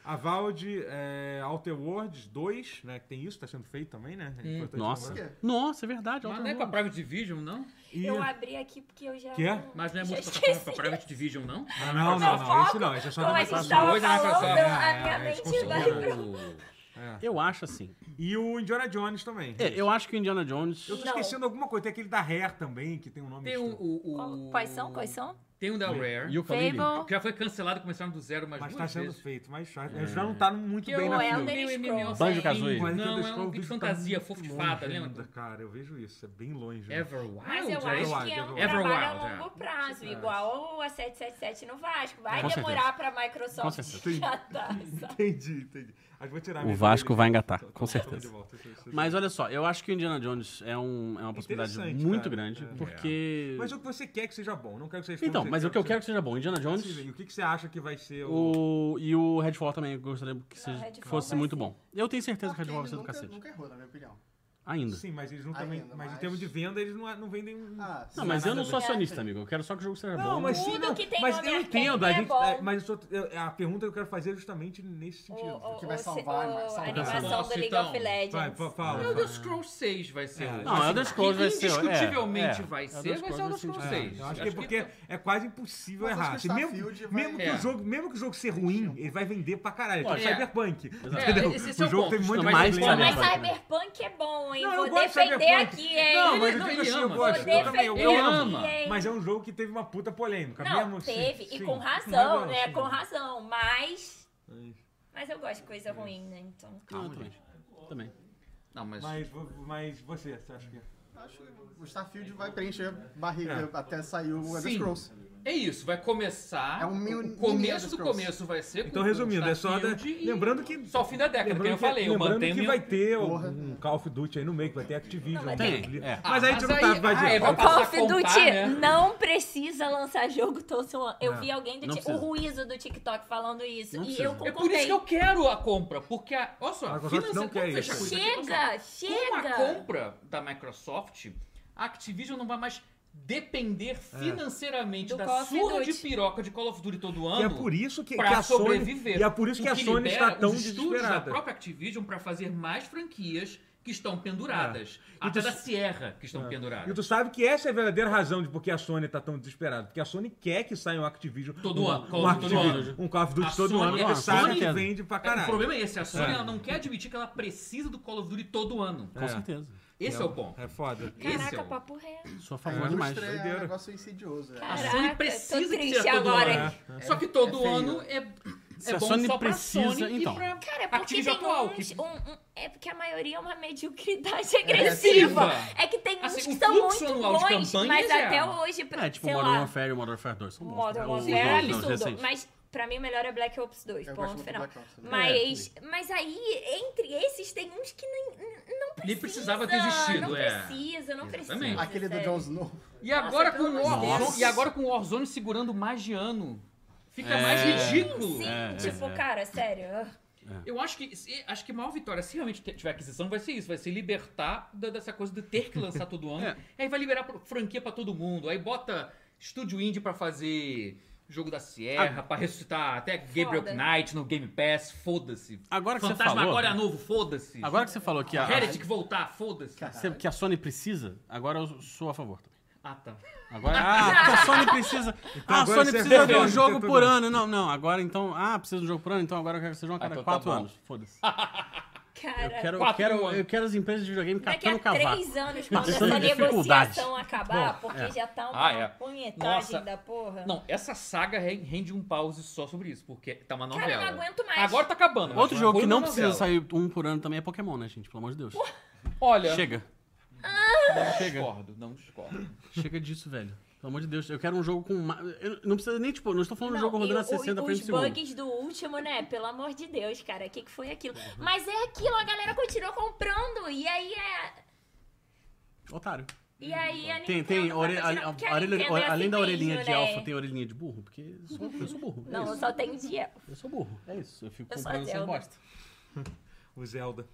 A: Avald, é, Outer Worlds 2, né? Que tem isso, tá sendo feito também, né? É importante
D: Nossa.
A: lembrar.
D: Nossa, é verdade.
B: Mas
D: Outra
B: não é com a
D: coisa.
B: Private Division, não?
A: E...
C: Eu abri aqui porque eu já.
A: Que é?
B: Mas não é
C: já
B: multiplataforma
C: esqueci.
B: pra Private Division, não?
A: Ah, não, não,
C: Meu
A: não,
C: foco,
A: esse não, esse é só da
C: como a gente
A: Microsoft.
C: tava
B: Hoje na
C: falando,
B: Microsoft.
C: a
A: É,
C: minha
A: eles
C: mente
A: conseguiram.
C: vai.
A: É.
D: Eu acho assim.
A: E o Indiana Jones também.
D: É, eu acho que o Indiana Jones.
A: Eu tô
C: Não.
A: esquecendo alguma coisa, tem aquele da Rare também, que tem um nome
B: Tem o,
A: estranho.
B: o, o-
C: Quais são? Quais são?
B: Tem o da Rare,
D: E o Kalili.
B: que já foi cancelado, começaram do zero mais
A: Mas
B: duas
A: tá sendo
B: vezes.
A: feito, mas já,
D: É.
A: já não tá muito
B: Que
A: bem
B: é
A: na
C: o
A: fila.
C: Elden-
D: Banjo-Kazooie.
A: Mas
B: Não,
A: aquele
B: é
A: Skull
B: um de
A: Beats tá
B: fantasia,
A: muito
B: fofo de
A: longe
B: fada,
A: ainda,
B: lembra?
A: Cara, eu vejo isso, é bem longe. né?
B: Everwild,
C: Mas eu
B: é isso?
C: acho que é
A: Everwild,
C: um trabalho a
B: Everwild,
C: longo
B: é.
C: prazo, igual a 777 no Vasco. Vai
A: É,
D: Com
C: demorar pra Microsoft tá.
D: Com certeza.
C: engatar essa.
A: Entendi, entendi. Acho que vou tirar
D: O
A: mesmo
D: Vasco
A: dele.
D: vai engatar,
A: Tô- tô-
D: Tá,
A: tô
D: com
A: de
D: certeza.
A: volta, tô- tô- tô-
D: Mas olha só, eu acho que o Indiana Jones é, um, é uma possibilidade
A: Interessante,
D: muito
A: cara.
D: grande,
A: É.
D: porque.
A: Mas o que você quer que seja bom, não é quero que seja é
D: Então, mas o que eu quero que seja bom, Indiana Jones
A: E o que, que você acha que vai ser o.
D: o... e o Redfall também, eu gostaria que seja-
C: Redfall
D: fosse
C: vai
D: muito
C: ser.
D: bom. Eu tenho certeza que
F: Porque
D: o Redfall vai
F: ele
D: ser do
F: nunca,
D: cacete.
F: nunca errou, na minha opinião.
D: Ainda.
A: Sim, mas eles não
F: Ainda,
A: também. mas, em
F: mas-
A: termos de venda, eles não, não vendem um.
F: Ah,
D: Não, mas eu não sou
C: Obrigada.
D: acionista, amigo. Eu quero só que o jogo seja bom.
A: não, mas sim,
C: Tudo
A: não,
C: que tem
A: mas
C: nome
A: eu
C: arcade
A: entendo. A,
C: é
A: gente,
F: Tá
C: bom.
A: é, mas eu sou- eu- a pergunta que eu quero fazer é justamente nesse
C: O,
A: sentido.
C: o,
F: que vai
C: o-
F: salvar,
C: o-
F: vai
C: a
F: salvar.
C: animação do
B: Posso,
C: League
B: então?
C: of
A: Vai,
C: Legends.
A: fa- fala.
B: O
A: fala.
B: Elder Scrolls 6 vai ser.
A: É,
B: o-
A: não,
D: Elder Scrolls vai ser- é,
B: Indiscutivelmente
D: é.
B: vai ser,
D: Elder
B: vai ser o
D: Scrolls
B: Elder
D: vai
B: Scrolls
D: ser-
A: É,
B: 6.
A: eu acho que é porque é quase impossível
F: Mas acho
A: errar.
F: que o
A: Se mesmo,
F: Starfield vai-
A: mesmo que
B: É.
A: o jogo, mesmo que o jogo ser ruim, ele vai vender pra caralho. Tipo
D: Lógico.
B: É.
A: Cyberpunk.
B: É,
A: Entendeu?
B: esse- esse é
A: o
B: o
A: jogo
B: ponto.
A: tem muito
D: Mas
A: mais
D: isso
A: venda.
C: Pô, mas
D: Cyberpunk, né?
C: Cyberpunk é bom, hein?
A: Não, eu
C: Vou
A: gosto de
C: defender
A: Cyberpunk.
C: aqui, hein?
A: Não,
B: Ele-
A: mas
B: não,
A: eu,
B: ele
A: assim, eu
B: ama.
A: gosto.
C: Vou
A: eu também, eu
C: defender
A: amo.
B: ama.
C: aqui, hein?
A: Mas é um jogo que teve uma puta polêmica.
C: Não,
A: mesmo, sim,
C: teve, e
A: sim. é
C: com
A: Eu
C: razão,
A: gosto.
C: né? Com razão, mas.
B: É.
C: Mas eu gosto de coisa ruim, né? Então.
B: Ah,
D: Não, eu também. Também.
B: Não, mas.
A: Mas, vo- mas você, você acha que. é?
D: É.
F: Acho que o Starfield vai preencher barriga até sair o Elder
B: Sim.
F: Scrolls.
B: É isso, vai começar.
F: É um mini-
B: o
F: mini
B: começo
F: Elder
B: do
F: Scrolls.
B: começo vai ser. com
A: Então,
B: o
A: resumindo, é só. Da...
B: Starfield e
A: Lembrando É, que.
B: Só o fim da década, porque
A: Lembrando
B: eu falei,
A: que,
B: eu
A: lembrando
B: mantenho.
A: que vai ter um, um Call of Duty aí no meio, que vai ter Activision.
D: Tem, é.
A: Mas aí a gente não tá. Vai
B: ah, é,
A: dizer,
B: vai
A: vai-
B: passar
C: Call
B: a
C: of
B: contar,
C: Duty
B: né?
C: não precisa lançar jogo todo semana. Eu
A: Não,
C: vi alguém do
D: não
C: ti- o
D: precisa.
C: ruízo do TikTok falando isso.
D: Não
C: e
D: precisa.
C: eu
B: É por isso
C: concordei.
B: que eu quero a compra, porque a. Olha só,
A: A Microsoft
B: financeira-
A: não quer
B: vamos
A: isso.
B: fechar com aqui, olha
C: Chega,
B: só. Com a
C: chega.
B: compra da Microsoft, a Activision não vai mais
A: É.
B: depender financeiramente
C: Do Call
B: da
C: of
B: surra de
C: Duty.
B: piroca de Call of Duty todo
A: E
B: ano.
A: é por isso que, que
B: pra
A: a Sony.
B: sobreviver.
A: E é por isso
B: O
A: que a Sony
B: libera
A: está tão
B: os estúdios da
A: desesperada.
B: própria Activision para fazer mais franquias que estão penduradas. Até
A: É. tu- É.
B: da Sierra que estão
A: E
B: penduradas.
A: tu sabe que essa é a verdadeira razão de por que a Sony tá tão desesperada. Porque a Sony quer que saia um Activision.
B: Todo
A: um,
B: ano,
A: Um,
B: todo
A: Activision,
B: ano.
A: um Call of
B: A
A: Duty todo
B: Sony- é
A: ano.
B: a
A: Porque sabe
B: Sony-
A: que vende pra
B: É, O
A: caralho.
B: problema é esse, a Sony ela não quer admitir que ela precisa do Call of Duty todo ano.
D: Com certeza.
B: Esse é o ponto.
A: É foda.
B: Esse é
C: Caraca,
B: o-
C: papo reto.
D: Sou a
F: A
D: favor demais.
F: indústria é um
A: Doideira.
F: negócio insidioso. É.
B: A
C: Caraca,
B: Sony
C: tô
B: precisa que
C: triste
B: seja todo
C: agora.
B: ano. Só que todo
F: É feio.
B: ano é,
D: Se
B: é
D: a
B: bom
D: Sony
B: só pra
D: precisa,
B: Sony
D: então.
B: e pra
C: Cara, porque
B: Activision
C: tem
B: atual.
C: uns,
B: que-
C: um- um- é porque a maioria é uma mediocridade agressiva. É que tem uns
B: Assim,
C: que
B: o
C: são
B: fluxo
C: muito
B: anual de
C: bons,
B: campanhas
C: mas
B: é-
C: até hoje, pra-
D: É, tipo
C: sei
D: Modern
C: lá,
D: Warfare e Modern Warfare 2. São bons.
C: Modern
D: Os
C: Warfare
D: dois,
C: é
D: os
C: absurdo.
D: recentes.
C: Mas pra mim o melhor é Black Ops 2,
F: Eu gosto
C: ponto
F: muito
C: final.
F: do Black Ops né? também.
D: É,
C: Mas, mas aí, entre esses, tem uns que nem, n- não precisa.
B: Nem precisava ter existido,
C: não
B: é.
C: precisa, não precisa.
B: Exatamente.
F: Aquele do
C: sério.
F: Jon Snow.
B: E agora,
C: Nossa,
B: com o
C: pelo amor de
B: Warzone-
D: Deus.
B: e agora com o Warzone segurando mais de ano, fica
D: É.
B: mais ridículo. É.
C: Sim,
D: É,
C: tipo,
D: é.
C: cara, sério. ah,
B: Eu acho que se- acho que a maior vitória, se realmente te- tiver aquisição, vai ser isso, vai se libertar da- dessa coisa de ter que lançar todo ano.
D: É.
B: Aí vai liberar pro- franquia pra todo mundo. Aí bota estúdio indie pra fazer jogo da Sierra, pra ressuscitar até Gabriel
C: Foda.
B: Knight no Game Pass, foda-se.
D: Agora que você
B: Fantasma
D: falou-
B: agora é novo, foda-se.
D: Agora que você falou que a,
B: Heretic voltar, foda-se.
D: você- que a Sony precisa, agora eu sou a favor também.
B: Ah, tá.
D: Agora, ah, porque a Sony precisa. ah, a
A: agora
D: Sony
A: você é
D: precisa de
A: rebelde,
D: um jogo
A: então
D: por
A: tudo.
D: ano. Não, não, agora então. Ah, precisa de um jogo por ano, então agora eu quero que seja um a cada
B: então tá
D: quatro
B: bom.
D: anos. Foda-se. Eu
C: Cara,
D: quero, eu,
B: Quatro
D: quero,
B: anos.
D: eu quero as empresas de videogame
C: daqui
D: catando
C: a
D: cavaco.
C: três anos, quando
D: Passando
C: essa
D: dificuldade.
C: negociação acabar, porque já tá uma
B: Ah, é.
C: punhetagem
B: Nossa.
C: da porra.
B: Não, essa saga re- rende um pause só sobre isso, porque tá uma novela.
C: Cara, eu não aguento mais.
B: Agora tá acabando.
D: Outro
B: mas
D: jogo
B: foi
D: que
B: uma
D: não precisa
B: novela.
D: sair um por ano também é Pokémon, né, gente? Pelo amor de Deus.
B: Olha,
D: Chega.
B: não discordo, não discordo.
D: Chega disso, velho. Pelo amor de Deus. Eu quero um jogo com. ma- eu não precisa nem, tipo, não estou falando de um jogo
C: e
D: rodando a
C: o-
D: 60 frames
C: os
D: por segundo.
C: bugs do último, né? Pelo amor de Deus, cara, o que, que foi aquilo? Mas é aquilo, a galera continuou comprando. E aí é.
D: Otário.
C: E aí a
D: Tem,
C: Nintendo
D: tem.
C: vai
D: ore- a-
C: continuar,
D: a-
C: porque a
D: orelha-
C: Nintendo é
D: ore- além
C: assim
D: da orelhinha
C: mesmo,
D: de
C: né?
D: alfa, tem orelhinha de burro? Porque eu sou, eu sou burro. é
C: Não, eu
D: isso.
C: só tenho de elfo.
D: Eu sou burro. É isso. Eu fico
C: Eu sou né?
D: comprando essa
C: Zelda.
D: bosta.
A: O Zelda.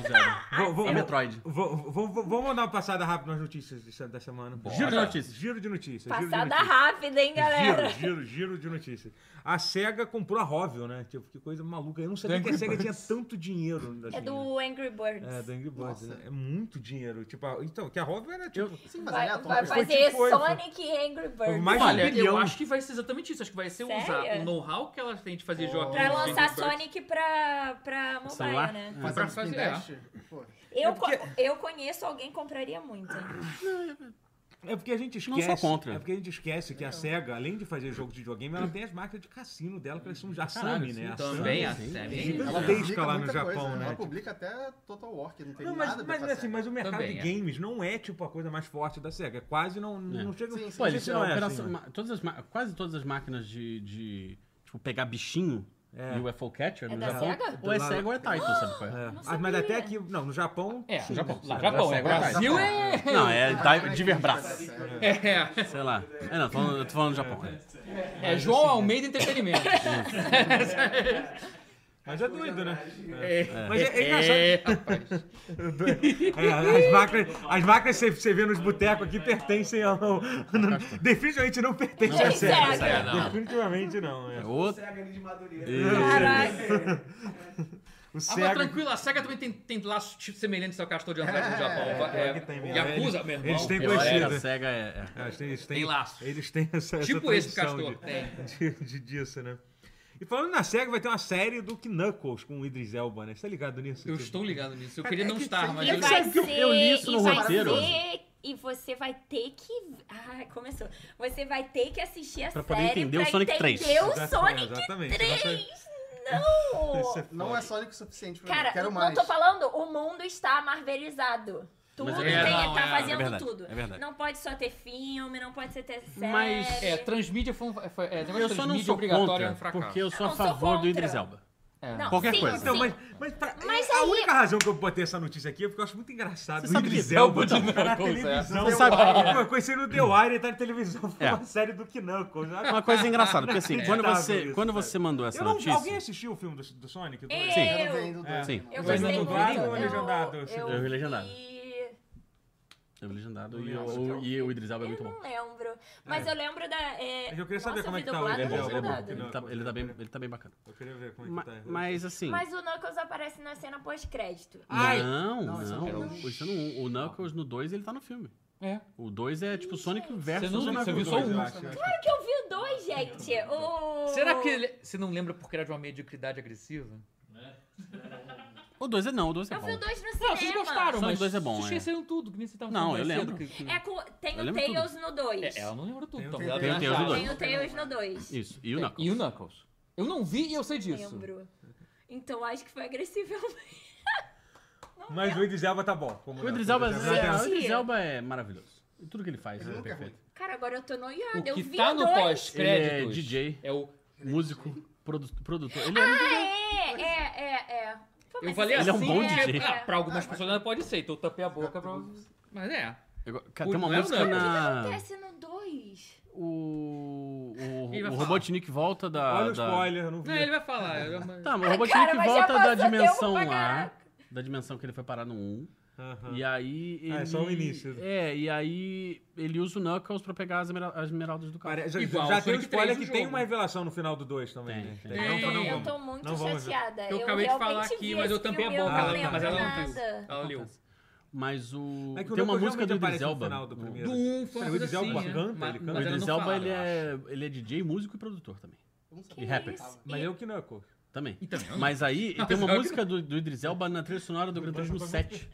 D: Zelda.
A: vou-
D: É Metroid.
A: Vou- vou- vou- Vamos mandar uma passada rápida nas notícias dessa- da semana.
D: Giro de notícias.
A: Giro de notícias. giro de
C: Passada
A: notícias.
C: rápida, hein, galera? É
A: Giro, giro, giro de notícias. A SEGA comprou a Rovio, né? Tipo, que coisa maluca. Eu não sabia que a SEGA tinha tanto dinheiro. assim.
C: É do Angry Birds.
A: É, do Angry Birds.
F: Nossa.
A: né? É muito dinheiro. Tipo, a- então, que a Rovio era tipo...
F: Sim, mas é
C: Vai, vai
F: aleatório.
A: Foi
C: fazer
A: tipo, foi, foi.
C: Sonic e Angry Birds.
A: mais de um
B: Olha, eu
A: bilhão.
B: acho que vai ser exatamente isso. Acho que vai ser
C: Sério?
B: usar o know-how que ela tem de fazer
F: Pô.
A: tipo
B: jogos.
C: Pra
B: de
C: lançar
B: Angry Birds.
C: Sonic pra, pra mobile,
D: Celular?
C: né?
F: Fazendo
B: Pra
F: spin
B: fazer, um é.
F: dash, pô.
C: Eu, co- eu conheço alguém que compraria muito.
A: É porque a gente
D: Não
A: esquece.
D: sou contra.
A: É porque a gente esquece que a SEGA, além de fazer jogo de videogame, ela tem as marcas de cassino dela, que elas são já
D: Caralho,
A: Sami, né?
D: sim,
A: A Sami
B: Também,
A: é
B: até
A: gigantesca
F: Ela publica
A: lá no
F: muita
A: Japão,
F: coisa,
A: né?
F: Ela
A: Tipo,
F: publica até Total War, que não tem
A: Não, mas,
F: nada
A: mas
F: pra
A: assim,
F: série.
A: mas o mercado
B: Também,
A: de
B: é.
A: games não é tipo a coisa mais forte da SEGA. É Quase não, não chega.
F: Sim,
A: não
F: sim.
A: sei
D: Pô,
F: Olha,
A: se
D: eles,
A: não
D: a
A: é
D: operação-
A: assim, mas-
D: ma- todas as ma- quase todas as máquinas de, de, tipo, pegar bichinho e UFO Catcher
C: É
D: no
C: da
D: Japão,
C: SEGA?
D: ou é SEGA ou é Taito, sabe qual
A: É.
D: é?
A: Ah, mas até aqui, não, no Japão.
B: É,
A: sim,
B: Japão.
A: né?
B: Lá,
A: Sim.
B: Japão, é
D: Brasil é-
B: Brasil é.
D: Não, é
F: Ah,
D: da,
F: como é que
D: de
F: a gente
D: Verbraço,
F: faz essa?
B: É,
D: sei lá. É, não, tô falando, tô falando do Japão. é.
B: é João Almeida Entretenimento.
A: Mas é doido, né?
B: É,
A: Mas é- é engraçado.
B: rapaz.
A: É, as máquinas, as máquinas que você vê nos botecos aqui pertencem ao. não- definitivamente não pertencem à
C: Não,
A: SEGA.
C: SEGA.
B: É, não.
A: Definitivamente não. é.
D: É outro.
E: Cega ali de Madureira.
C: Caraca.
A: O
B: Ah, mas
A: SEGA.
B: tranquilo, a SEGA também tem, tem laços tipo, semelhantes ao castor de Atlético no Japão.
A: É, pior que tem mesmo.
B: e acusa, meu irmão.
A: Eles têm
D: Eu
A: é conhecido.
D: era, SEGA é. é.
A: É, eles têm, eles têm,
B: Tem laços.
A: Eles têm essa. essa
B: Tipo esse do
A: tradição
B: castor. Tem.
A: de, de, de- disso, né? E falando na SEGA, vai ter uma série do Knuckles com o Idris Elba, né? Você tá ligado nisso?
B: Eu
A: Tipo?
B: estou ligado nisso. Eu queria
F: é
B: não
F: que
B: estar,
F: sem
B: mas
C: E
B: eu
D: ligar-
C: vai
D: sabe que eu-
C: ser,
D: eu li isso
C: e
D: no
C: vai
D: roteiro.
C: ser- e você vai ter que. Ah, começou. Você vai ter que assistir a
D: Pra
C: série
D: poder entender o
C: pra
D: Sonic
C: entender
D: 3.
C: o
A: Exato,
C: Sonic
A: exatamente.
C: 3.
A: Isso
C: Não!
A: foda.
F: Não é Sonic o suficiente pra mim.
C: Cara,
F: Quero
C: não
F: mais.
C: tô falando, o mundo está marvelizado. Tudo
D: Mas é
C: tem
D: verdade.
C: que
B: Não,
C: tá
B: é-
C: fazendo
D: é verdade,
C: tudo.
D: é verdade.
C: Não pode só ter filme, não pode só ter série.
D: Mas-
B: É, transmídia foi um. Foi, é, negócio
D: Eu
B: de
D: só não
B: transmídia
D: sou
B: obrigatória é
D: contra,
B: um fracasso.
D: porque eu sou
C: Eu
D: a
C: não sou
D: favor do
C: contra.
D: Idris Elba.
B: É.
C: Não,
D: Qualquer
C: sim,
D: coisa.
C: Sim.
A: Então, mas, mas, pra-
C: Mas
A: a
C: aí-
A: única razão que eu botei essa notícia aqui é porque eu acho muito engraçado.
D: Você sabe
A: o Idris
D: que
A: Elba
D: Elba é.
A: tá na
B: não,
A: televisão.
D: Você sabe-
A: Eu conheci no The Wire, ele tá na televisão. Foi
D: É.
A: uma série do Knuckles.
D: Uma coisa engraçada, porque assim, quando
A: Inacreditável
D: você,
A: É. isso,
D: quando
A: cara.
D: você mandou essa
A: Eu não- Alguém é
D: notícia...
A: assistiu o filme do, do Sonic?
D: É.
A: Do-
C: Eu,
D: Sim.
F: Eu venho do dois, né?
A: É.
F: não.
C: eu
A: Mas
C: gostei
A: não
C: muito.
A: dublado ou
C: Eu-
A: legendado? assim.
C: Eu,
D: Eu vi legendado.
C: vi-
D: Eu vi é legendado e,
A: Eu acho
D: o, e o Idris Elba é
C: Eu
D: muito bom.
C: não lembro. Mas eu lembro da. é,
A: Eu queria saber
C: nossa,
A: como é
C: vi
A: que tá o
C: dublado
A: Ele
D: Ele
A: é bom,
D: é
C: e
D: bom, ele é bom.
C: legendado.
D: Ele tá, ele tá bem, ele tá bem bacana.
A: Eu queria ver como é que
D: Ma-
A: tá. Eu-
D: Mas assim...
C: Mas o Knuckles aparece na cena pós-crédito.
A: Ai!
D: Não,
F: Não,
D: não.
F: esse é o Knuckles.
D: O- isso não- o Knuckles no 2, ele tá no filme.
B: É.
D: O 2 é tipo Sonic versus
B: não-
D: o
B: você
D: Knuckles.
B: viu só
A: dois,
B: um.
A: eu acho, né?
C: Claro que eu vi o dois, gente. O...
B: Será que ele- você não lembra porque era de uma mediocridade agressiva?
D: O 2 é não, o 2 é
C: Eu vi o
D: bom.
C: dois no cinema.
B: Não, vocês gostaram,
D: Só
B: mas
D: os dois é bom,
B: vocês
D: é.
B: esqueceram tudo, que nem você tava
D: Não,
B: falando
D: eu
B: mais
D: lembro.
B: cedo, que- que-
C: É com- Tem
D: Eu
C: o
D: lembro tudo.
C: Tails no dois.
B: É, ela não lembrou tudo.
A: Tem o
B: então,
A: Tails.
B: ela
D: Tem o
B: deve
D: Tails
B: achar.
D: do dois.
C: Tem o Tails no dois.
D: Isso, e o
B: Tem.
D: Knuckles.
B: É, E o Knuckles. Eu não vi e eu sei disso.
C: Lembro. Então acho que foi agressivo.
A: Mas o Idris Elba tá bom. como
D: O
A: não,
D: Idris Elba,
A: o Elba
D: é,
A: tá-
D: o Idris Elba é maravilhoso. E Tudo que ele faz é
F: nunca é
D: perfeito.
C: Cara, agora eu tô noiada.
B: O
C: Eu
B: que
C: vi
B: tá
C: o
B: no
C: dois.
B: pós-créditos
D: Ele é DJ.
B: é o...
D: Músico, produ- produtor. Ele é muito
C: Ah, é, é, é, é. Pô,
B: Eu
C: mas
B: falei
D: Ele
B: assim...
D: é um bom
B: porque-
D: DJ.
B: Ah, pra algumas pessoas ainda pode ser, então eu tapei a boca pra... Mas é.
D: Eu go- Cara, tem uma
B: Não é o
D: música
B: Knuckles.
D: na.
C: acontece no 2?
D: O. O,
B: Ele vai
D: o
B: falar.
D: Robotnik volta da.
A: Olha o
D: da-
A: spoiler, eu não vi.
B: Ah, Não, ele vai falar. eu- mas-
D: Tá, mas
C: Ah,
D: o Robotnik
C: cara, mas já
D: volta da
C: passou tempo
D: dimensão
C: pra
D: lá.
C: caraca.
D: Da dimensão que ele foi parar no 1.
A: Aham.
D: E aí. Ele,
A: Ah, é só o início.
D: É, e aí ele usa o Knuckles pra pegar as, esmera- as esmeraldas do cara.
A: Pare- Já,
B: Igual
A: já
B: o
A: tem um
B: Sonic
A: spoiler
B: 3
A: que
B: do
A: tem
B: jogo.
A: uma revelação no final do 2 também.
D: Tem,
A: né?
D: tem.
A: Então, então não
C: É, eu
A: vamos-
C: tô muito
A: não vamos-
C: chateada.
B: Eu acabei de falar
C: É, realmente
B: aqui,
C: vi
B: mas
C: esse
B: eu tampei a
C: filme, eu
B: boca,
C: não
B: ela- tá,
C: lembro
B: mas ela não viu.
C: nada.
B: Ela leu.
D: Mas o.
A: É que o
D: tem uma
A: Knuckles
D: música do
A: realmente
D: Idris
A: aparece no
D: Elba.
A: final do
D: O-
A: primeiro.
B: Do 1 foi uma
A: O
B: coisa
A: Idris
B: assim,
A: Elba
B: né?
D: tá
A: canta,
B: Mas-
A: ele
B: mas
A: canta.
D: O
B: ela
D: Idris
B: não
D: Elba,
B: fala,
D: ele
B: eu acho.
D: é, ele é DJ, músico e produtor também.
F: Eu não sabia.
D: E rapper
C: isso?
A: Mas é o Knuckles.
D: também.
B: Então, eu não-
D: Mas aí tem uma
B: Mas eu-
D: música do, do Idris Elba na trilha sonora do Gran Turismo 7,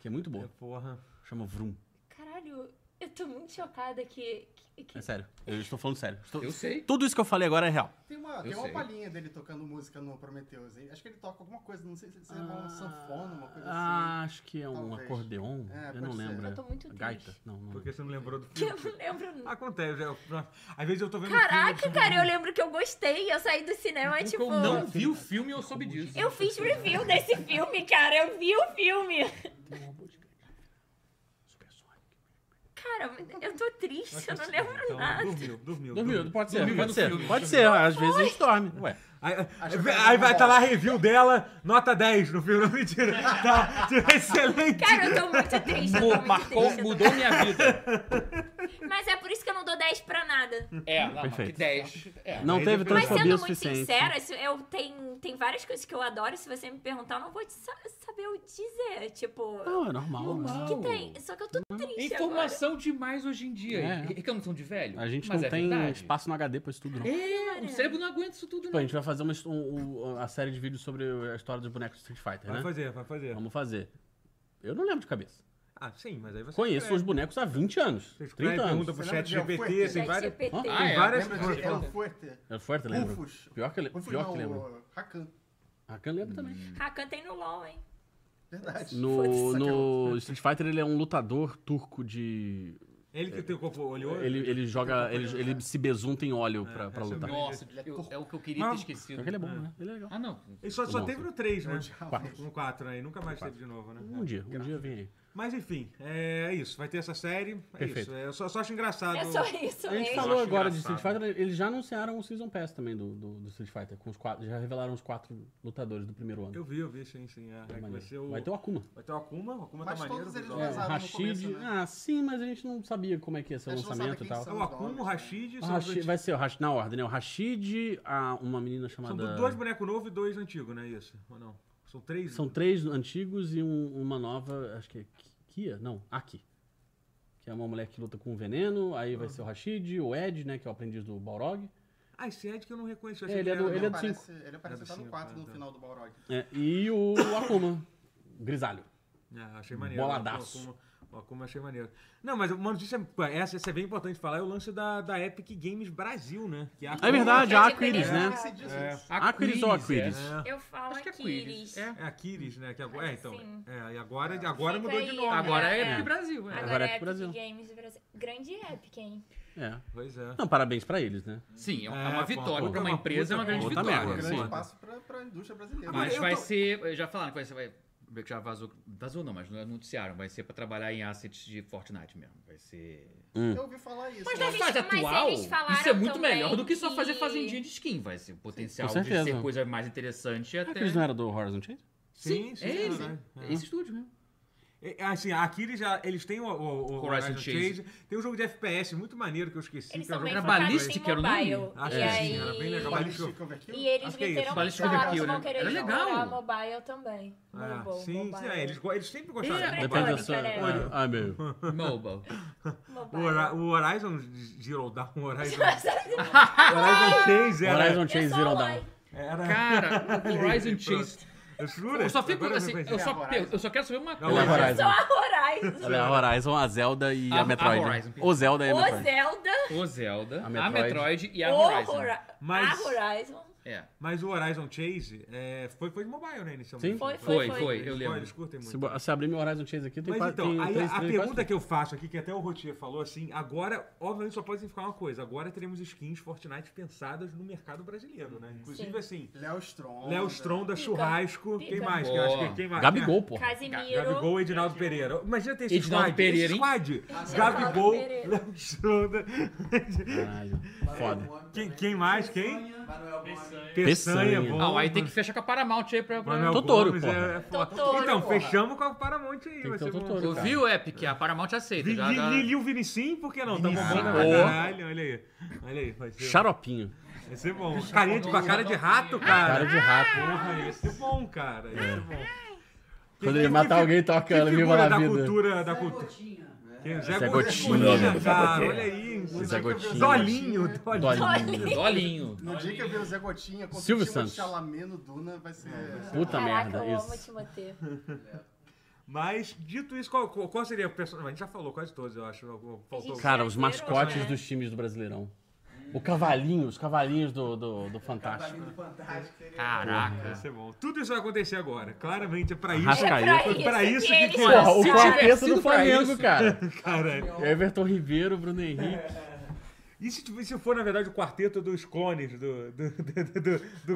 D: que é muito
A: É,
D: boa.
A: porra.
D: Chama Vroom.
C: Caralho, eu tô muito chocada que... que- que-
D: É sério. Eu estou falando sério. Estou-
B: Eu sei.
D: Tudo isso que eu falei agora é real.
F: Tem uma, tem
B: Eu
F: uma
B: sei.
F: palhinha dele tocando música no Prometheus. hein? Acho que ele toca alguma coisa, não sei se se é
B: Ah,
F: uma sanfona, uma coisa assim.
D: Ah, acho que é um
F: Talvez.
D: acordeon.
F: É,
D: eu
F: pode
D: não
F: ser.
D: lembro.
C: Eu tô muito triste.
D: Gaita. Não, não.
A: Porque você não lembrou do
C: que
A: filme.
C: eu não lembro nada.
A: Acontece. eu- Às vezes eu tô vendo
C: Caraca,
A: filme,
C: cara, eu lembro que eu gostei. Eu saí do cinema,
B: Porque
C: tipo...
B: eu não vi o filme e eu soube disso.
C: Eu fiz review desse filme, cara. Eu vi o filme. Cara, eu tô triste, eu não lembro
A: Então,
C: nada.
A: dormiu, dormiu.
D: Dormiu, pode ser.
B: Dormiu
D: Pode
B: no
D: ser.
B: filme.
D: Pode ser. Às vezes a gente dorme. Ué.
A: Aí,
F: Acho
A: aí-
F: que
A: aí vai estar lá a review dela, nota 10 no filme. Não, mentira. Tá, excelente.
C: Cara, eu tô muito triste, eu tô
B: Pô,
C: muito
B: marcou,
C: triste. eu tô-
B: mudou minha vida.
C: Mas é por isso que eu não dou 10 pra nada.
B: É, não, mas que
D: Perfeito.
B: 10. É.
D: Não
A: Aí
D: teve
A: depois-
C: Mas
D: transfobia
C: sendo
D: o
C: muito
D: suficiente.
C: sincera, isso- eu tem, tem várias coisas que eu adoro. Se você me perguntar, eu não vou te sa- saber o dizer. Tipo,
D: Não, é normal.
B: Normal.
D: né?
C: que tem. Só que eu tô
B: É
C: triste agora.
B: Informação demais hoje em dia.
D: É.
B: É. que eu não sou de velho.
D: A gente
B: mas
D: não
B: é
D: tem
B: verdade.
D: espaço no HD pra isso tudo, não.
B: É, o cérebro não aguenta isso tudo,
D: Tipo, a
B: não.
D: gente vai fazer uma, his- um- um- a série de vídeos sobre a história dos bonecos do Street Fighter,
A: Vai
D: né?
A: fazer, vai fazer.
D: Vamos fazer. Eu não lembro de cabeça.
A: Ah, sim, mas aí você.
D: Conheço os
A: escreve.
D: bonecos há 20 anos.
A: Você escreve,
D: 30
A: pergunta
D: anos.
A: pro
F: Você
A: chat
F: lembra de
A: GPT,
F: Alfuerte?
A: tem várias.
C: ChatGPT.
D: Hã?
B: Ah, é.
A: Tem várias
F: assim. Lembra de El
A: coisas.
F: Fuerte?
D: É forte, lembra?
F: Rufus.
D: Pior que,
F: Rufus
D: pior que Ah,
F: não,
D: lembra.
F: o Hakan.
D: Rakan lembra também.
A: Hum.
C: Rakan tem no LOL, hein?
F: Verdade.
D: No, no Street Fighter ele é um lutador turco de...
A: Ele que tem o corpo oleoso.
D: Ele, ele joga... Ele, ele se besunta em óleo pra, pra
A: essa é
D: lutar.
B: Nossa, eu- é o que eu queria ter
A: Não.
B: esquecido.
D: Pior que ele é bom, né? Ele é legal.
B: Ah, não.
A: Ele só, só
D: Nossa.
A: teve no 3, né?
D: Quatro.
A: No 4, né? E nunca mais teve de novo, né?
D: Um dia, um dia vem aí.
A: Mas enfim, é isso. Vai ter essa série. É isso.
D: Perfeito.
A: É, eu só, só acho engraçado.
C: É só isso
D: Tá A gente
C: mesmo.
D: falou
A: acho
D: agora de
A: engraçado.
D: Street Fighter, eles já anunciaram o Season Pass também do, do, do Street Fighter. Com os quatro, já revelaram os quatro lutadores do primeiro ano.
A: Eu vi, eu vi, sim, sim. É, é que
D: Maneiro.
A: vai ser o.
D: Vai ter um- o Akuma.
A: vai ter o Akuma, o Akuma
F: Mas
A: tá maneiro.
F: todos eles
A: visual.
F: já
D: É,
F: vazaram no
D: Rashid.
F: começo, né?
D: Ah, sim, mas a gente não sabia como é que ia ser
F: A
D: o
F: gente não sabe
D: lançamento e
F: quem
D: tal.
A: É o Akuma, o
F: né?
A: Rashid,
D: O
A: são, os
D: Rashid-
A: dois,
D: vai ser o Rashid, na ordem, né? O Rashid, a, uma menina
A: são
D: chamada.
A: do- dois bonecos novos e dois antigos, não é isso? Ou não? São três.
D: São três antigos e um- uma nova, acho que é Ki- Kia? Não, Aki. Que é uma mulher que luta com veneno. Aí
F: Ah.
D: vai ser o Rashid, o Ed, né? Que é o aprendiz do Balrog.
A: Ah, esse Ed que eu não reconheço. eu
D: É,
A: achei
D: ele
A: que
D: é do-
A: era
D: ele é
A: mesmo.
D: do- cinco.
F: aparece, ele aparece
A: É do
F: até no
A: cinco,
F: 4
A: é,
F: no
A: tá.
F: final do Balrog.
D: É, e o Akuma, o grisalho.
A: É, achei maneiro.
D: Boladaço.
A: O Akuma, Ó, como eu achei maneiro. Não, mas uma notícia, pô, essa, essa é bem importante falar, é o lance da, da Epic Games Brasil, né? Que a-
D: É verdade, a
C: Gente,
D: Aquiris,
C: beleza.
D: né?
F: Se diz isso.
D: Aquiris ou Aquiris?
B: é.
A: É,
C: Eu falo
B: Acho que é
C: Aquiles.
B: Aquiris. É.
A: é a Aquiris, né? Que agora, é, então.
C: Sim.
A: É, e agora, agora
C: Fica
A: mudou de
C: aí,
A: nome.
B: Agora é,
C: É.
B: Epic Brasil. É.
C: Agora
D: é
C: é
D: pro Brasil.
C: Epic Games Brasil. Grande Epic, hein?
D: É.
A: Pois é.
D: Não, parabéns pra eles, né?
B: Sim, é uma,
A: É,
B: é uma
A: pô,
B: vitória.
A: puta
B: Para uma
A: uma-
B: empresa é uma
A: puta-
B: grande
D: puta
B: vitória.
D: merda,
F: um grande
D: sim.
F: espaço pra, pra indústria brasileira.
A: Mas
B: Mas
A: eu
B: vai
A: tô-
B: ser. Já falaram que vai ser. Vai, já vazou. Vazou não, mas não noticiaram. Vai ser pra trabalhar em assets de Fortnite mesmo. Vai ser.
F: Eu ouvi falar isso.
C: Mas
B: Na
C: deve-
F: né?
B: fase
C: mas
B: atual,
C: eles falaram
B: isso é muito
C: também
B: melhor do que só
C: que-
B: fazer fazendinha de skin. Vai ser o potencial
D: Com
B: de ser
D: certeza.
B: coisa mais interessante até.
D: Aquiris não era do Horizon
A: É,
D: Chase?
A: Sim, sim,
B: é
A: sim,
B: eles,
A: né?
B: né?
A: É.
B: Esse estúdio, né?
A: É, Assim, a Aquiles, já, eles têm o, o- o
B: Horizon
A: Horizon Chase.
B: Chase.
A: Tem um jogo de FPS muito maneiro que eu esqueci.
C: Eles
A: que é
C: são
A: um
C: bem
A: jogo
B: Era
C: focados
B: Ballistic,
C: em
B: era o nome?
C: mobile.
A: Acho
C: e
A: que
C: aí...
A: sim, era bem legal.
F: Ballistic Overkill?
C: E eles
A: Acho que é isso.
C: literalmente
B: Ballistic
C: falaram que
B: Overkill,
C: vão
B: né?
C: querer
B: Era
C: explorar
B: legal.
C: mobile também.
A: Ah,
C: mobile,
A: sim, sim,
C: mobile.
A: é, eles, go- eles sempre
B: Eles-
A: gostaram.
C: É,
D: Depende da
C: Olha,
D: sua.
C: galera.
D: Ah, meu.
B: Mobile.
A: O,
C: Mobile.
A: Hora- o Horizon Zero Dawn, o Horizon, Horizon Chase era...
D: Horizon
C: Eu
D: Chase
C: sou
D: Zero É
C: online.
D: Dawn.
A: era
B: Cara, o Horizon Chase.
A: eu juro.
B: Eu só fico
A: agora
B: assim.
A: me
B: Eu só,
F: Horizon.
B: eu só quero saber uma
A: Não,
D: Ela é
B: coisa.
A: Horizon.
C: Eu sou
D: Horizon.
C: a Horizon.
D: Ela é a Horizon, a Zelda e
B: A-
D: a,
B: a
D: Metroid. né?
B: Horizon.
D: O Zelda e a
C: O
D: Metroid.
C: Zelda,
B: O Zelda,
D: A
B: a Metroid,
D: Metroid.
B: e a
C: o
B: Horizon.
C: Hora-
A: Mas-
C: a Ah, Horizon.
B: É.
A: Mas o Horizon Chase é, foi, foi de mobile, né, inicialmente?
D: Sim.
C: Foi,
B: Foi,
C: foi.
B: foi, eu
A: Eles-
B: lembro.
A: Eles curtem muito.
D: Se, bo- se abrir meu Horizon Chase aqui, tem
A: Mas
D: quatro.
A: então,
D: tem
A: aí
D: três,
A: a, a
D: três,
A: pergunta
D: quatro.
A: que eu faço aqui, que até o Rotier falou assim, agora, obviamente só pode significar uma coisa, agora teremos skins Fortnite pensadas no mercado brasileiro, né? Inclusive,
C: Sim.
A: assim,
F: Léo Stronda.
A: Léo Stronda, Churrasco,
C: Pica.
A: quem mais? Que eu acho que,
B: Boa.
A: quem mais? É,
D: Gabigol, pô.
C: Casimiro.
A: Gabigol e Edinaldo Pereira. Imagina ter esse
B: Edinaldo
A: squad.
B: Pereira,
A: esse
B: hein?
A: squad.
C: Edinaldo
A: Gabigol,
C: Pereira.
A: Léo Stronda.
D: Caralho. Foda.
A: Quem, quem mais? Quem?
E: Manuel Gomes.
A: Peçanha,
D: Peçanha.
A: bom.
B: Ah, aí tem que fechar com a Paramount aí pra. pra...
A: Manuel
D: Totoro,
A: Gomes,
D: porra.
A: é- é foda.
C: Totoro,
A: Então,
C: porra.
A: fechamos com a Paramount aí.
D: que
A: vai
D: ter
A: ser
D: o
A: bom.
D: Totoro.
B: Eu vi o Epic, a Paramount aceita.
A: Vi-
B: Já, já...
A: Li- Li- o Vinicim, por que não? Tá
F: Vinicim.
A: bombando
D: Boa.
A: pra caralho. Olha aí. Olha aí. Vai ser,
D: Xaropinho.
A: vai ser bom. Carinha de, com a cara de rato, cara.
D: Cara de rato.
A: Porra, ia ser bom, cara. Ia ser bom.
D: Quando
A: Que-
D: ele
A: que-
D: matar
A: que-
D: alguém,
A: que
D: toca Viva
A: figura
D: na
A: da
D: Vida.
A: cultura, da
E: Zé
A: cultura.
E: Gotinha.
A: Quem? Zé
D: Zé
A: Gotinha,
D: Gotinha. né?
A: cara. Olha aí.
D: Zé Gotinha.
A: Dolinho, dolinho.
D: Dolinho.
B: Dolinho.
F: No dia que eu ver o Zé Gotinha com
D: Silvio
F: Timothée
D: Santos. Hum.
F: Chalamet no Duna, vai ser...
D: Puta
C: Caraca,
D: merda,
C: eu amo o
D: isso.
C: Timoteo.
A: Mas, dito isso, qual, qual qual seria o personagem? A gente já falou quase todos, eu acho. Algum- Faltou. um.
C: Gente,
D: Cara, os
C: Brasileiro,
D: mascotes
C: né?
D: dos times do Brasileirão. O cavalinho, os cavalinhos do, do, do Fantástico.
E: Cavalinho do Fantástico. seria-
A: Vai
B: Caraca.
A: ser bom. Tudo isso vai acontecer agora. Claramente, é pra isso.
D: Arrascaeta.
A: É pra isso, que,
C: eles
A: que-
D: Porra, o
B: Se tiver
D: quarteto
B: sido
D: do
B: pra
D: Flamengo,
B: isso.
D: cara. É.
A: Caralho.
D: Everton Ribeiro, Bruno Henrique.
A: E se, tu- se for, na verdade, o quarteto dos cones do. do. do. do.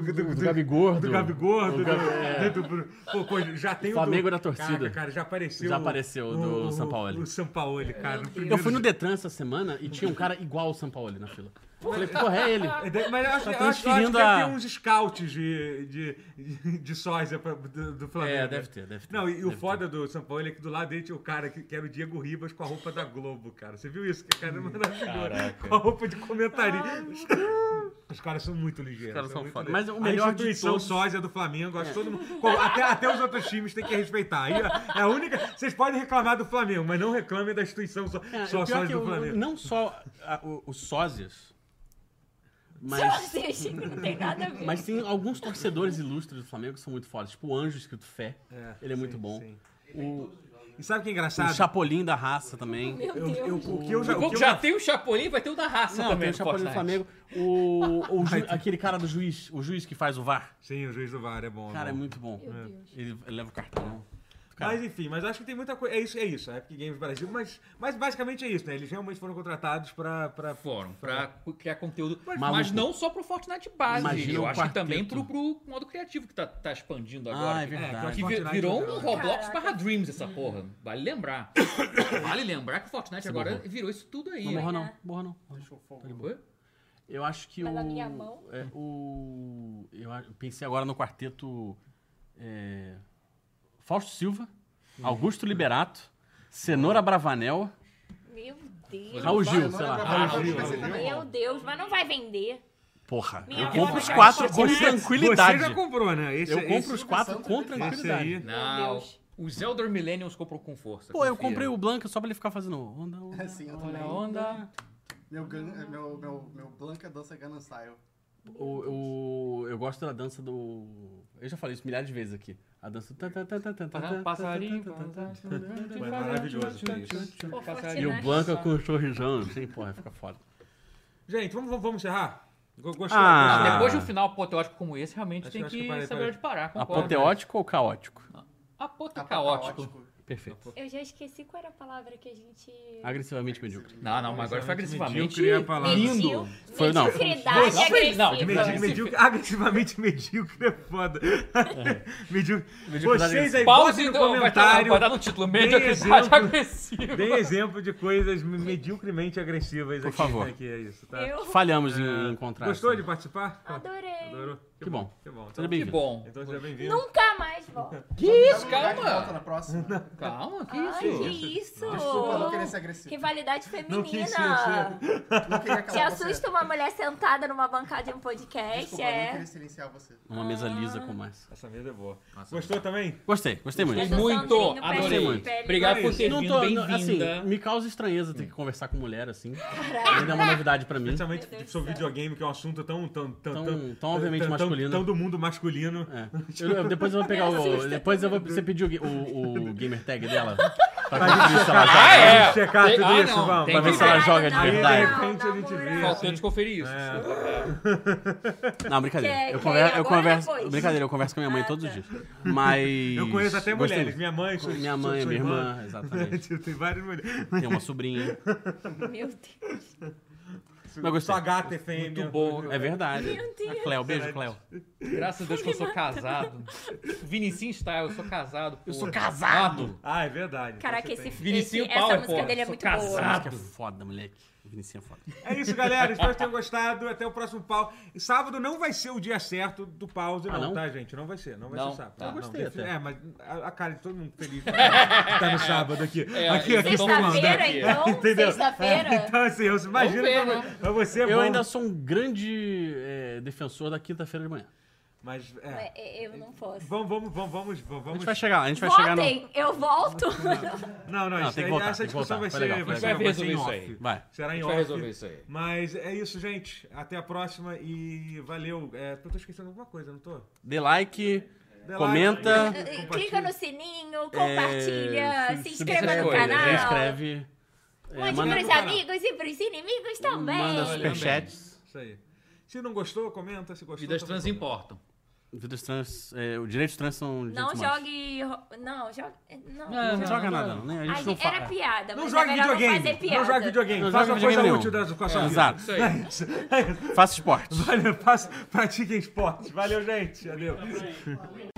A: do. do, do,
D: Do Gabigordo. é.
A: do Gabigordo, do- do- do Bru- Pô, pô, já tem o.
D: Flamengo
A: do-
D: da torcida.
A: Caraca, cara, já apareceu.
D: Já apareceu o do Sampaoli.
A: O Sampaoli, cara. no
D: Eu
A: primeiro
D: fui no
A: jogo.
D: Detran essa semana e tinha um cara igual ao São Paulo na fila. Eu Falei, porra, é ele.
A: É, de- Mas eu acho, eu
D: Tá
A: acho- eu acho que
D: transferindo
A: deve
D: a-
A: ter uns scouts de, de, de, de sósia pra- do, do Flamengo. né?
D: É, deve ter, deve ter.
A: Não, e o
D: Deve
A: foda do São Paulo é que do lado dele tinha o cara que, que era o Diego Ribas com a roupa da Globo, cara. Você viu isso? Que cara é
D: Hum,
A: maravilhoso. Com a roupa de
D: Ah,
A: comentarista. Os caras- Os caras são muito ligeiros.
D: caras são
A: muito
D: foda.
A: ligeiros.
D: Mas o
A: A
D: melhor de
A: instituição é-
D: todos-
A: sósia do Flamengo,
D: É.
A: acho que todo mundo. Pô, Até, até os outros times têm que respeitar. Aí é a única. Vocês podem reclamar do Flamengo, mas não reclamem da instituição só,
D: É,
A: só
D: o pior é
A: sósia
D: que
A: do
D: o-
A: Flamengo.
D: não só a- o- os sósias, mas,
C: Sócios, não tem nada a ver.
D: mas tem alguns torcedores ilustres do Flamengo que são muito fodas. Tipo o Anjo escrito Fé.
A: É,
D: ele é muito
A: sim,
D: bom.
A: sim.
D: O,
A: E sabe o que é
D: o
A: engraçado?
D: Chapolin da raça também.
A: Eu-
C: Meu Deus.
A: eu- o que eu já. O
B: Bom,
A: que eu
B: já tem o Chapolin, vai ter o da raça
D: Não, tem
B: também.
D: o
B: no
D: Chapolin do
B: é Fortnite.
D: Flamengo. O, o ju- aquele cara do juiz, o juiz que faz o VAR.
A: Sim, o juiz do VAR é bom.
D: Cara, é
A: bom.
D: muito bom.
C: Meu Deus.
D: Ele, ele leva o cartão. Cara,
A: Mas enfim, mas acho que tem muita coisa. É isso, é isso. A Epic Games Brasil, mas, mas basicamente é isso, né? Eles realmente foram contratados pra. pra...
B: Fórum, pra cu- criar conteúdo. Mas,
D: Maluco.
B: não só pro Fortnite base.
D: Imagina
B: eu
D: um
B: acho que também pro,
D: quarteto.
B: pro modo criativo que tá, tá expandindo
D: ah,
B: agora.
D: é
B: que-
A: É,
D: verdade.
B: que vi-
A: Fortnite
B: virou
A: é
B: um Roblox
C: Caraca.
B: barra Dreams essa porra. Vale lembrar. vale lembrar que o Fortnite agora
D: borrou.
B: virou isso tudo aí.
D: Não morra não,
C: né?
D: morra não.
F: Deixa eu fogo.
B: Oi?
D: Eu acho que
C: Mas
D: o.
C: a minha mão?
D: é, o- Eu a- eu pensei agora no quarteto. é, Fausto Silva, Augusto Liberato, Cenoura Bravanel,
C: Meu Deus.
D: Raul Gil,
F: Cenoura
D: sei lá.
A: Ah,
F: Bravanel,
D: Raul Gil.
F: vai ser também.
C: Meu Deus, mas não vai vender.
D: Porra,
C: Minha
D: eu
C: avó
D: compro os
C: jogava
D: quatro com
C: Fortnite.
A: Você já
D: tranquilidade.
A: comprou, né? Esse,
D: Eu compro
A: esse-
D: os quatro com
A: esse
D: tranquilidade.
A: aí.
B: Não.
C: Deus.
B: Os Elder Millennials compram com força.
D: Pô, eu
B: confia.
D: comprei o Blanca só pra ele ficar fazendo onda, onda.
F: É, sim, eu
B: Olha
F: também.
B: a onda.
F: é Meu, gan- é, meu, meu, meu Blanca dança Gannon Style.
D: O, o- eu gosto da dança do. Eu já falei isso milhares de vezes aqui. A dança do. tá, tá, tá, tá, tá, tá, tá,
G: Passarinho.
D: tá, tá, tá, tá.
A: Foi maravilhoso isso.
C: Pô,
D: E
C: Fortinari.
D: o Blanca com o sorrisão, assim, porra, fica foda.
A: Gente, vamos, vamos, vamos encerrar? Go- Gostou?
D: Ah.
A: gostou?
B: Depois de um final apoteótico como esse, realmente
A: Acho-
B: tem
A: acho
B: que,
A: que parei,
B: saber
A: parei.
B: onde parar. concordo.
D: Apoteótico ou caótico?
B: Apote
F: Tá
B: caótico.
D: Perfeito.
C: Eu já esqueci qual era a palavra que a gente.
D: Agressivamente medíocre.
B: Não, não, mas agora foi agressivamente.
A: Medíocre é a palavra.
B: Ah, Lindo.
D: Foi- não, foi-
C: Mediocridade
B: Não, foi-
D: É
B: não,
C: agressiva.
B: Medíocre.
A: Medi- medíocre, agressivamente medíocre é foda.
D: É.
A: medíocre. Vocês aí,
B: Pause
A: botem
B: do
A: no
D: então,
B: vai dar,
A: comentário.
B: vai dar no título.
A: Dê
B: Mediocridade
A: exemplo.
B: agressiva.
A: Deem exemplo de coisas me- medíocremente agressivas
D: Por
A: aqui.
D: favor.
A: Aqui, é isso, tá?
C: Eu
D: Falhamos em encontrar.
A: Gostou de participar?
C: adorei.
A: Adorou?
D: Que bom.
A: Que bom. Então,
D: Seja
B: Que
D: bem-vindo.
B: bom.
A: então seja bem-vindo.
C: Nunca mais volto.
F: Tá Que isso,
B: calma.
F: na próxima.
B: Calma, que
C: Ai,
B: isso?
C: que isso?
F: Desculpa, não tipo. queria ser agressivo.
C: Rivalidade
A: Não quis
C: feminina.
F: Não queria
C: Se
F: calar você.
C: assusta uma mulher sentada numa bancada de um podcast,
F: Desculpa, não
C: é.
F: queria silenciar você.
D: Uma mesa lisa como essa.
A: Essa mesa é boa. Gostou também?
D: Gostei, gostei
C: Eu
D: muito.
C: sou
B: Muito,
C: Sandrinho, pele
B: adorei.
C: de
D: muito.
C: pele.
B: Obrigado por ter
D: Não
B: vindo,
D: tô, não, assim,
B: bem-vinda.
D: me causa estranheza ter que conversar com mulher assim. Ainda é uma novidade pra mim.
A: Principalmente
C: Meu Deus do
A: sobre
C: céu.
A: videogame, que é um assunto tão. Tão,
D: Tão- tão obviamente masculino.
A: Tão do mundo masculino.
D: É. Eu- eu- depois eu vou pegar o. Depois eu vou. Você pediu o, ga- o, o gamer tag dela? Pra conferir se ela
B: Ah,
D: joga.
B: é.
A: Vamos checar
B: Tem-
A: tudo
B: ah,
A: isso,
B: não,
A: vamos.
B: tem
D: Pra
B: que
D: ver se ela
B: ver.
D: joga de
C: Não,
A: Aí de
D: verdade.
A: repente a gente
C: não,
A: vê.
C: não.
A: assim.
B: Faltante conferir isso.
D: Não, brincadeira.
C: Quer-
D: eu
C: quer
D: converso. Eu
C: ir é agora ou
D: converso
C: depois?
D: brincadeira, eu converso com minha mãe
C: Ah,
D: todos os
C: tá.
D: dias. Mas.
A: Eu conheço até
D: É gostei
A: mulheres.
D: muito.
A: Minha mãe, sua,
D: Minha
A: sua-
D: mãe,
A: sua
D: minha
A: irmã.
D: irmã, exatamente.
A: Tem várias mulheres.
D: Tem uma sobrinha.
C: Meu Deus.
D: Mas gostei.
A: Sua gata é fêmea.
B: Muito bom.
D: É verdade.
C: Meu Deus.
D: A Cleo, beijo, Cleo.
B: Graças a Deus que eu sou casado. Vinicius Style, eu sou casado. Eu sou casado.
A: Ah, é verdade.
C: Caraca,
A: Então você
C: esse,
B: Vinicinho
C: esse- essa
B: Power,
C: música
B: porra.
C: dele é
B: Sou
C: muito
D: Essa
A: Tá.
B: casado.
C: boa.
D: música é foda, moleque. Vinicius é foda.
A: É isso, galera. Espero que tenham gostado. Até o próximo pau. E Sábado não vai ser o dia certo do pause,
D: Ah,
A: não,
D: não?
A: tá, gente? Não vai ser. Não vai
B: Não,
A: ser sábado.
B: tá.
A: Não,
B: Eu
D: gostei
A: não, defi-
D: até.
A: É, mas a, a cara de todo mundo feliz que tá no sábado aqui.
D: É,
A: aqui, aqui
B: então-
A: filmando, né?
C: Sexta-feira, então?
A: Entendeu? É,
C: Sexta-feira?
A: então, assim, eu imagino
B: ver,
A: pra,
B: né?
A: pra você. é
D: Eu
A: bom,
D: ainda sou um grande eh, defensor da quinta-feira de manhã.
A: Mas, é.
C: É, Eu não posso.
A: Vamos, vamos, vamos, vamos, vamos.
D: A gente vai chegar lá, a gente vai chegar no.
C: Votem, eu volto.
A: Não, não,
D: Não,
A: isso
D: tem que
A: aí-
D: voltar,
A: essa
D: tem que
A: discussão
D: voltar.
A: vai
D: Foi
A: ser,
D: legal,
A: vai
D: foi
A: ser,
B: legal.
A: vai ser em
B: Resolver
A: off.
B: isso aí.
D: Vai.
A: Será
B: A
A: em
B: gente
A: off.
B: vai resolver isso aí.
A: Mas é isso, gente. Até a próxima e valeu. É, eu tô esquecendo alguma coisa, não tô?
D: Dê like,
A: Dê
D: comenta.
A: like, compartilha.
C: Clica no
D: eh,
C: sininho, compartilha, se inscreva no
B: inscreve,
C: canal.
D: Se inscreve. eh,
C: Mande
D: manda
C: pros
A: no canal.
C: amigos e pros inimigos também.
D: manda superchats.
A: Isso aí. Se não gostou, comenta. Se gostou.
B: Vidas
A: tá
B: trans
A: bom.
B: importam.
D: Vidas trans. eh, o direito trans são. direitos
C: Não
D: humanos.
C: jogue. ro- Não, joga. Não,
B: Não,
D: Não
B: não.
D: joga nada, não. né? A
C: Ai,
D: gente não
C: era
D: fala.
C: piada.
A: Não
C: mas
A: joga
C: é melhor fazer
A: videogame.
C: piada.
A: Não joga videogame.
D: Não
A: Faça
D: joga
A: uma
D: videogame
A: coisa
D: nenhum.
A: útil da, com a sua
D: É,
A: vida.
D: exato.
B: Isso aí.
A: É isso. É isso.
D: Faça esporte.
A: Valeu, faça, pratiquem esporte. Valeu, gente. Adeus.